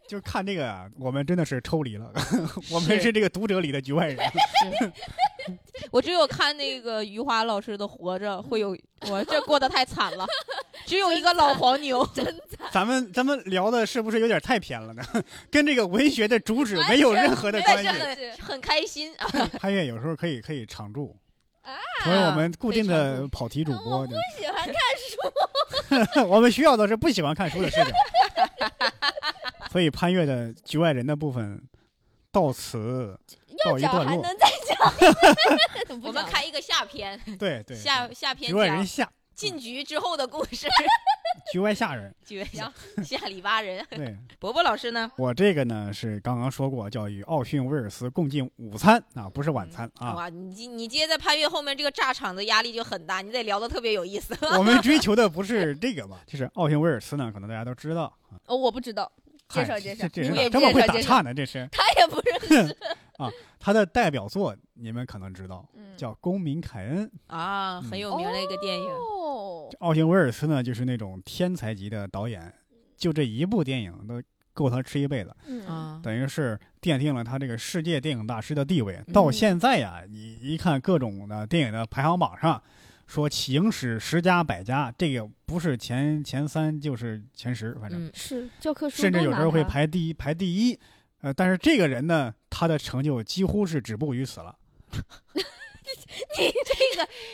Speaker 1: 就看这个啊，我们真的是抽离了， 我们是这个读者里的局外人。
Speaker 2: 我只有看那个余华老师的《活着》，会有我这过得太惨了，只有一个老黄牛，
Speaker 1: 咱们咱们聊的是不是有点太偏了呢？跟这个文学的主旨没有任何的
Speaker 3: 完
Speaker 1: 关
Speaker 3: 全
Speaker 1: 系
Speaker 3: 没。有
Speaker 2: 很开心啊。
Speaker 1: 潘越有时候可以可以常驻，成为我
Speaker 2: 啊
Speaker 1: 们固
Speaker 2: 非
Speaker 1: 定
Speaker 2: 常
Speaker 1: 的
Speaker 2: 固
Speaker 1: 跑题主播
Speaker 3: 我不
Speaker 1: 的。
Speaker 3: 喜欢看书，
Speaker 1: 我们需要的是不喜欢看书的视角。 所以潘越的局外人的部分到此告
Speaker 3: 要
Speaker 1: 一
Speaker 3: 讲
Speaker 1: 段
Speaker 3: 还
Speaker 1: 落。
Speaker 3: 能再讲。
Speaker 4: 我们开一个下篇，
Speaker 1: 对对，
Speaker 4: 下
Speaker 1: 对
Speaker 4: 下篇
Speaker 1: 局
Speaker 2: 啊
Speaker 1: 外人
Speaker 4: 讲
Speaker 1: 下，
Speaker 4: 进局之后的故 事，
Speaker 1: 局外下人。
Speaker 4: 局下 下里巴人。
Speaker 1: 对
Speaker 2: 伯伯老师呢？
Speaker 1: 我这个呢是刚刚说过，叫与奥逊威尔斯共进午餐啊，不是晚餐啊。
Speaker 4: 哇，你接你接在潘越后面这个炸场的压力就很大，你得聊得特别有意 思。
Speaker 1: 我们追求的不是这个吧？就是奥逊威尔斯呢，可能大家都知道。
Speaker 3: 哦，我不知道，介绍
Speaker 1: 嗨
Speaker 3: 介绍
Speaker 1: 这这
Speaker 3: 你
Speaker 1: 人
Speaker 3: 也
Speaker 1: 咋这么
Speaker 3: 介
Speaker 1: 会
Speaker 3: 绍
Speaker 1: 打
Speaker 3: 介绍
Speaker 1: 岔呢？这是啊
Speaker 3: 他也不认识。
Speaker 1: 他的代表作，你们可能知道，
Speaker 3: 嗯
Speaker 1: 叫《公民凯恩》。
Speaker 4: 啊，
Speaker 1: 嗯
Speaker 4: 很有名的一个电影。
Speaker 3: 哦，
Speaker 1: 奥辛威尔斯呢，就是那种天才级的导演，就这一部电影都够他吃一辈子，
Speaker 3: 嗯，
Speaker 4: 啊，
Speaker 1: 等于是奠定了他这个世界电影大师的地位。到
Speaker 3: 嗯
Speaker 1: 现在呀，你一看各种的电影的排行榜上，说起影史十佳、百佳，这个不是前前三就是前十，反正、
Speaker 4: 嗯，
Speaker 3: 是教科书，
Speaker 1: 甚至有时候会。排第一、排第一。呃，但是这个人呢，他的成就几乎是止步于此了。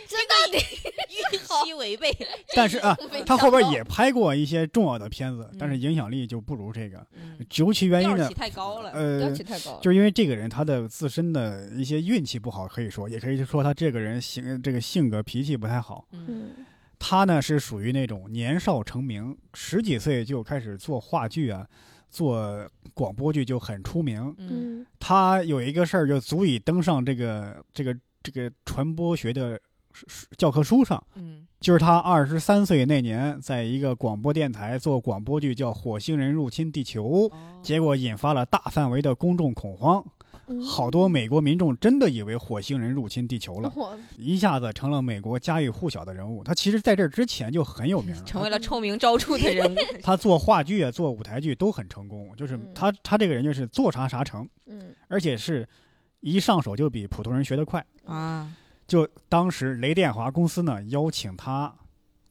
Speaker 3: 这到底
Speaker 4: 预期违 背。
Speaker 1: 但是啊，
Speaker 2: 嗯
Speaker 3: 没
Speaker 1: 他后
Speaker 3: 想
Speaker 1: 边
Speaker 3: 到
Speaker 1: 也拍过一些重要的片子，但是
Speaker 4: 嗯
Speaker 1: 影响力就不如这个。
Speaker 4: 嗯，
Speaker 1: 究其原因
Speaker 4: 调
Speaker 1: 呢
Speaker 4: 起，太高了。
Speaker 1: 呃
Speaker 3: 要，求太高了。
Speaker 1: 就是因为这个人他的自身的一些运气不好，可以说，也可以说他这个人性这个性格脾气不太好。
Speaker 4: 嗯
Speaker 3: 嗯，
Speaker 1: 他呢是属于那种年少成名，十几岁就开始做话剧啊，做广播剧就很出名。
Speaker 4: 嗯
Speaker 3: 嗯
Speaker 1: 他有一个事儿就足以登上这个这个这个传播学的教科书上。
Speaker 4: 嗯
Speaker 1: 就是他二十三岁那年，在一个广播电台做广播剧，叫《火星人入侵地球》，
Speaker 4: 哦
Speaker 1: 结果引发了大范围的公众恐慌。
Speaker 3: 嗯
Speaker 1: 好多美国民众真的以为火星人入侵地球了，
Speaker 3: 我
Speaker 1: 一下子成了美国家喻户晓的人物。他其实在这之前就很有名啊了，
Speaker 4: 成为了臭名昭著的人物。
Speaker 1: 他做话剧啊、做舞台剧都很成功。就是
Speaker 3: 嗯
Speaker 1: 他，他这个人就是做啥啥成，
Speaker 3: 嗯
Speaker 1: 而且是一上手就比普通人学得快。
Speaker 4: 啊，
Speaker 1: 就当时雷电华公司呢邀请他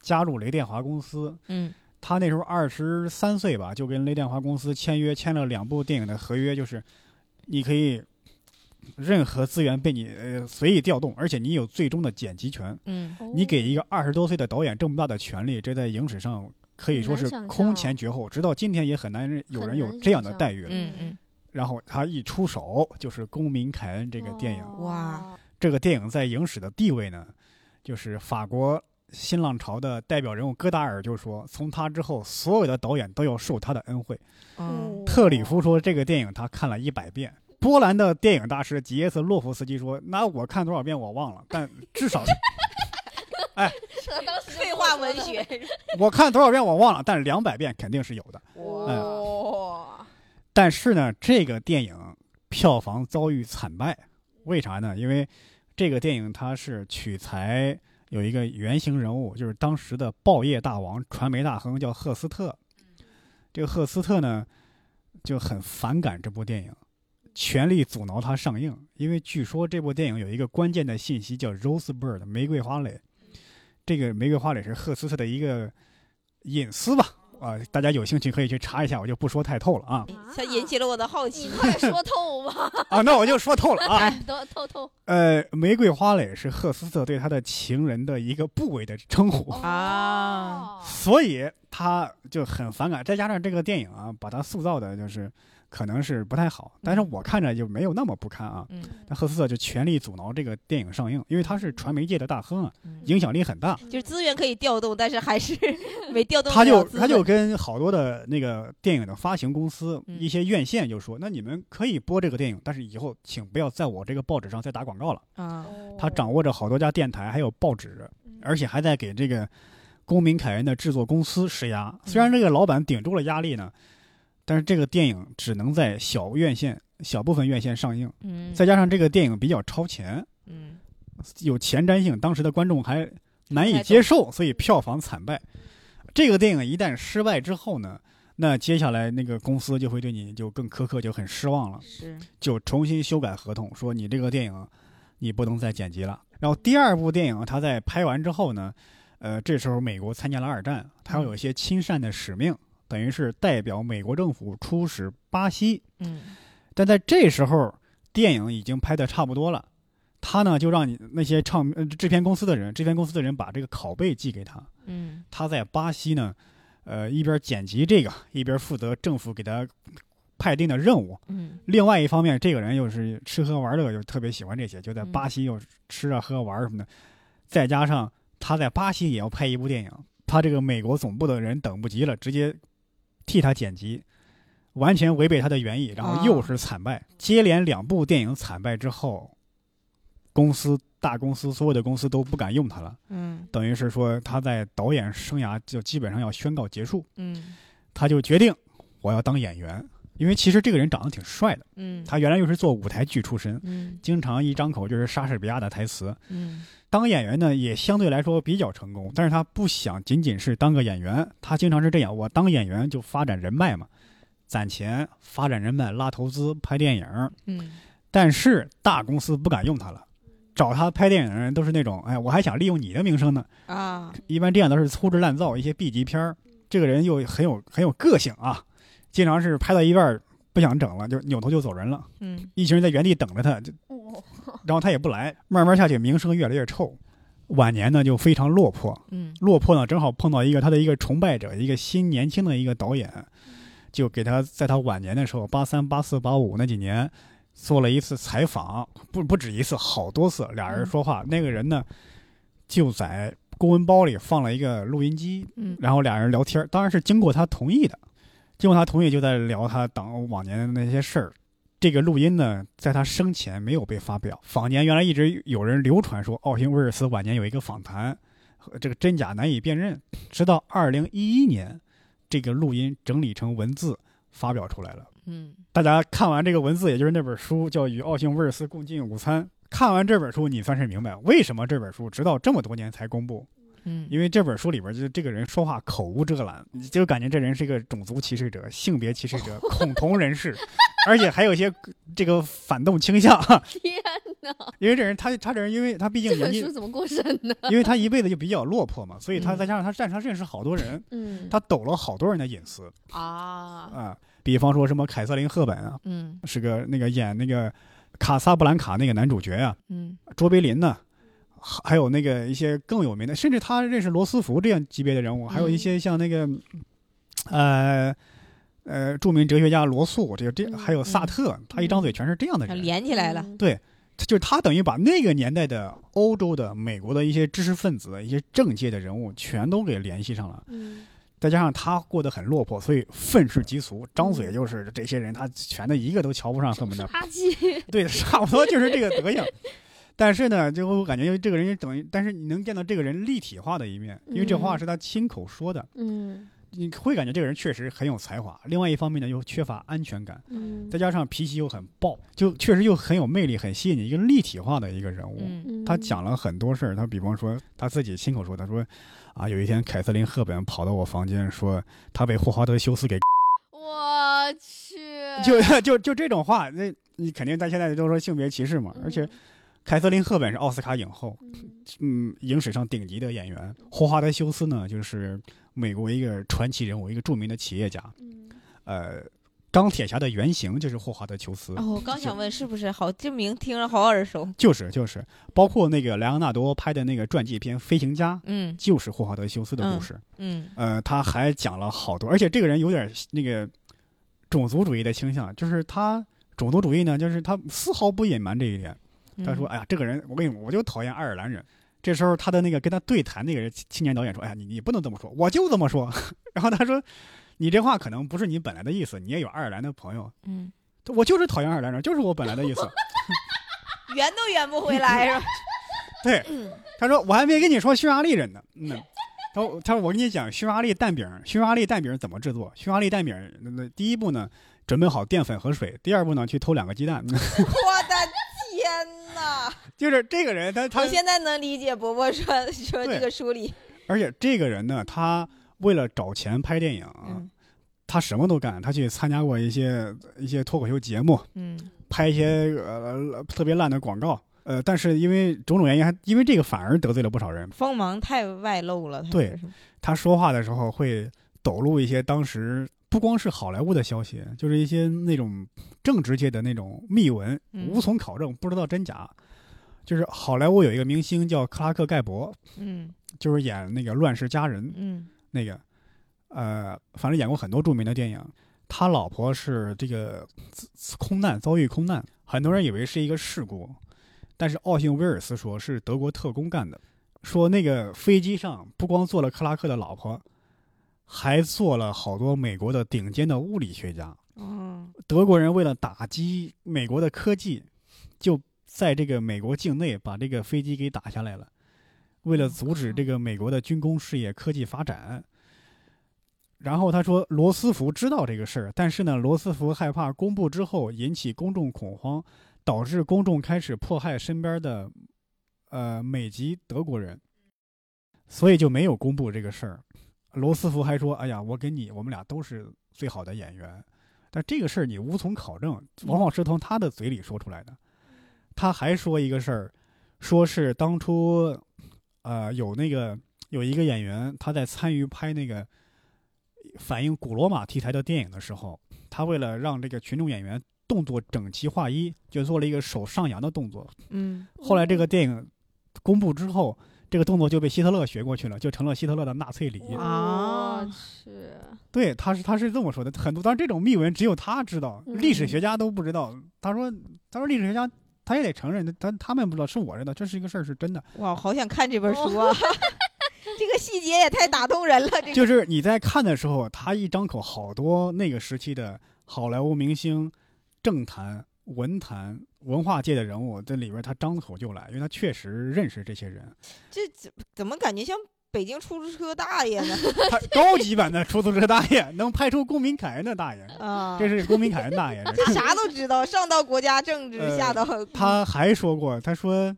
Speaker 1: 加入雷电华公司，
Speaker 4: 嗯
Speaker 1: 他那时候二十三岁吧，就跟雷电华公司签约，签了两部电影的合约，就是你可以任何资源被你呃随意调动，而且你有最终的剪辑
Speaker 3: 哦
Speaker 1: 权。
Speaker 4: 嗯
Speaker 1: 你给一个二十多岁的导演这么大的权利，这在影史上可以说是
Speaker 3: 很难想象
Speaker 1: 空前绝后，直到今天也很难有人有这样的待遇
Speaker 3: 很难想。象
Speaker 4: 嗯嗯，
Speaker 1: 然后他一出手就是《公民凯恩》这
Speaker 3: 这
Speaker 1: 个电影，
Speaker 3: 嗯
Speaker 2: 哇，
Speaker 1: 这个电影在影史的地位呢，就是法国新浪潮的代表人物戈达尔就说，从他之后，所有的导演都要受他的恩惠。
Speaker 4: 嗯
Speaker 3: 哦
Speaker 1: 特里夫说，这个电影他看了一百遍。波兰的电影大师吉耶斯洛夫斯基说：“那我看多少遍我忘了，但至少
Speaker 3: 当时就
Speaker 4: 废话文学。
Speaker 1: 哎我看多少遍我忘了，但两百遍肯定是有的。哎
Speaker 3: 哇，
Speaker 1: 但是呢，这个电影票房遭遇惨败，为啥呢？因为这个电影它是取材有一个原型人物，就是当时的报业大王、传媒大亨，叫赫斯特。这个赫斯特呢，就很反感这部电影，全力阻挠它上映，因为据说这部电影有一个关键的信息叫 “Rosebird” 玫瑰花蕾，这个玫瑰花蕾是赫斯特的一个隐私吧。啊、大家有兴趣可以去查一下，我就不说太透了啊。
Speaker 3: 哎
Speaker 4: 才引起了我的好奇
Speaker 3: 你。快说透吧，
Speaker 1: 啊，那我就说透了 啊。
Speaker 4: 哎
Speaker 3: 哎都透透
Speaker 1: 呃，玫瑰花蕾是赫斯特对他的情人的一个部位的称呼，
Speaker 4: 哦
Speaker 3: 哦
Speaker 2: 啊。
Speaker 1: 所以他就很反感。再加上这个电影啊，把他塑造的就是可能是不太好，但是我看着就没有那么不堪啊。
Speaker 4: 嗯，
Speaker 1: 那赫斯特就全力阻挠这个电影上映，因为他是传媒界的大亨啊
Speaker 4: 嗯，
Speaker 1: 影响力很大。
Speaker 4: 就是资源可以调动，但是还 是没调动
Speaker 1: 他
Speaker 4: 了
Speaker 1: 就
Speaker 4: 资
Speaker 1: 他就
Speaker 4: 本
Speaker 1: 跟好多的那个电影的发行公司、
Speaker 4: 嗯
Speaker 1: 一些院线就说，那你们可以播这个电影，但是以后请不要在我这个报纸上再打广告了。
Speaker 4: 啊，
Speaker 3: 哦
Speaker 1: 他掌握着好多家电台还有报纸，而且还在给这个《公民凯恩》的制作公司施压。虽然这个老板顶住了压力呢，但是这个电影只能在小院线、小部分院线上映，
Speaker 4: 嗯
Speaker 1: 再加上这个电影比较超前，
Speaker 4: 嗯
Speaker 1: 有前瞻性，当时的观众还难以接受，所以票房惨败。这个电影一旦失败之后呢，那接下来那个公司就会对你就更苛刻，就很失望了。
Speaker 4: 是
Speaker 1: 就重新修改合同，说你这个电影你不能再剪辑了。然后第二部电影他在拍完之后呢，呃，这时候美国参加了二战，他要有一些亲善的使命，等于是代表美国政府出使巴西。
Speaker 4: 嗯
Speaker 1: 但在这时候，电影已经拍得差不多了，他呢就让你那些唱呃制片公司的人，制片公司的人把这个拷贝寄给他，
Speaker 2: 嗯
Speaker 1: 他在巴西呢，呃一边剪辑这个，一边负责政府给他 派定的任务。
Speaker 2: 嗯
Speaker 1: 另外一方面，这个人又是吃喝玩乐，又特别喜欢这些，就在
Speaker 2: 嗯
Speaker 1: 巴西又吃啊喝啊玩儿什么的，再加上他在巴西也要拍一部电影，他这个美国总部的人等不及了，直接替他剪辑，完全违背他的原意，然后又
Speaker 2: 啊
Speaker 1: 是惨败，接连两部电影惨败之后，公司大公司所有的公司都不敢用他了，
Speaker 2: 嗯
Speaker 1: 等于是说他在导演生涯就基本上要宣告结束，
Speaker 2: 嗯
Speaker 1: 他就决定我要当演员，因为其实这个人长得挺帅的。
Speaker 2: 嗯，
Speaker 1: 他原来又是做舞台剧出身，
Speaker 2: 嗯
Speaker 1: 经常一张口就是莎士比亚的台词。
Speaker 2: 嗯
Speaker 1: 当演员呢，也相对来说比较成功，但是他不想仅仅是当个演员，他经常是这样：我当演员就发展人脉嘛，攒钱、发展人脉、拉投资、拍电影。
Speaker 2: 嗯
Speaker 1: 但是大公司不敢用他了，找他拍电影的人都是那种，哎，我还想利用你的名声呢。
Speaker 2: 啊
Speaker 1: 一般这样都是粗制滥造一些 B 级片儿。这个人又很有很有个性啊，经常是拍到一半儿不想整了，就扭头就走人了。
Speaker 2: 嗯
Speaker 1: 一群人在原地等着他，就
Speaker 3: 哦
Speaker 1: 然后他也不来，慢慢下去名声越来越臭，晚年呢就非常落魄。
Speaker 2: 嗯
Speaker 1: 落魄呢正好碰到一个他的一个崇拜者，一个新年轻的一个导演，就给他在他晚年的时候，八三、八四、八五那几年做了一次采访，不不止一次，好多次，俩人说
Speaker 2: 嗯
Speaker 1: 话。那个人呢就在公文包里放了一个录音机，
Speaker 2: 嗯
Speaker 1: 然后俩人聊天儿，当然是经过他同意的，经过他同意就在聊他当往年的那些事儿。这个录音呢，在他生前没有被发表，坊间原来一直有人流传说哦奥辛威尔斯晚年有一个访谈，呃这个真假难以辨认，直到二零一一年，这个录音整理成文字发表出来了。
Speaker 2: 嗯
Speaker 1: 大家看完这个文字，也就是那本书叫《与奥辛威尔斯共进午餐》，看完这本书，你算是明白为什么这本书直到这么多年才公布。
Speaker 2: 嗯，
Speaker 1: 因为这本书里边就是这个人说话口无遮拦，你就感觉这人是一个种族歧视者、性别歧视 者、恐同人士，而且还有一些这个反动倾向。
Speaker 3: 天哪，
Speaker 1: 因为这人他他这人，因为他毕竟
Speaker 3: 这
Speaker 1: 年
Speaker 3: 本
Speaker 1: 纪
Speaker 3: 书，怎么过审呢？
Speaker 1: 因为他一辈子就比较落魄嘛，所以他
Speaker 2: 嗯
Speaker 1: 再加上他站上认识好多人，
Speaker 3: 嗯，
Speaker 1: 他抖了好多人的隐私
Speaker 4: 啊，
Speaker 2: 哦
Speaker 1: 啊、比方说什么凯瑟琳·赫本啊，
Speaker 2: 嗯
Speaker 1: 是个那个演那个卡萨布兰卡那个男主角呀、
Speaker 2: 嗯
Speaker 1: 卓别林呢，还还有那个一些更有名的，甚至他认识罗斯福这样级别的人物，还有一些像那个，呃。呃，著名哲学家罗素，这个这还有萨特，他一张嘴全是这样的
Speaker 2: 他
Speaker 1: 人，
Speaker 2: 连起来了，
Speaker 3: 嗯
Speaker 1: 他就是他等于把那个年代的欧洲的、美国的一些知识分子、一些政界的人物全都给联系上了。
Speaker 3: 嗯
Speaker 1: 再加上他过得很落魄，所以愤世嫉俗，张嘴就是这些人，他全的一个都瞧不上，恨不 得
Speaker 3: 垃圾，
Speaker 1: 对，差不多就是这个德行。但是呢，就我感觉这个人等于，但是你能见到这个人立体化的一面，因为这话
Speaker 3: 嗯
Speaker 1: 是他亲口说的，
Speaker 3: 嗯
Speaker 1: 你会感觉这个人确实很有才华。另外一方面呢，又缺乏安全感，
Speaker 3: 嗯
Speaker 1: 再加上脾气又很暴，就确实又很有魅力，很吸引你，一个立体化的一个人物。
Speaker 2: 嗯
Speaker 3: 嗯
Speaker 1: 他讲了很多事儿，他比方说他自己亲口说，他说啊，有一天凯瑟琳·赫本跑到我房间说，他被霍华德·休斯给
Speaker 3: 我去，
Speaker 1: 就 就就这种话，那你肯定在现在都说性别歧视嘛，
Speaker 2: 嗯
Speaker 1: 而且。凯瑟琳·赫本是奥斯卡影后，
Speaker 3: 嗯
Speaker 1: 嗯，影史上顶级的演员。霍华德·休斯呢，就是美国一个传奇人物，一个著名的企业家。
Speaker 3: 嗯
Speaker 1: 呃，钢铁侠的原型就是霍华德·休斯，
Speaker 2: 哦，我刚想问是不是好，这名听着好耳熟，
Speaker 1: 就是就是，包括那个莱昂纳多拍的那个传记片《飞行家》，
Speaker 2: 嗯
Speaker 1: 就是霍华德·休斯的故事。
Speaker 2: 嗯
Speaker 1: 呃，他还讲了好多，而且这个人有点那个种族主义的倾向，就是他种族主义呢，就是他丝毫不隐瞒这一点。
Speaker 2: 嗯，
Speaker 1: 他说：“哎呀，这个人，我跟你，我就讨厌爱尔兰人。”这时候，他的那个跟他对谈那个人青青年导演说：“哎呀，你你不能这么说，我就这么说。” 然后他说：“你这话可能不是你本来的意思，你也有爱尔兰的朋友，
Speaker 2: 嗯，
Speaker 1: 我就是讨厌爱尔兰人，就是我本来的意思。
Speaker 4: 圆都圆不回来是吧？”
Speaker 1: 对，他说：“我还没跟你说匈牙利人呢。”嗯，他说：“他说我跟你讲，匈牙利蛋饼，匈牙利蛋饼怎么制作？匈牙利蛋饼，那那第一步呢，准备好淀粉和水；第二步呢，去偷两个鸡蛋。
Speaker 4: 我的天哪！
Speaker 1: 就是这个人，他他
Speaker 4: 我现在能理解伯伯说说
Speaker 1: 对
Speaker 4: 这个书里，
Speaker 1: 而且这个人呢，他为了找钱拍电影，
Speaker 2: 嗯
Speaker 1: 他什么都干。他去参加过一些一些脱口秀节目，
Speaker 2: 嗯
Speaker 1: 拍一些呃特别烂的广告。呃，但是因为种种原因，还因为这个反而得罪了不少人。
Speaker 2: 锋芒太外露了，他
Speaker 1: 对
Speaker 2: 就是，
Speaker 1: 他说话的时候会抖露一些当时不光是好莱坞的消息，就是一些那种政治界的那种密文，
Speaker 2: 嗯
Speaker 1: 无从考证，不知道真假。就是好莱坞有一个明星叫克拉克·盖博，
Speaker 2: 嗯
Speaker 1: 就是演那个《乱世佳人》
Speaker 2: 嗯
Speaker 1: 那个，呃，反正演过很多著名的电影。他老婆是这个自自空难，遭遇空难，很多人以为是一个事故，但是奥辛威尔斯说是德国特工干的，说那个飞机上不光坐了克拉克的老婆，还坐了好多美国的顶尖的物理学家。
Speaker 2: 哦
Speaker 1: 德国人为了打击美国的科技，就在这个美国境内把这个飞机给打下来了。为了阻止这个美国的军工事业科技发展，然后他说罗斯福知道这个事儿，但是呢，罗斯福害怕公布之后引起公众恐慌，导致公众开始迫害身边的呃美籍德国人，所以就没有公布这个事儿。罗斯福还说：“哎呀，我跟你，我们俩都是最好的演员。”但这个事儿你无从考证，往往是从他的嘴里说出来的。他还说一个事儿，说是当初，呃，有那个有一个演员，他在参与拍那个反映古罗马题材的电影的时候，他为了让这个群众演员动作整齐划一，就做了一个手上扬的动作。
Speaker 2: 嗯
Speaker 1: 后来这
Speaker 3: 哦
Speaker 1: 个电影公布之后，这个动作就被希特勒学过去了，就成了希特勒的纳粹礼仪。
Speaker 2: 啊
Speaker 3: 我去，
Speaker 1: 对，他是他是这么说的，很多，但是这种秘闻只有他知道，历史学家都不知道。他说，他说历史学家他也得承认，他他们不知道，是我知道，这是一个事儿是真的。
Speaker 2: 哇，好想看这本
Speaker 4: 哦
Speaker 2: 书啊！这个细节也太打动人了，这个
Speaker 1: 就是你在看的时候，他一张口好多那个时期的好莱坞明星、政坛、文坛、文化界的人物，这里边他张口就来，因为他确实认识这些人。
Speaker 2: 这怎怎么感觉像北京出租车大 爷呢？
Speaker 1: 他高级版的出租车大爷能拍出公民凯恩的大爷，
Speaker 2: 啊，
Speaker 1: 这是公民凯恩大爷。这是
Speaker 2: 这啥都知道，上到国家政治，
Speaker 1: 呃
Speaker 2: 下到
Speaker 1: 他还说过，他说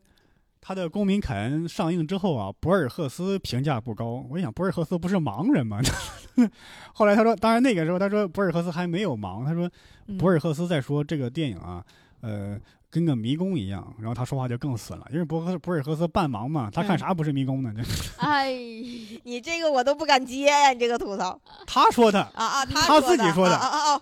Speaker 1: 他的《公民凯恩》上映之后啊，博尔赫斯评价不高。我一想，博尔赫斯不是盲人吗？ 后来他说，当然那个时候他说博尔赫斯还没有盲，他说
Speaker 2: 嗯
Speaker 1: 博尔赫斯在说这个电影啊，呃。跟个迷宫一样，然后他说话就更损了，因为博赫博尔赫斯半盲嘛，他看啥不是迷宫呢？就
Speaker 3: 哎，
Speaker 2: 嗯你这个我都不敢接呀，你这个吐槽
Speaker 1: 他说的，
Speaker 2: 啊啊，他
Speaker 1: 他自己说
Speaker 2: 说
Speaker 1: 的
Speaker 2: 啊啊啊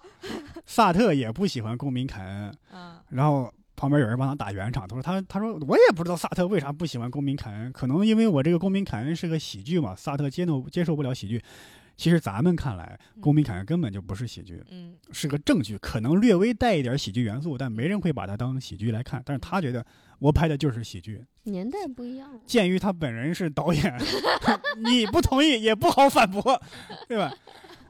Speaker 1: 萨特也不喜欢公民凯恩，
Speaker 2: 啊，
Speaker 1: 然后旁边有人帮他打圆场，他说他他说我也不知道萨特为啥不喜欢公民凯恩，可能因为我这个公民凯恩是个喜剧嘛，萨特接受接受不了喜剧。其实咱们看来，公民凯恩根本就不是喜剧，
Speaker 2: 嗯
Speaker 1: 是个正剧，可能略微带一点喜剧元素，但没人会把它当喜剧来看。但是他觉得我拍的就是喜剧。
Speaker 3: 年代不一样了，
Speaker 1: 鉴于他本人是导演， 你不同意也不好反驳，对吧？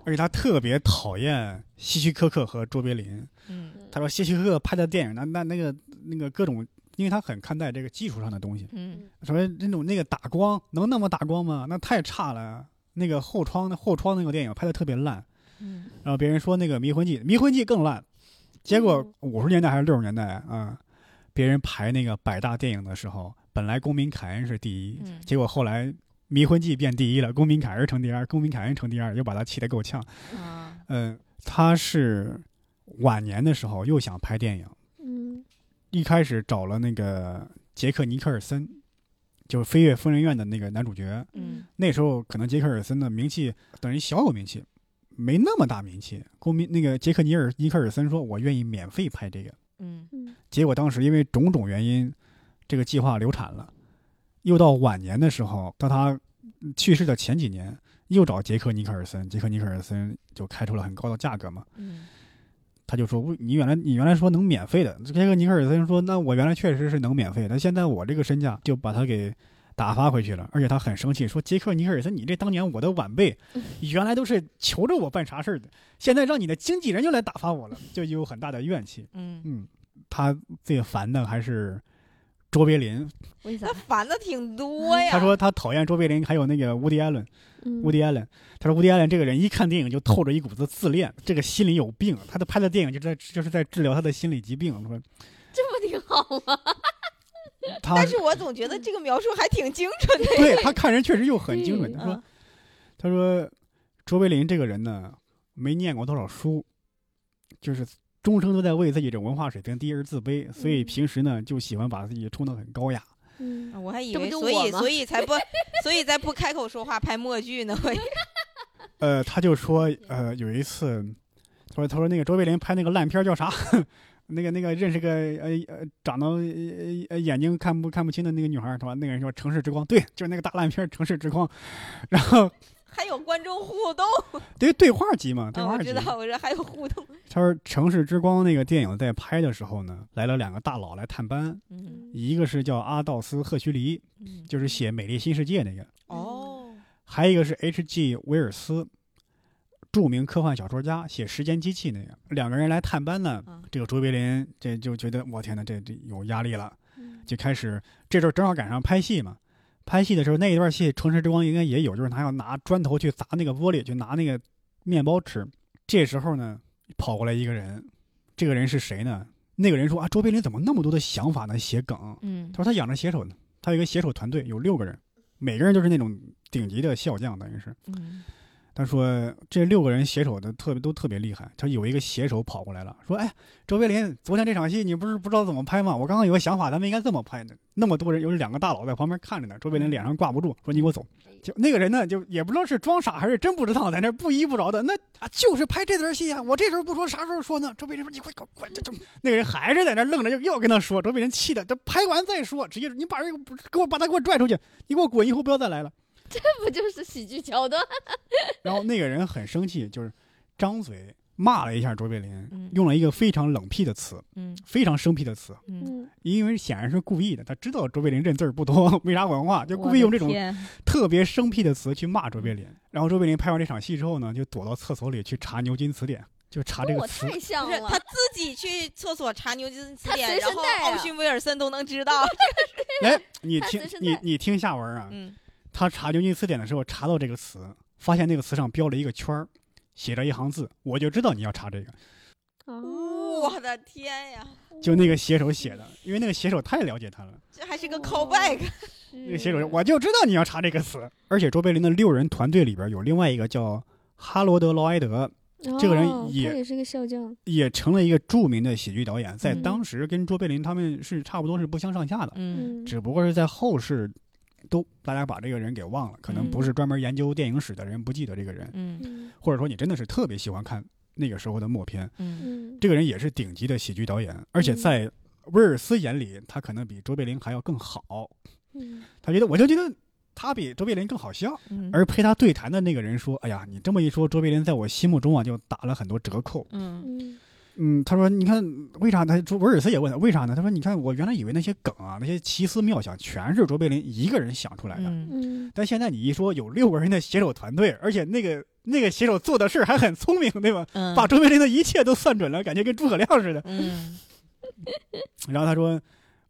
Speaker 1: 而且他特别讨厌希区柯克和卓别林，
Speaker 2: 嗯
Speaker 1: 他说希区柯克拍的电影，那那那个那个各种，因为他很看待这个技术上的东西，
Speaker 2: 嗯
Speaker 1: 什么那种那个打光能那么打光吗？那太差了。那个后窗后窗那个电影拍的特别烂，
Speaker 2: 嗯，
Speaker 1: 然后别人说那个《迷魂记》，《迷魂记》更烂。结果
Speaker 3: 嗯
Speaker 1: 五十年代还是六十年代啊、别人排那个百大电影的时候，本来《公民凯恩》是第一，
Speaker 2: 嗯
Speaker 1: 结果后来《迷魂记》变第一了，《公民凯恩》成第二，《公民凯恩》成第二，又把他气得够呛。
Speaker 2: 啊
Speaker 1: 嗯，他是晚年的时候又想拍电影。
Speaker 3: 嗯，
Speaker 1: 一开始找了那个杰克尼克尔森，就是《飞越疯人院》的那个男主角。
Speaker 2: 嗯
Speaker 1: 那时候可能杰克尔森的名气等于小有名气，没那么大名气。公民那个杰克尼尔尼克尔森说：“我愿意免费拍这个。
Speaker 2: 嗯”
Speaker 1: 结果当时因为种种原因，这个计划流产了。又到晚年的时候，到他去世的前几年，又找杰克尼克尔森，杰克尼克尔森就开出了很高的价格嘛。
Speaker 2: 嗯
Speaker 1: 他就说：“你原来你原来说能免费的，这个尼克尔森说，那我原来确实是能免费，但现在我这个身价就把他给打发回去了。而且他很生气，说杰克尼克尔森，你这当年我的晚辈，原来都是求着我办啥事儿的，现在让你的经纪人又来打发我了，就有很大的怨气。
Speaker 2: 嗯，
Speaker 1: 嗯，他最烦的还是卓别林，
Speaker 3: 为啥
Speaker 2: 那？烦的挺多呀。
Speaker 1: 他说他讨厌卓别林，还有那个伍迪·艾伦。
Speaker 3: 嗯
Speaker 1: 伍迪·艾伦，他说伍迪·艾伦这个人一看电影就透着一股子自恋，这个心里有病，他的拍的电影就在就是在治疗他的心理疾病。他说
Speaker 3: 这不挺好吗？
Speaker 1: 他
Speaker 2: 但是我总觉得这个描述还挺精准的。
Speaker 1: 对他看人确实又很精准。
Speaker 3: 嗯
Speaker 1: 他说他说卓别林这个人呢，没念过多少书，就是终生都在为自己这文化水平低而自卑，所以
Speaker 3: 嗯
Speaker 1: 平时呢就喜欢把自己冲得很高雅。
Speaker 3: 嗯
Speaker 2: 啊我还以
Speaker 3: 这不
Speaker 2: 为，
Speaker 3: 就
Speaker 2: 所
Speaker 3: 我
Speaker 2: 以
Speaker 3: 吗
Speaker 2: 所以 才不，所以才不开口说话拍默剧呢。 我
Speaker 1: 呃，他就说，呃，有一次，他说，他说那个卓别林拍那个烂片儿叫啥？ 那个那个认识个呃呃长得呃呃眼睛看不看不清的那个女孩儿，是吧？那个人说《城市之光》，对，就是那个大烂片儿《城市之光》， 然后
Speaker 4: 还有观众互动，
Speaker 1: 对对话集嘛，对哦
Speaker 4: 啊，
Speaker 1: 话
Speaker 4: 我知。
Speaker 1: 集
Speaker 4: 道，我说还有互动，
Speaker 1: 他说《城市之光》那个电影在拍的时候呢，来了两个大佬来探班，
Speaker 2: 嗯
Speaker 1: 一个是叫阿道斯·赫胥黎，
Speaker 2: 嗯
Speaker 1: 就是写《美丽新世界》那个，
Speaker 2: 哦
Speaker 1: 还有一个是 H.G. 威尔斯，著名科幻小说家，写《时间机器》那个。两个人来探班呢，
Speaker 2: 啊
Speaker 1: 这个卓别林这就觉得我天呐，这这有压力了，
Speaker 3: 嗯
Speaker 1: 就开始这阵儿正好赶上拍戏嘛。拍戏的时候那一段戏《城市之光》应该也有，就是他要拿砖头去砸那个玻璃，去拿那个面包吃。这时候呢，跑过来一个人，这个人是谁呢？那个人说啊，卓别林怎么那么多的想法呢？写梗，
Speaker 2: 嗯
Speaker 1: 他说他养着写手呢，他有一个写手团队，有六个人，每个人都是那种顶级的笑匠，等于是。
Speaker 2: 嗯
Speaker 1: 他说这六个人写手的特别都特别厉害。他有一个写手跑过来了，说：“哎，周别林，昨天这场戏你不是不知道怎么拍吗？我刚刚有个想法，咱们应该这么拍的。那么多人，有两个大佬在旁边看着呢，周别林脸上挂不住，说你给我走。”就那个人呢，就也不知道是装傻还是真不知道，在那不依不饶的，那啊就是拍这段戏啊，我这时候不说，啥时候说呢？周别林说：“你快快快，这这。”那个人还是在那愣着，又又跟他说。周别林气的，这拍完再说，直接你把人给我给我把他给我拽出去，你给我滚，以后不要再来了。
Speaker 3: 这不就是喜剧桥段？
Speaker 1: 然后那个人很生气，就是张嘴骂了一下卓别林，
Speaker 2: 嗯
Speaker 1: 用了一个非常冷僻的词，
Speaker 2: 嗯
Speaker 1: 非常生僻的词，
Speaker 2: 嗯，
Speaker 3: 嗯，
Speaker 1: 因为显然是故意的。他知道卓别林认字儿不多， 没啥文化，就故意用这种特别生僻的词去骂卓别林。然后卓别林拍完这场戏之后呢，就躲到厕所里去查牛津词典，就查这
Speaker 3: 跟
Speaker 1: 个
Speaker 3: 我
Speaker 1: 词。
Speaker 3: 太
Speaker 4: 不
Speaker 3: 像
Speaker 4: 是
Speaker 3: 了
Speaker 4: 他。自己去厕所查牛津词
Speaker 3: 他
Speaker 4: 典，
Speaker 3: 随身
Speaker 4: 然后
Speaker 3: 带啊
Speaker 4: 奥逊威尔森都能知道。
Speaker 1: 哎，你
Speaker 3: 他
Speaker 1: 听
Speaker 3: 随身
Speaker 1: 你
Speaker 3: 带
Speaker 1: 你听下文啊，
Speaker 4: 嗯，
Speaker 1: 他查牛津词典的时候查到这个词，发现那个词上标了一个圈儿，写着一行字，我就知道你要查这个。
Speaker 3: 哦，
Speaker 4: 我的天呀，
Speaker 1: 就那个写手写的，因为那个写手太了解他了。
Speaker 4: 这还是个
Speaker 3: 哦
Speaker 4: callback。
Speaker 2: 嗯
Speaker 1: 那个写手说，我就知道你要查这个词。而且卓别林的六人团队里边有另外一个叫哈罗德·劳埃德，这个人
Speaker 3: 哦
Speaker 1: 也
Speaker 3: 他也是个笑匠。
Speaker 1: 也成了一个著名的喜剧导演，在
Speaker 2: 嗯
Speaker 1: 当时跟卓别林他们是差不多是不相上下的，
Speaker 2: 嗯
Speaker 3: 嗯，
Speaker 1: 只不过是在后世都大家把这个人给忘了，可能不是专门研究电影史的人不记得这个人，
Speaker 2: 嗯
Speaker 3: 嗯
Speaker 1: 或者说你真的是特别喜欢看那个时候的默片。
Speaker 2: 嗯
Speaker 3: 嗯，
Speaker 1: 这个人也是顶级的喜剧导演，而且在威尔斯眼里，他可能比卓别林还要更好。
Speaker 3: 嗯
Speaker 1: 他觉得，我就觉得他比卓别林更好笑。
Speaker 2: 嗯
Speaker 1: 而陪他对谈的那个人说：“哎呀，你这么一说，卓别林在我心目中啊就打了很多折扣。
Speaker 2: 嗯
Speaker 3: 嗯，”
Speaker 1: 嗯，他说：“你看，为啥他？”卓威尔斯也问他为啥呢？他说：“你看，我原来以为那些梗啊，那些奇思妙想，全是卓别林一个人想出来的。
Speaker 2: 嗯
Speaker 3: 嗯，
Speaker 1: 但现在你一说有六个人的写手团队，而且那个那个写手做的事儿还很聪明，对吧？
Speaker 2: 嗯
Speaker 1: 把卓别林的一切都算准了，感觉跟诸葛亮似的。”
Speaker 2: 嗯
Speaker 1: 然后他说，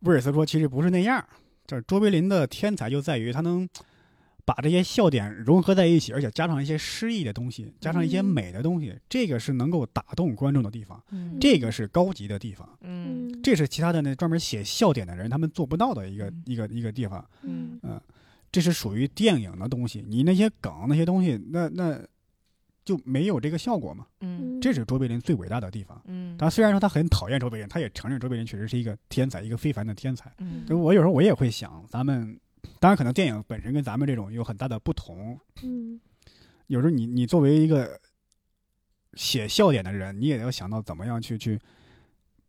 Speaker 1: 威尔斯说其实不是那样儿，就是卓别林的天才就在于他能把这些笑点融合在一起，而且加上一些诗意的东西，加上一些
Speaker 3: 嗯
Speaker 1: 美的东西，这个是能够打动观众的地方，
Speaker 2: 嗯
Speaker 1: 这个是高级的地方，
Speaker 2: 嗯
Speaker 3: 嗯
Speaker 1: 这是其他的那专门写笑点的人他们做不到的一个
Speaker 2: 嗯
Speaker 1: 一个一个地方，
Speaker 2: 嗯
Speaker 1: 这是属于电影的东西，你那些梗那些东西，那那就没有这个效果嘛，
Speaker 2: 嗯
Speaker 1: 这是卓别林最伟大的地方。
Speaker 2: 嗯
Speaker 1: 他虽然说他很讨厌卓别林，他也承认卓别林确实是一个天才，一个非凡的天才。
Speaker 2: 嗯
Speaker 1: 就我有时候我也会想，咱们当然可能电影本身跟咱们这种有很大的不同。
Speaker 3: 嗯
Speaker 1: 有时候你你作为一个写笑点的人，你也要想到怎么样去去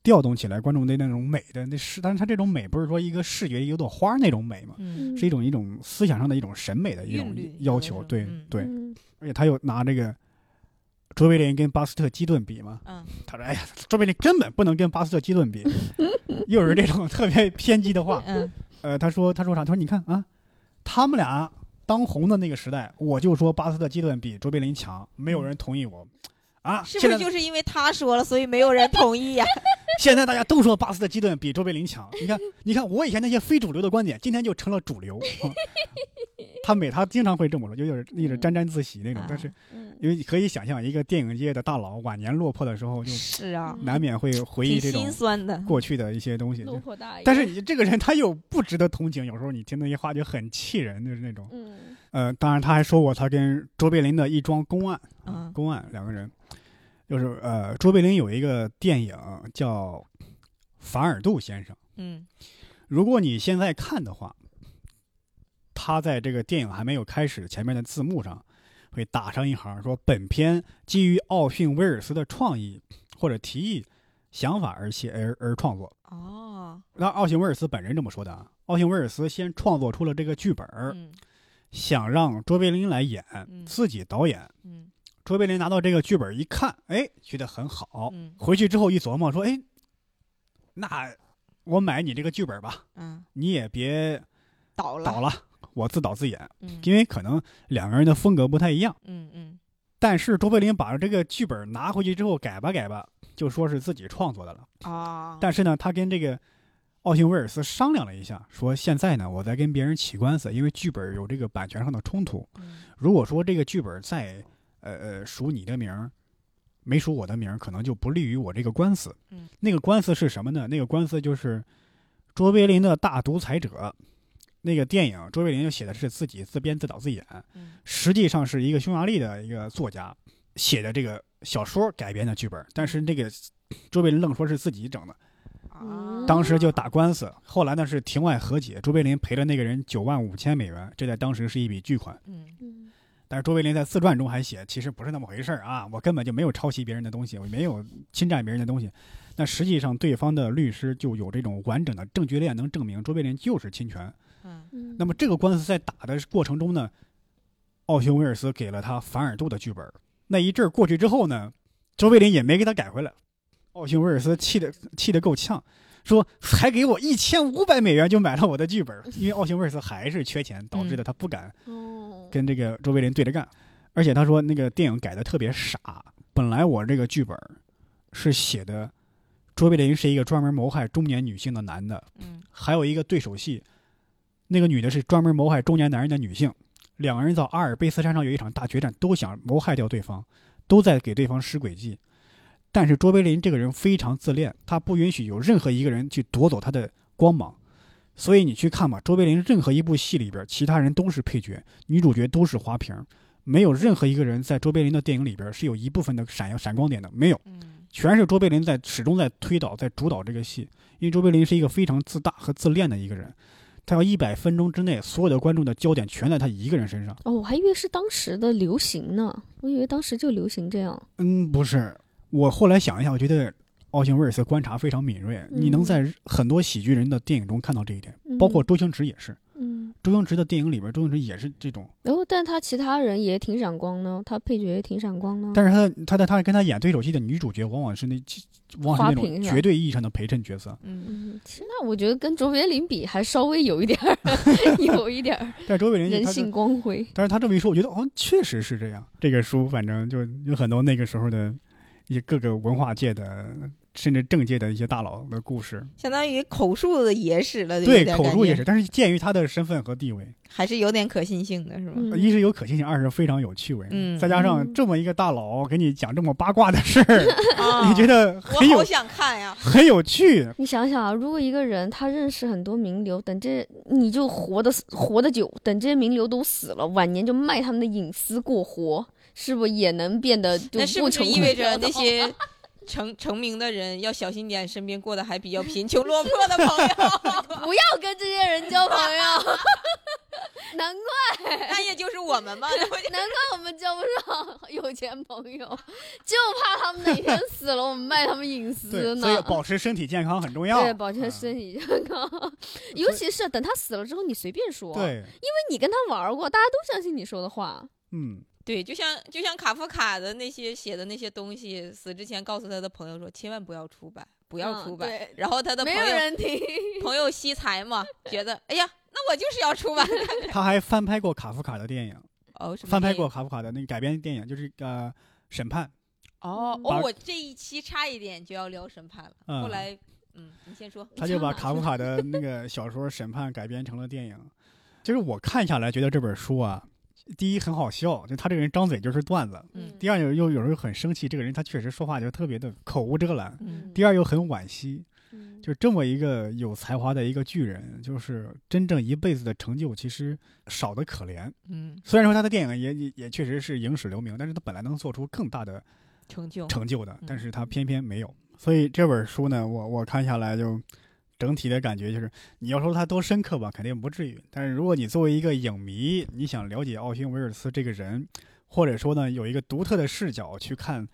Speaker 1: 调动起来观众的那种美的那视，但是它这种美不是说一个视觉有朵花那种美嘛，
Speaker 2: 嗯
Speaker 1: 是一种一种思想上的一种审美的一种
Speaker 4: 韵律
Speaker 1: 要
Speaker 4: 有的时
Speaker 1: 求。
Speaker 4: 候
Speaker 1: 对
Speaker 4: 嗯
Speaker 1: 对，
Speaker 3: 嗯
Speaker 1: 而且他又拿这个卓别林跟巴斯特基顿比嘛，
Speaker 4: 嗯
Speaker 1: 他说：“哎呀，卓别林根本不能跟巴斯特基 顿比。”又是这种特别偏激的话。
Speaker 2: 嗯
Speaker 1: 呃，他说他说啥？他说你看啊，他们俩当红的那个时代，我就说巴斯特基顿比卓别林强，没有人同意我。啊，
Speaker 4: 是
Speaker 1: 现
Speaker 4: 不是
Speaker 1: 在
Speaker 4: 就是因为他说了，所以没有人同意呀？
Speaker 1: 现在大家都说巴斯特基顿比卓别林强， 你看，你看我以前那些非主流的观点，今天就成了主流。 啊他每他经常会这么说，就有点
Speaker 4: 嗯
Speaker 1: 有点沾沾自喜那种，但是
Speaker 3: 嗯
Speaker 1: 因为可以想象，一个电影界的大佬晚年落魄的时候，就
Speaker 2: 是啊
Speaker 1: 难免会回忆
Speaker 4: 挺
Speaker 1: 这种
Speaker 4: 心酸的。
Speaker 1: 过去的一些东西。
Speaker 3: 落魄大爷。
Speaker 1: 但是你这个人他又不值得同情，有时候你听那些话就很气人，就是那种。
Speaker 3: 嗯
Speaker 1: 呃，当然他还说过他跟卓别林的一桩公案，
Speaker 2: 嗯
Speaker 1: 公案两个人，就是呃，卓别林有一个电影叫《凡尔杜先生》，
Speaker 2: 嗯
Speaker 1: 如果你现在看的话，他在这个电影还没有开始前面的字幕上会打上一行说：“本片基于奥逊·威尔斯的创意或者提议，想法而写而而创作。
Speaker 2: 哦，
Speaker 1: 那奥辛威尔斯本人这么说的啊，奥辛威尔斯先创作出了这个剧本儿，
Speaker 2: 嗯
Speaker 1: 想让卓别林来演，
Speaker 2: 嗯
Speaker 1: 自己导演。
Speaker 2: 嗯
Speaker 1: 卓别林拿到这个剧本一看，哎，觉得很好，
Speaker 2: 嗯
Speaker 1: 回去之后一琢磨说，哎，那我买你这个剧本吧，
Speaker 2: 嗯，
Speaker 1: 你也别
Speaker 2: 倒了，
Speaker 1: 导了，我自导自演，
Speaker 2: 嗯
Speaker 1: 因为可能两个人的风格不太一样。
Speaker 2: 嗯嗯
Speaker 1: 但是卓别林把这个剧本拿回去之后改吧改吧，就说是自己创作的了。
Speaker 2: 啊，
Speaker 1: 但是呢，他跟这个奥辛威尔斯商量了一下，说现在呢，我在跟别人起官司，因为剧本有这个版权上的冲突。
Speaker 2: 嗯
Speaker 1: 如果说这个剧本在呃呃署你的名儿，没署我的名儿，可能就不利于我这个官司。
Speaker 2: 嗯
Speaker 1: 那个官司是什么呢？那个官司就是卓别林的大独裁者。那个电影，卓别林就写的是自己自编自导自演，
Speaker 2: 嗯
Speaker 1: 实际上是一个匈牙利的一个作家写的这个小说改编的剧本，但是这个卓别林愣说是自己整的，
Speaker 2: 啊，
Speaker 1: 当时就打官司，后来呢是庭外和解，卓别林赔了那个人九万五千美元，这在当时是一笔巨款。
Speaker 2: 嗯
Speaker 3: 嗯
Speaker 1: 但是卓别林在自传中还写，其实不是那么回事儿啊，我根本就没有抄袭别人的东西，我没有侵占别人的东西。那实际上，对方的律师就有这种完整的证据链，能证明卓别林就是侵权。
Speaker 2: 嗯
Speaker 3: 嗯
Speaker 1: 那么这个官司在打的过程中呢，奥匈威尔斯给了他凡尔杜的剧本。那一阵儿过去之后呢，卓别林也没给他改回来。奥匈威尔斯气得气得够呛，说还给我一千五百美元就买了我的剧本，因为奥匈威尔斯还是缺钱，导致的他不敢
Speaker 3: 哦，
Speaker 1: 跟这个卓别林对着干。而且他说那个电影改的特别傻，本来我这个剧本是写的卓别林是一个专门谋害中年女性的男的，
Speaker 2: 嗯
Speaker 1: 还有一个对手戏，那个女的是专门谋害中年男人的女性，两个人到阿尔卑斯山上有一场大决战，都想谋害掉对方，都在给对方施诡计。但是卓别林这个人非常自恋，他不允许有任何一个人去夺走他的光芒，所以你去看吧，卓别林任何一部戏里边，其他人都是配角，女主角都是花瓶，没有任何一个人在卓别林的电影里边是有一部分的闪耀闪光点的，没有。
Speaker 2: 嗯
Speaker 1: 全是卓别林在始终在推导、在主导这个戏，因为卓别林是一个非常自大和自恋的一个人，他要一百分钟之内，所有的观众的焦点全在他一个人身上。
Speaker 3: 哦，我还以为是当时的流行呢，我以为当时就流行这样。
Speaker 1: 嗯，不是，我后来想一下，我觉得奥辛威尔斯观察非常敏锐，
Speaker 3: 嗯
Speaker 1: 你能在很多喜剧人的电影中看到这一点，包括周星驰也是。
Speaker 3: 嗯，
Speaker 1: 周星驰的电影里边，周星驰也是这种，
Speaker 3: 然、后但他其他人也挺闪光的，他配角也挺闪光的。
Speaker 1: 但是他的他的他跟他演对手戏的女主角，往往是那往往是那
Speaker 3: 花瓶
Speaker 1: 种
Speaker 3: 是吧
Speaker 1: 绝对意义上的陪衬角色。
Speaker 2: 嗯
Speaker 3: 嗯，其实那我觉得跟卓别林比，还稍微有一点 儿，有一点儿
Speaker 1: 但是卓别林
Speaker 3: 人
Speaker 1: 他是
Speaker 3: 性光辉。
Speaker 1: 但是他这么一说，我觉得好像确实是这样。这个书反正就有很多那个时候的一些各个文化界的，甚至政界的一些大佬的故事，
Speaker 2: 相当于口述的野史了，有
Speaker 1: 对
Speaker 2: 点
Speaker 1: 口
Speaker 2: 感
Speaker 1: 述也
Speaker 2: 觉
Speaker 1: 是。但是鉴于他的身份和地位，呃
Speaker 2: 还是有点可信性的，是吧？
Speaker 3: 嗯
Speaker 1: 一是有可信性，二是非常有趣味。
Speaker 2: 嗯
Speaker 1: 再加上
Speaker 3: 嗯
Speaker 1: 这么一个大佬给你讲这么八卦的事儿，
Speaker 2: 啊
Speaker 1: 你觉得很
Speaker 4: 我好
Speaker 1: 有
Speaker 4: 想看呀！
Speaker 1: 很有趣。
Speaker 3: 你想想啊，如果一个人他认识很多名流，等这你就活得活得久，等这些名流都死了，晚年就卖他们的隐私过活，是不是也能变得就
Speaker 4: 那是
Speaker 3: 不
Speaker 4: 不是
Speaker 3: 穷
Speaker 4: 意味
Speaker 3: 困？
Speaker 4: 着那些成成名的人要小心点，身边过得还比较贫穷落魄的朋友？
Speaker 3: 不要跟这些人交朋友，难怪
Speaker 4: 那也就是我们吧。那 不就
Speaker 3: 难怪我们交不上有钱朋友，就怕他们哪 天死了，我们卖他们隐私
Speaker 1: 对，所以
Speaker 3: 呢。
Speaker 1: 保持身体健康很重要。
Speaker 3: 对，保全
Speaker 1: 嗯
Speaker 3: 身体健康，尤其是等他死了之后，你随便说，因为
Speaker 1: 对，
Speaker 3: 你跟他玩儿过，大家都相信你说的话。
Speaker 1: 嗯，
Speaker 4: 对，就像就像卡夫卡的那些写的那些东西，死之前告诉他的朋友说，千万不要出版，不要
Speaker 3: 嗯
Speaker 4: 出版。
Speaker 3: 对
Speaker 4: 然后他的朋
Speaker 3: 没有
Speaker 4: 友
Speaker 3: 人听。
Speaker 4: 朋友惜才嘛，觉得哎呀，那我就是要出版。
Speaker 1: 他还翻拍过卡夫卡的电影，
Speaker 4: 哦，什么
Speaker 1: 翻拍
Speaker 4: 电影
Speaker 1: 过卡夫卡的那个改编电影，就是呃审判。
Speaker 4: 哦
Speaker 1: 把
Speaker 4: 哦，我这一期差一点就要聊审判了，
Speaker 1: 嗯
Speaker 4: 后来嗯，你先说，
Speaker 1: 他就把
Speaker 3: 枪
Speaker 1: 卡夫卡的那个小说《审判》改编成了电影。就是我看下来，觉得这本书啊，第一很好笑，就他这个人张嘴就是段子；
Speaker 4: 嗯
Speaker 1: 第二又又有时候很生气，这个人他确实说话就特别的口无遮拦；
Speaker 4: 嗯
Speaker 1: 第二又很惋惜，
Speaker 3: 嗯
Speaker 1: 就这么一个有才华的一个巨人，就是真正一辈子的成就其实少得可怜。
Speaker 4: 嗯，
Speaker 1: 虽然说他的电影也也也确实是影史留名，但是他本来能做出更大的
Speaker 4: 成
Speaker 2: 哦
Speaker 4: 就，
Speaker 1: 成就的，
Speaker 2: 嗯
Speaker 1: 但是他偏偏没有。所以这本书呢，我我看下来就整体的感觉就是，你要说它多深刻吧，肯定不至于。但是如果你作为一个影迷，你想了解奥辛威尔斯这个人，或者说呢有一个独特的视角去看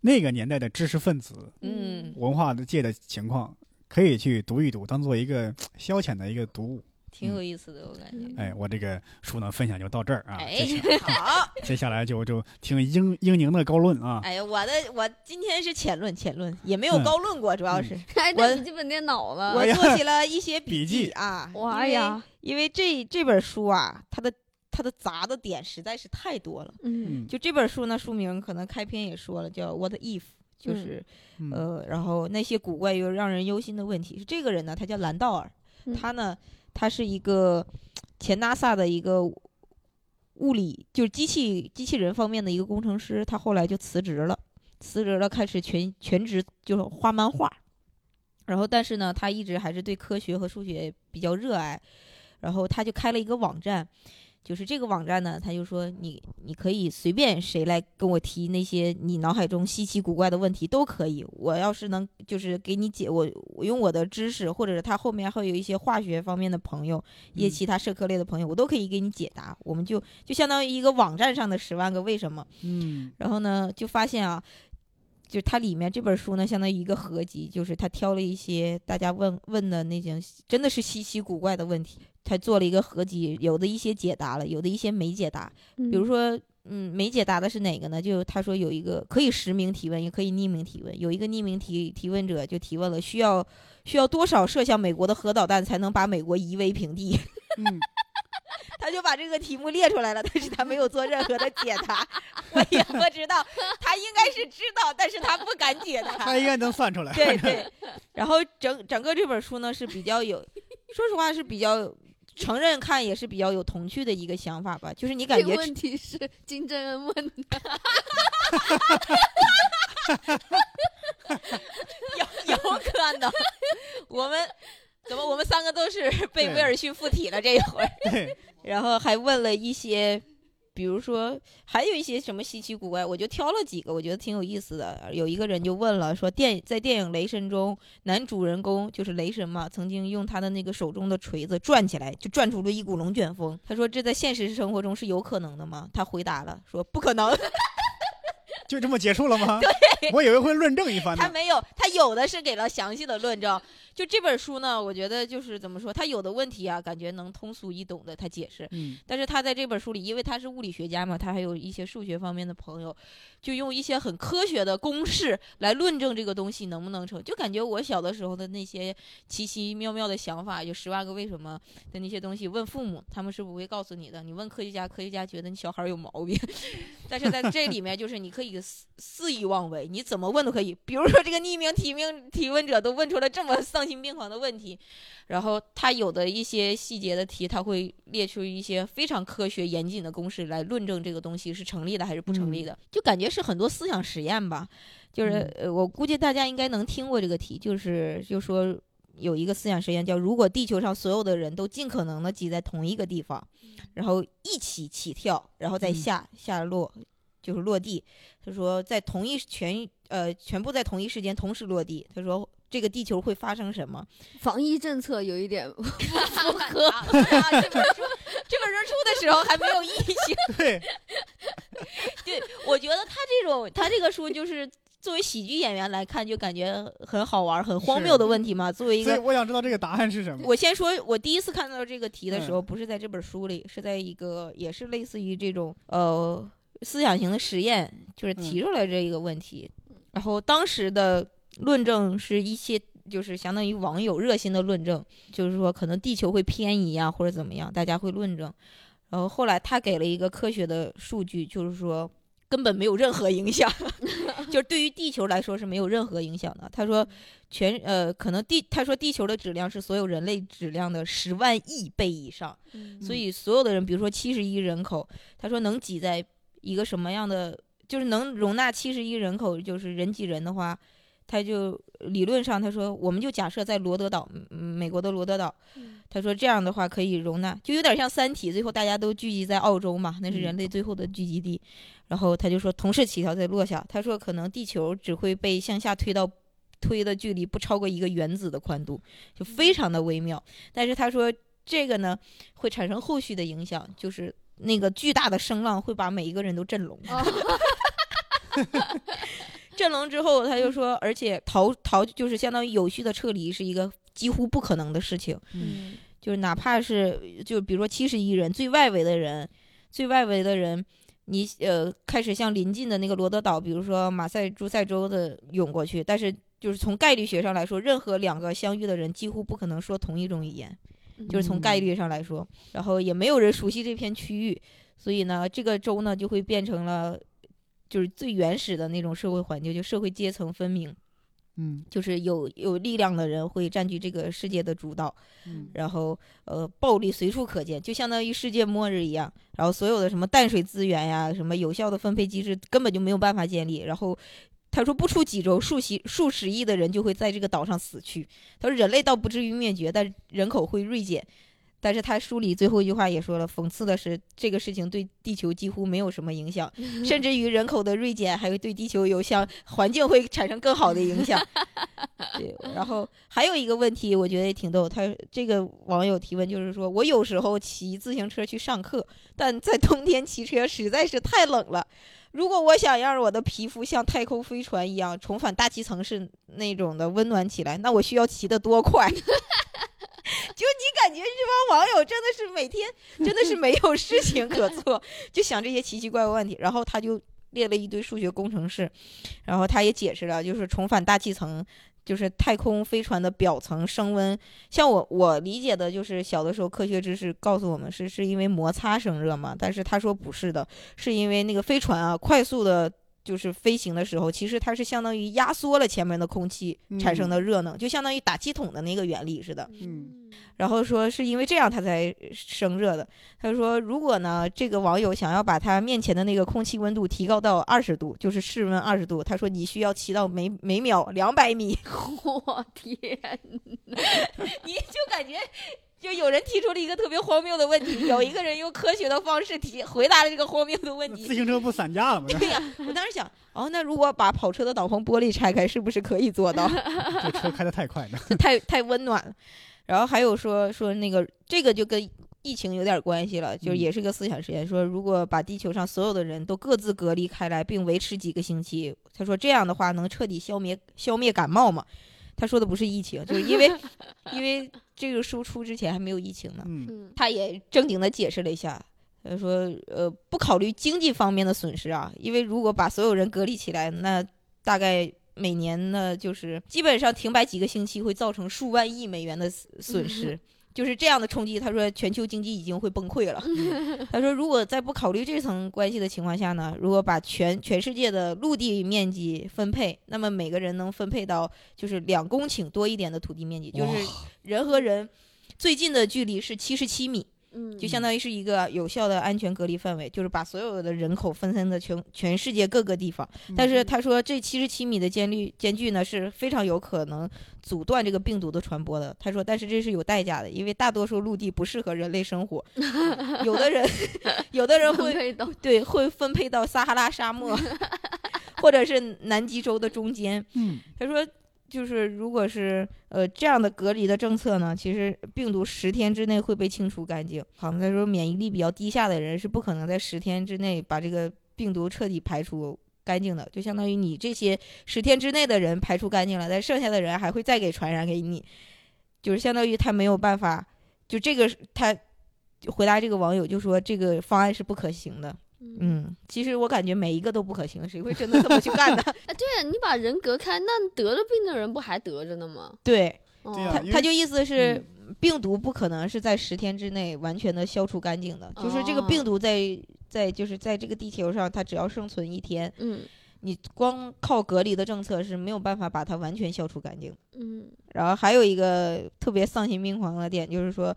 Speaker 1: 那个年代的知识分子、
Speaker 2: 嗯，
Speaker 1: 文化的界的情况，可以去读一读，当做一个消遣的一个读物。
Speaker 2: 挺有意思的，我感
Speaker 4: 嗯
Speaker 2: 觉。
Speaker 1: 哎，我这个书呢分享就到这儿嗯啊，
Speaker 2: 嗯哎
Speaker 1: 接下
Speaker 2: 好，
Speaker 1: 接下来就就听英英宁的高论啊，
Speaker 2: 哎呀，我的我今天是浅论，浅论也没有
Speaker 1: 嗯
Speaker 2: 高论过，主要是
Speaker 3: 还
Speaker 2: 我
Speaker 3: 带哎笔记本电脑了
Speaker 1: 哎
Speaker 2: 我，
Speaker 1: 呀
Speaker 2: 做起了一些
Speaker 1: 笔记
Speaker 2: 记啊，
Speaker 4: 哎
Speaker 3: 哇
Speaker 2: 因为，
Speaker 3: 呀，
Speaker 2: 因为这这本书啊，它的它的杂的点实在是太多了。
Speaker 3: 嗯
Speaker 1: 嗯，
Speaker 2: 就这本书呢，书名可能开篇也说了，叫《What If》，就
Speaker 3: 嗯
Speaker 2: 是、
Speaker 1: 嗯
Speaker 2: 呃，然后那些古怪又让人忧心的问题。是这个人呢，他叫兰道尔，
Speaker 3: 嗯
Speaker 2: 他呢，他是一个前 NASA 的一个物理，就是机器机器人方面的一个工程师。他后来就辞职了，辞职了，开始全全职就是画漫画。然后，但是呢，他一直还是对科学和数学比较热爱，然后他就开了一个网站，就是这个网站呢，他就说你你可以随便谁来跟我提那些你脑海中稀奇古怪的问题都可以，我要是能就是给你解我我用我的知识，或者是他后面还有一些化学方面的朋友，一些
Speaker 1: 嗯
Speaker 2: 其他社科类的朋友，我都可以给你解答，我们就就相当于一个网站上的十万个为什么。
Speaker 1: 嗯
Speaker 2: 然后呢，就发现啊，就它里面这本书呢，相当于一个合集，就是他挑了一些大家问问的那种真的是稀奇古怪的问题，他做了一个合集，有的一些解答了，有的一些没解答。
Speaker 3: 比
Speaker 2: 比如，说，嗯，没解答的是哪个呢？就他说有一个可以实名提问，也可以匿名提问。有一个匿名提提问者就提问了，需要需要多少射向美国的核导弹才能把美国夷为平地？
Speaker 1: 嗯，
Speaker 2: 他就把这个题目列出来了，但是他没有做任何的解答， 我也不知道，他应该是知道，但是他不敢解答。
Speaker 1: 他应该能算出来。
Speaker 2: 对对，然后整整个这本书呢是比较有，说实话是比较承认看也是比较有童趣的一个想法吧，就是你感
Speaker 3: 这个
Speaker 2: 觉
Speaker 3: 问题是金正恩问的，
Speaker 2: 有可能， 我们怎么我们三个都是被
Speaker 1: 对
Speaker 2: 威尔逊附体了这一回？
Speaker 1: 对，
Speaker 2: 然后还问了一些，比如说还有一些什么稀奇古怪，我就挑了几个，我觉得挺有意思的。有一个人就问了，说电在电影《雷神》中，男主人公就是雷神嘛，曾经用他的那个手中的锤子转起来，就转出了一股龙卷风。他说这在现实生活中是有可能的吗？他回答了，说不可能。
Speaker 1: 就这么结束了吗？对，我以为会论证一番
Speaker 2: 他
Speaker 1: 呢。
Speaker 2: 没有，他有的是给了详细的论证。就这本书呢，我觉得就是怎么说，他有的问题啊，感觉能通俗易懂的他解释，
Speaker 1: 嗯
Speaker 2: 但是他在这本书里，因为他是物理学家嘛，他还有一些数学方面的朋友，就用一些很科学的公式来论证这个东西能不能成。就感觉我小的时候的那些奇奇妙妙的想法，有十万个为什么的那些东西，问父母他们是不会告诉你的。你问科学家，科学家觉得你小孩有毛病。 但是在这里面，就是你可以肆肆意妄为，你怎么问都可以。比如说这个匿名提名提问者都问出了这么丧心病狂的问题，然后他有的一些细节的题，他会列出一些非常科学严谨的公式来论证这个东西是成立的还是不成立的，就感觉是很多思想实验吧。就是、
Speaker 1: 嗯
Speaker 2: 呃，我估计大家应该能听过这个题，就是就说有一个思想实验叫如果地球上所有的人都尽可能的挤在同一个地方，然后一起起跳，然后再
Speaker 1: 嗯
Speaker 2: 下、下落，就是落地。他说在同一全呃全部在同一时间同时落地，他说这个地球会发生什 么？
Speaker 3: 防疫政策有一点不符 合，
Speaker 2: 啊，这本书 这本书出的时候还没有疫情，
Speaker 1: 对，
Speaker 2: 对我觉得他这种他这个书就是作为喜剧演员来看，就感觉很好玩、很荒谬的问题嘛。作为一
Speaker 1: 所以
Speaker 2: 个，
Speaker 1: 我想知道这个答案是什么。嗯
Speaker 2: 我先说，我第一次看到这个题的时候，不是在这本书里，是在一个也是类似于这种呃思想型的实验，
Speaker 1: 嗯
Speaker 2: 就是提出来这一个问题，然后当时的论证是一些。就是相当于网友热心的论证，就是说可能地球会偏移啊，或者怎么样，大家会论证。然后后来他给了一个科学的数据，就是说根本没有任何影响， 就是对于地球来说是没有任何影响的。他说全呃可能地他说地球的质量是所有人类质量的十万亿倍以上，嗯
Speaker 3: 嗯
Speaker 2: 所以所有的人，比如说七十亿人口，他说能挤在一个什么样的，就是能容纳七十亿人口，就是人挤人的话，他就理论上他说，我们就假设在罗德岛，嗯美国的罗德岛，
Speaker 3: 嗯
Speaker 2: 他说这样的话可以容纳，就有点像《三体》，最后大家都聚集在澳洲嘛，那是人类最后的聚集地。然后他就说，同是起跳再落下，他说可能地球只会被向下推到。推的距离不超过一个原子的宽度，就非常的微妙。但是他说这个呢，会产生后续的影响，就是那个巨大的声浪会把每一个人都震聋。，
Speaker 3: 哦
Speaker 2: 振聋之后，他就说，而且逃逃就是相当于有序的撤离是一个几乎不可能的事情，
Speaker 1: 嗯
Speaker 3: 嗯
Speaker 2: 就是哪怕是就比如说七十亿人最外围的人，最外围的人，你呃开始向邻近的那个罗德岛，比如说马赛诸塞州的涌过去，但是就是从概率学上来说，任何两个相遇的人几乎不可能说同一种语言， 就是从概率上来说，然后也没有人熟悉这片区域，所以呢，这个州呢就会变成了就是最原始的那种社会环境，就社会阶层分明，
Speaker 1: 嗯
Speaker 2: 就是有有力量的人会占据这个世界的主导，
Speaker 1: 嗯
Speaker 2: 然后呃，暴力随处可见，就相当于世界末日一样。然后所有的什么淡水资源呀，什么有效的分配机制根本就没有办法建立。然后他说，不出几周，数十数十亿的人就会在这个岛上死去。他说，人类倒不至于灭绝，但是人口会锐减。但是他书里最后一句话也说了，讽刺的是，这个事情对地球几乎没有什么影响， 甚至于人口的锐减还会对地球有像环境会产生更好的影响。对，然后还有一个问题，我觉得也挺逗。他这个网友提问就是说，我有时候骑自行车去上课，但在冬天骑车实在是太冷了。如果我想让我的皮肤像太空飞船一样重返大气层是那种的温暖起来，那我需要骑得多快？ 就你感觉这帮网友真的是每天真的是没有事情可做，就想这些奇奇怪怪问题。然后他就列了一堆数学工程式，然后他也解释了，就是重返大气层就是太空飞船的表层升温，像我我理解的就是小的时候科学知识告诉我们是是因为摩擦生热嘛，但是他说不是的，是因为那个飞船啊快速的。就是飞行的时候，其实它是相当于压缩了前面的空气产生的热能，就相当于打气筒的那个原理似的。
Speaker 1: 嗯
Speaker 2: 然后说是因为这样它才生热的。他说，如果呢这个网友想要把他面前的那个空气温度提高到二十度，就是室温二十度，他说你需要骑到每每秒两百米。
Speaker 3: 我天，
Speaker 2: 你就感觉，就有人提出了一个特别荒谬的问题，有一个人用科学的方式提回答了这个荒谬的问
Speaker 1: 那
Speaker 2: 题。
Speaker 1: 自行车不散 架了吗？
Speaker 2: 对呀、我当时想，哦，那如果把跑车的挡风玻璃拆开，是不是可以做到？
Speaker 1: 这车开得太快了。
Speaker 2: 这太太温暖了。然后还有说说那个这个就跟疫情有点关系了，就是
Speaker 1: 嗯
Speaker 2: 也是个思想实验，说如果把地球上所有的人都各自隔离开来，并维持几个星期，他说这样的话能彻底消灭消灭感冒嘛？他说的不是疫情，就是因为因为这个书出之前还没有疫情呢。
Speaker 1: 嗯
Speaker 3: 嗯
Speaker 2: 他也正经的解释了一下，他说呃不考虑经济方面的损失啊，因为如果把所有人隔离起来，那大概每年呢就是基本上停摆几个星期，会造成数万亿美元的损损失。就是这样的冲击，他说全球经济已经会崩溃了。他说，如果在不考虑这层关系的情况下呢，如果把全全世界的陆地面积分配，那么每个人能分配到就是两公顷多一点的土地面积，就是人和人最近的距离是七十七米，
Speaker 3: 嗯，
Speaker 2: 就相当于是一个有效的安全隔离范围，就是把所有的人口分散在全全世界各个地方。
Speaker 1: 嗯
Speaker 2: 但是他说，这七十七米的间距间距呢是非常有可能阻断这个病毒的传播的。他说，但是这是有代价的，因为大多数陆地不适合人类生活，有的人有的人 会
Speaker 3: 会懂，
Speaker 2: 对会分配到撒哈拉沙漠， 或者是南极洲的中间。
Speaker 1: 嗯
Speaker 2: 他说，就是如果是呃这样的隔离的政策呢，其实病毒十天之内会被清除干净。好，他说免疫力比较低下的人是不可能在十天之内把这个病毒彻底排除。干净的，就相当于你这些十天之内的人排除干净了，但剩下的人还会再给传染给你，就是相当于他没有办法，就这个是他回答这个网友就说这个方案是不可行的。嗯，其实我感觉每一个都不可行，谁会真的这么去干呢？
Speaker 3: 哎，对啊，你把人隔开，那得了病的人不还得着呢吗？
Speaker 2: 对，
Speaker 3: 哦
Speaker 1: 对啊
Speaker 2: 他
Speaker 1: 因为嗯
Speaker 2: 他就意思是，病毒不可能是在十天之内完全的消除干净的，就是这个
Speaker 3: 哦
Speaker 2: 病毒在在就是在这个地球上，它只要生存一天，
Speaker 3: 嗯
Speaker 2: 你光靠隔离的政策是没有办法把它完全消除干净的。
Speaker 3: 嗯
Speaker 2: 然后还有一个特别丧心病狂的点，就是说，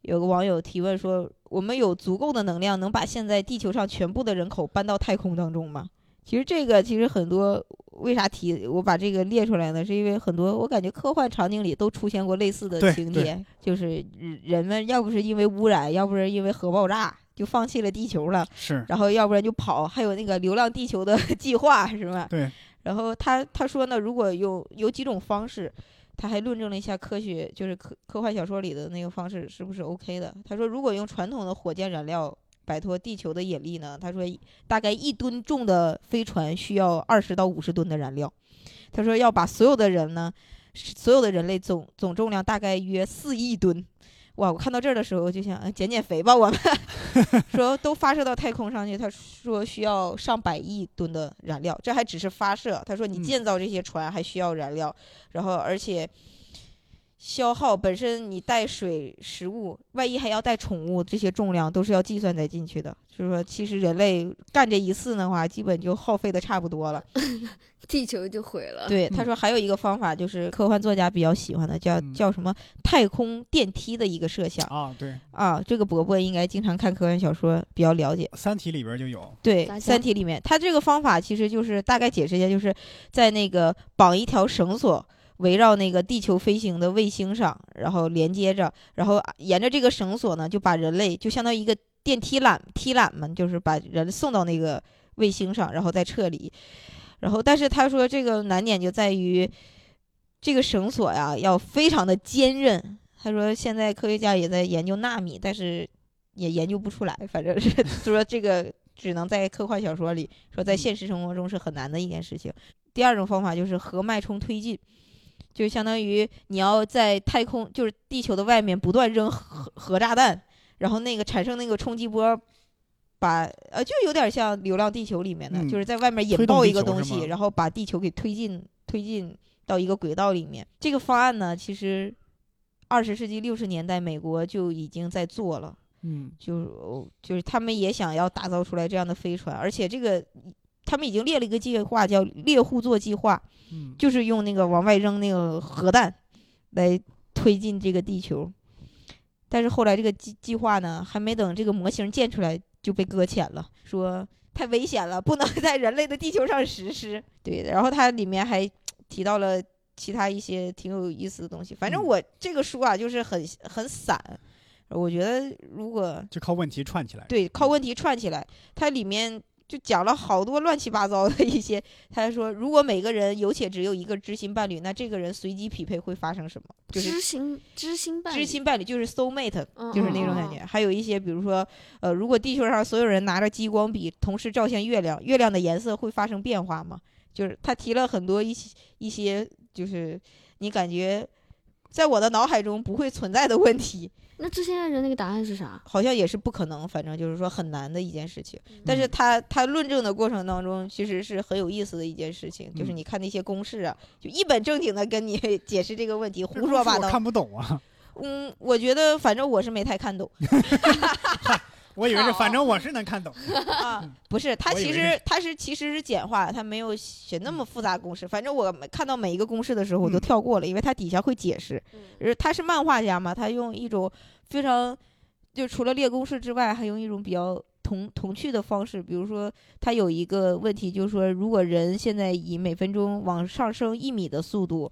Speaker 2: 有个网友提问说：“我们有足够的能量能把现在地球上全部的人口搬到太空当中吗？”其实这个其实很多为啥提我把这个列出来呢？是因为很多我感觉科幻场景里都出现过类似的
Speaker 1: 对
Speaker 2: 情
Speaker 1: 对
Speaker 2: 节，就是人们要不是因为污染，要不是因为核爆炸就放弃了地球了，
Speaker 1: 是
Speaker 2: 然后要不然就跑，还有那个流浪地球的 计划是吧？
Speaker 1: 对。
Speaker 2: 然后他他说呢，如果有有几种方式，他还论证了一下科学，就是科科幻小说里的那个方式是不是 OK 的。他说，如果用传统的火箭燃料摆脱地球的引力呢？他说，大概一吨重的飞船需要二十到五十吨的燃料。他说，要把所有的人呢，所有的人类总总重量大概约四亿吨。哇！我看到这儿的时候就想，呃减减肥吧，我们 说都发射到太空上去。他说需要上百亿吨的燃料，这还只是发射。他说你
Speaker 1: 嗯
Speaker 2: 建造这些船还需要燃料，然后而且消耗本身你带水、食物，万一还要带宠物，这些重量都是要计算在进去的。就是说，其实人类干这一次的话，基本就耗费的差不多了。
Speaker 3: 地球就毁 了。
Speaker 2: 对，他说还有一个方法，就是科幻作家比较喜欢的，叫
Speaker 1: 嗯
Speaker 2: 叫什么太空电梯的一个设
Speaker 3: 哦
Speaker 2: 想
Speaker 1: 啊，对，《
Speaker 2: 啊。这个伯伯应该经常看科幻小说，比较了解。
Speaker 1: 三体》里边就有，
Speaker 2: 对，
Speaker 3: 大
Speaker 2: 《
Speaker 3: 家
Speaker 2: 三体》里面，它这个方法其实就是大概解释一下，就是在那个绑一条绳索围绕那个地球飞行的卫星上，然后连接着，然后沿着这个绳索呢，就把人类就相当于一个电梯缆梯缆嘛，就是把人送到那个卫星上，然后再撤离。然后，但是他说这个难点就在于这个绳索呀，要非常的坚韧。他说现在科学家也在研究纳米，但是也研究不出来，反正是 说这个只能在科幻小说里说，在
Speaker 1: 嗯
Speaker 2: 现实生活中是很难的一件事情。第二种方法就是核脉冲推进，就相当于你要在太空，就是地球的外面不断扔核核炸弹，然后那个产生那个冲击波。把呃，就有点像《流浪地球》里面的，
Speaker 1: 嗯
Speaker 2: 就是在外面引
Speaker 1: 推动
Speaker 2: 爆
Speaker 1: 地
Speaker 2: 一个
Speaker 1: 球
Speaker 2: 东
Speaker 1: 是吗
Speaker 2: 西，然后把地球给推进推进到一个轨道里面。这个方案呢，其实二十世纪六十年代美国就已经在做了。
Speaker 1: 嗯
Speaker 2: 就是哦就是他们也想要打造出来这样的飞船，而且这个他们已经列了一个计划，叫猎户座计划，
Speaker 1: 嗯，
Speaker 2: 就是用那个往外扔那个核弹来推进这个地球。但是后来这个计计划呢，还没等这个模型建出来就被搁浅了，说太危险了，不能在人类的地球上实施。 对，然后它里面还提到了其他一些挺有意思的东西。反正
Speaker 1: 嗯
Speaker 2: 我这个书啊，就是很很散，我觉得如果
Speaker 1: 就靠问题串起来。嗯
Speaker 2: 对，靠问题串起来。它里面就讲了好多乱七八糟的一些。他说，如果每个人有且只有一个知心伴侣，那这个人随机匹配会发生什么？就是
Speaker 3: 知心知心伴侣，
Speaker 2: 知心伴侣，就是 soul mate，
Speaker 3: 嗯
Speaker 2: 就是那种感。
Speaker 3: 嗯
Speaker 2: 觉。还有一些，比如说，呃，如果地球上所有人拿着激光笔同时照向月亮，月亮的颜色会发生变化吗？就是他提了很多一些一些，就是你感觉。在我的脑海中不会存在的问题，
Speaker 3: 嗯那知心爱人那个答案是啥？
Speaker 2: 好像也是不可能，反正就是说很难的一件事情。但
Speaker 1: 嗯
Speaker 2: 是他他论证的过程当中，其实是很有意思的一件事情，就是
Speaker 1: 嗯
Speaker 2: 你看那些公式啊，就一本正经的跟你 解释这个问题，
Speaker 1: 这
Speaker 2: 胡说
Speaker 1: 公式
Speaker 2: 八
Speaker 1: 我
Speaker 2: 道。
Speaker 1: 看不懂啊！
Speaker 2: 嗯，我觉得反正我是没太看懂
Speaker 1: 我以为是，
Speaker 3: 好
Speaker 1: 反正我是能看 懂。
Speaker 2: 啊，不是他
Speaker 1: 嗯我以
Speaker 2: 其
Speaker 1: 为
Speaker 2: 实他是其实是简化，他没有写那么复杂公式。反正我每看到每一个公式的时候，我都
Speaker 1: 嗯
Speaker 2: 跳过了，因为它底下会解释。
Speaker 3: 嗯
Speaker 2: 呃他是漫画家嘛，他用一种非常就除了列公式之外，还用一种比较童童趣的方式，比如说他有一个问题，就是说如果人现在以每分钟往上升一米的速度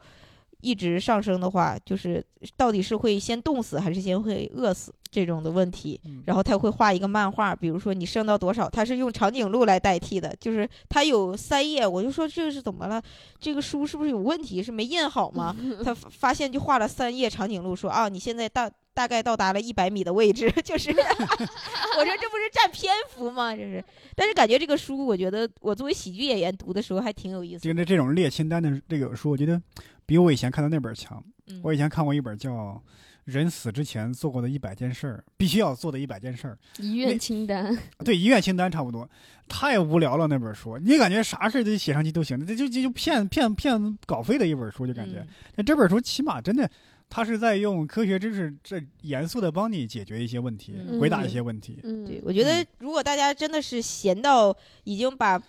Speaker 2: 一直上升的话，就是到底是会先冻死还是先会饿死这种的问题。
Speaker 1: 嗯
Speaker 2: 然后他会画一个漫画，比如说你升到多少，他是用长颈鹿来代替的，就是他有三页，我就说这是怎么了？这个书是不是有问题？是没印好吗？他发发现就画了三页长颈鹿，说啊，你现在大大概到达了一百米的位置， 就是我说这不是占篇幅吗？这是，但是感觉这个书，我觉得我作为喜剧演员读的时候还挺有意思
Speaker 1: 这个这种列清单的这个书，我觉得比我以前看的那本强。
Speaker 2: 嗯
Speaker 1: 我以前看过一本叫《人死之前做过的一百件事儿》，必须要做的一百件事儿。
Speaker 3: 遗愿清单，
Speaker 1: 对，遗愿清单差不多，太无聊了那本书，你感觉啥事儿都写上去都行，这就就就骗骗骗稿费的一本书，就
Speaker 2: 的
Speaker 1: 感觉。那、这本书起码真的，它是在用科学知识这严肃的帮你解决一些问题，
Speaker 2: 嗯
Speaker 1: 回答
Speaker 3: 嗯
Speaker 1: 一些问题。
Speaker 3: 嗯，
Speaker 2: 对，我觉得
Speaker 1: 嗯
Speaker 2: 如果大家真的是闲到已经把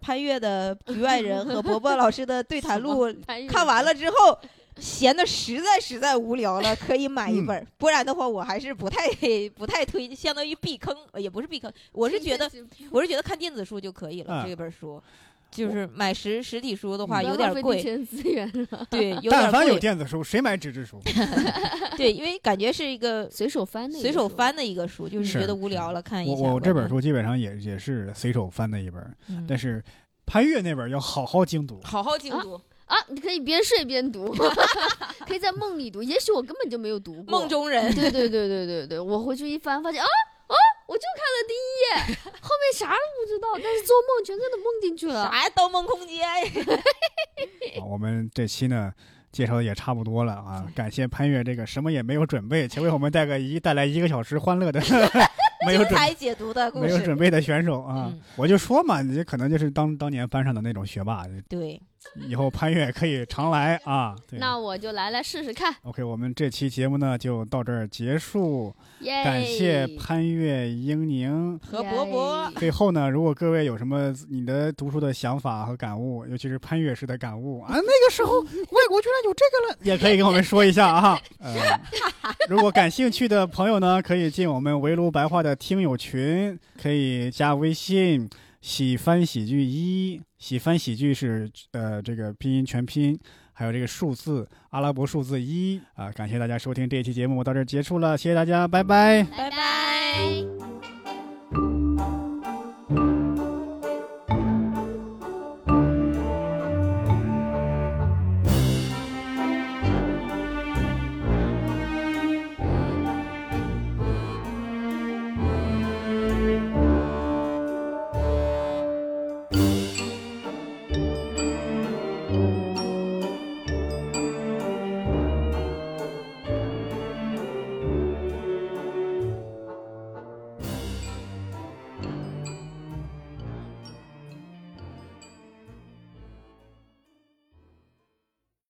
Speaker 2: 潘越的《局外人》和伯伯老师的对谈
Speaker 3: 什么
Speaker 2: 录
Speaker 1: 嗯
Speaker 3: 潘越
Speaker 2: 看完了之后，闲的实在实在无聊了，可以买一本
Speaker 1: 嗯
Speaker 2: 儿，不然的话我还是不太不太推，相当于避坑，呃也不是避坑，我是觉
Speaker 1: 嗯
Speaker 2: 得我是觉得看电子书就可以了，
Speaker 1: 啊
Speaker 2: 这本书。就是买实实体书的话
Speaker 1: 嗯
Speaker 2: 有点
Speaker 3: 不要浪费地
Speaker 2: 贵，
Speaker 3: 球资源了，
Speaker 2: 对， 有
Speaker 1: 但
Speaker 2: 点
Speaker 1: 凡有
Speaker 2: 贵，
Speaker 1: 电子书，谁买纸质书？
Speaker 2: 对，因为感觉是一个
Speaker 3: 随手翻的，
Speaker 2: 随手翻的一个书，就是
Speaker 1: 是
Speaker 2: 觉得无聊了看一
Speaker 1: 我
Speaker 2: 下。
Speaker 1: 我这本书基本上也也是随手翻的一本，
Speaker 2: 嗯，
Speaker 1: 但是潘越那本要好好精 读。
Speaker 2: 好好精读，
Speaker 3: 啊，你可以边睡边读， 可以在梦里读，也许我根本就没有读过
Speaker 2: 梦。中人。
Speaker 3: 对对对对对对，我回去一翻，发现啊啊，我就看了第一页，后面啥都不知道，但是做梦全真的梦进去了。
Speaker 4: 啥呀？盗梦空间？
Speaker 1: 好啊我们这期呢介绍的也差不多了啊，感谢潘越这个什么也没有准备，且为我们带个一带来一个小时欢 乐的 没有
Speaker 4: 精
Speaker 1: 准
Speaker 4: 彩解读的故
Speaker 1: 没有
Speaker 4: 事。
Speaker 1: 准备的选手啊
Speaker 4: 嗯，
Speaker 1: 我就说嘛，你这可能就是当当年班上的那种学霸，
Speaker 4: 对，
Speaker 1: 以后潘越可以常来啊。对
Speaker 3: 那我就来来试试看，
Speaker 1: OK，我们这期节目呢就到这儿结束，
Speaker 3: 耶！
Speaker 4: 哎
Speaker 1: 感谢潘越、英宁。
Speaker 4: 何伯伯
Speaker 3: 耶，
Speaker 1: 最后呢，如果各位有什么你的读书的想法和感悟，尤其是潘越式的感悟啊，那个时候外国居然有这个了，也可以跟我们说一下啊。呃，如果感兴趣的朋友呢，可以进我们围炉白话的听友群，可以加微信“喜翻喜剧一”，喜翻喜剧是呃这个拼音全拼。还有这个数字阿拉伯数字一啊、感谢大家收听这一期节目，到这儿结束了，谢谢大家，拜拜。
Speaker 3: 拜拜。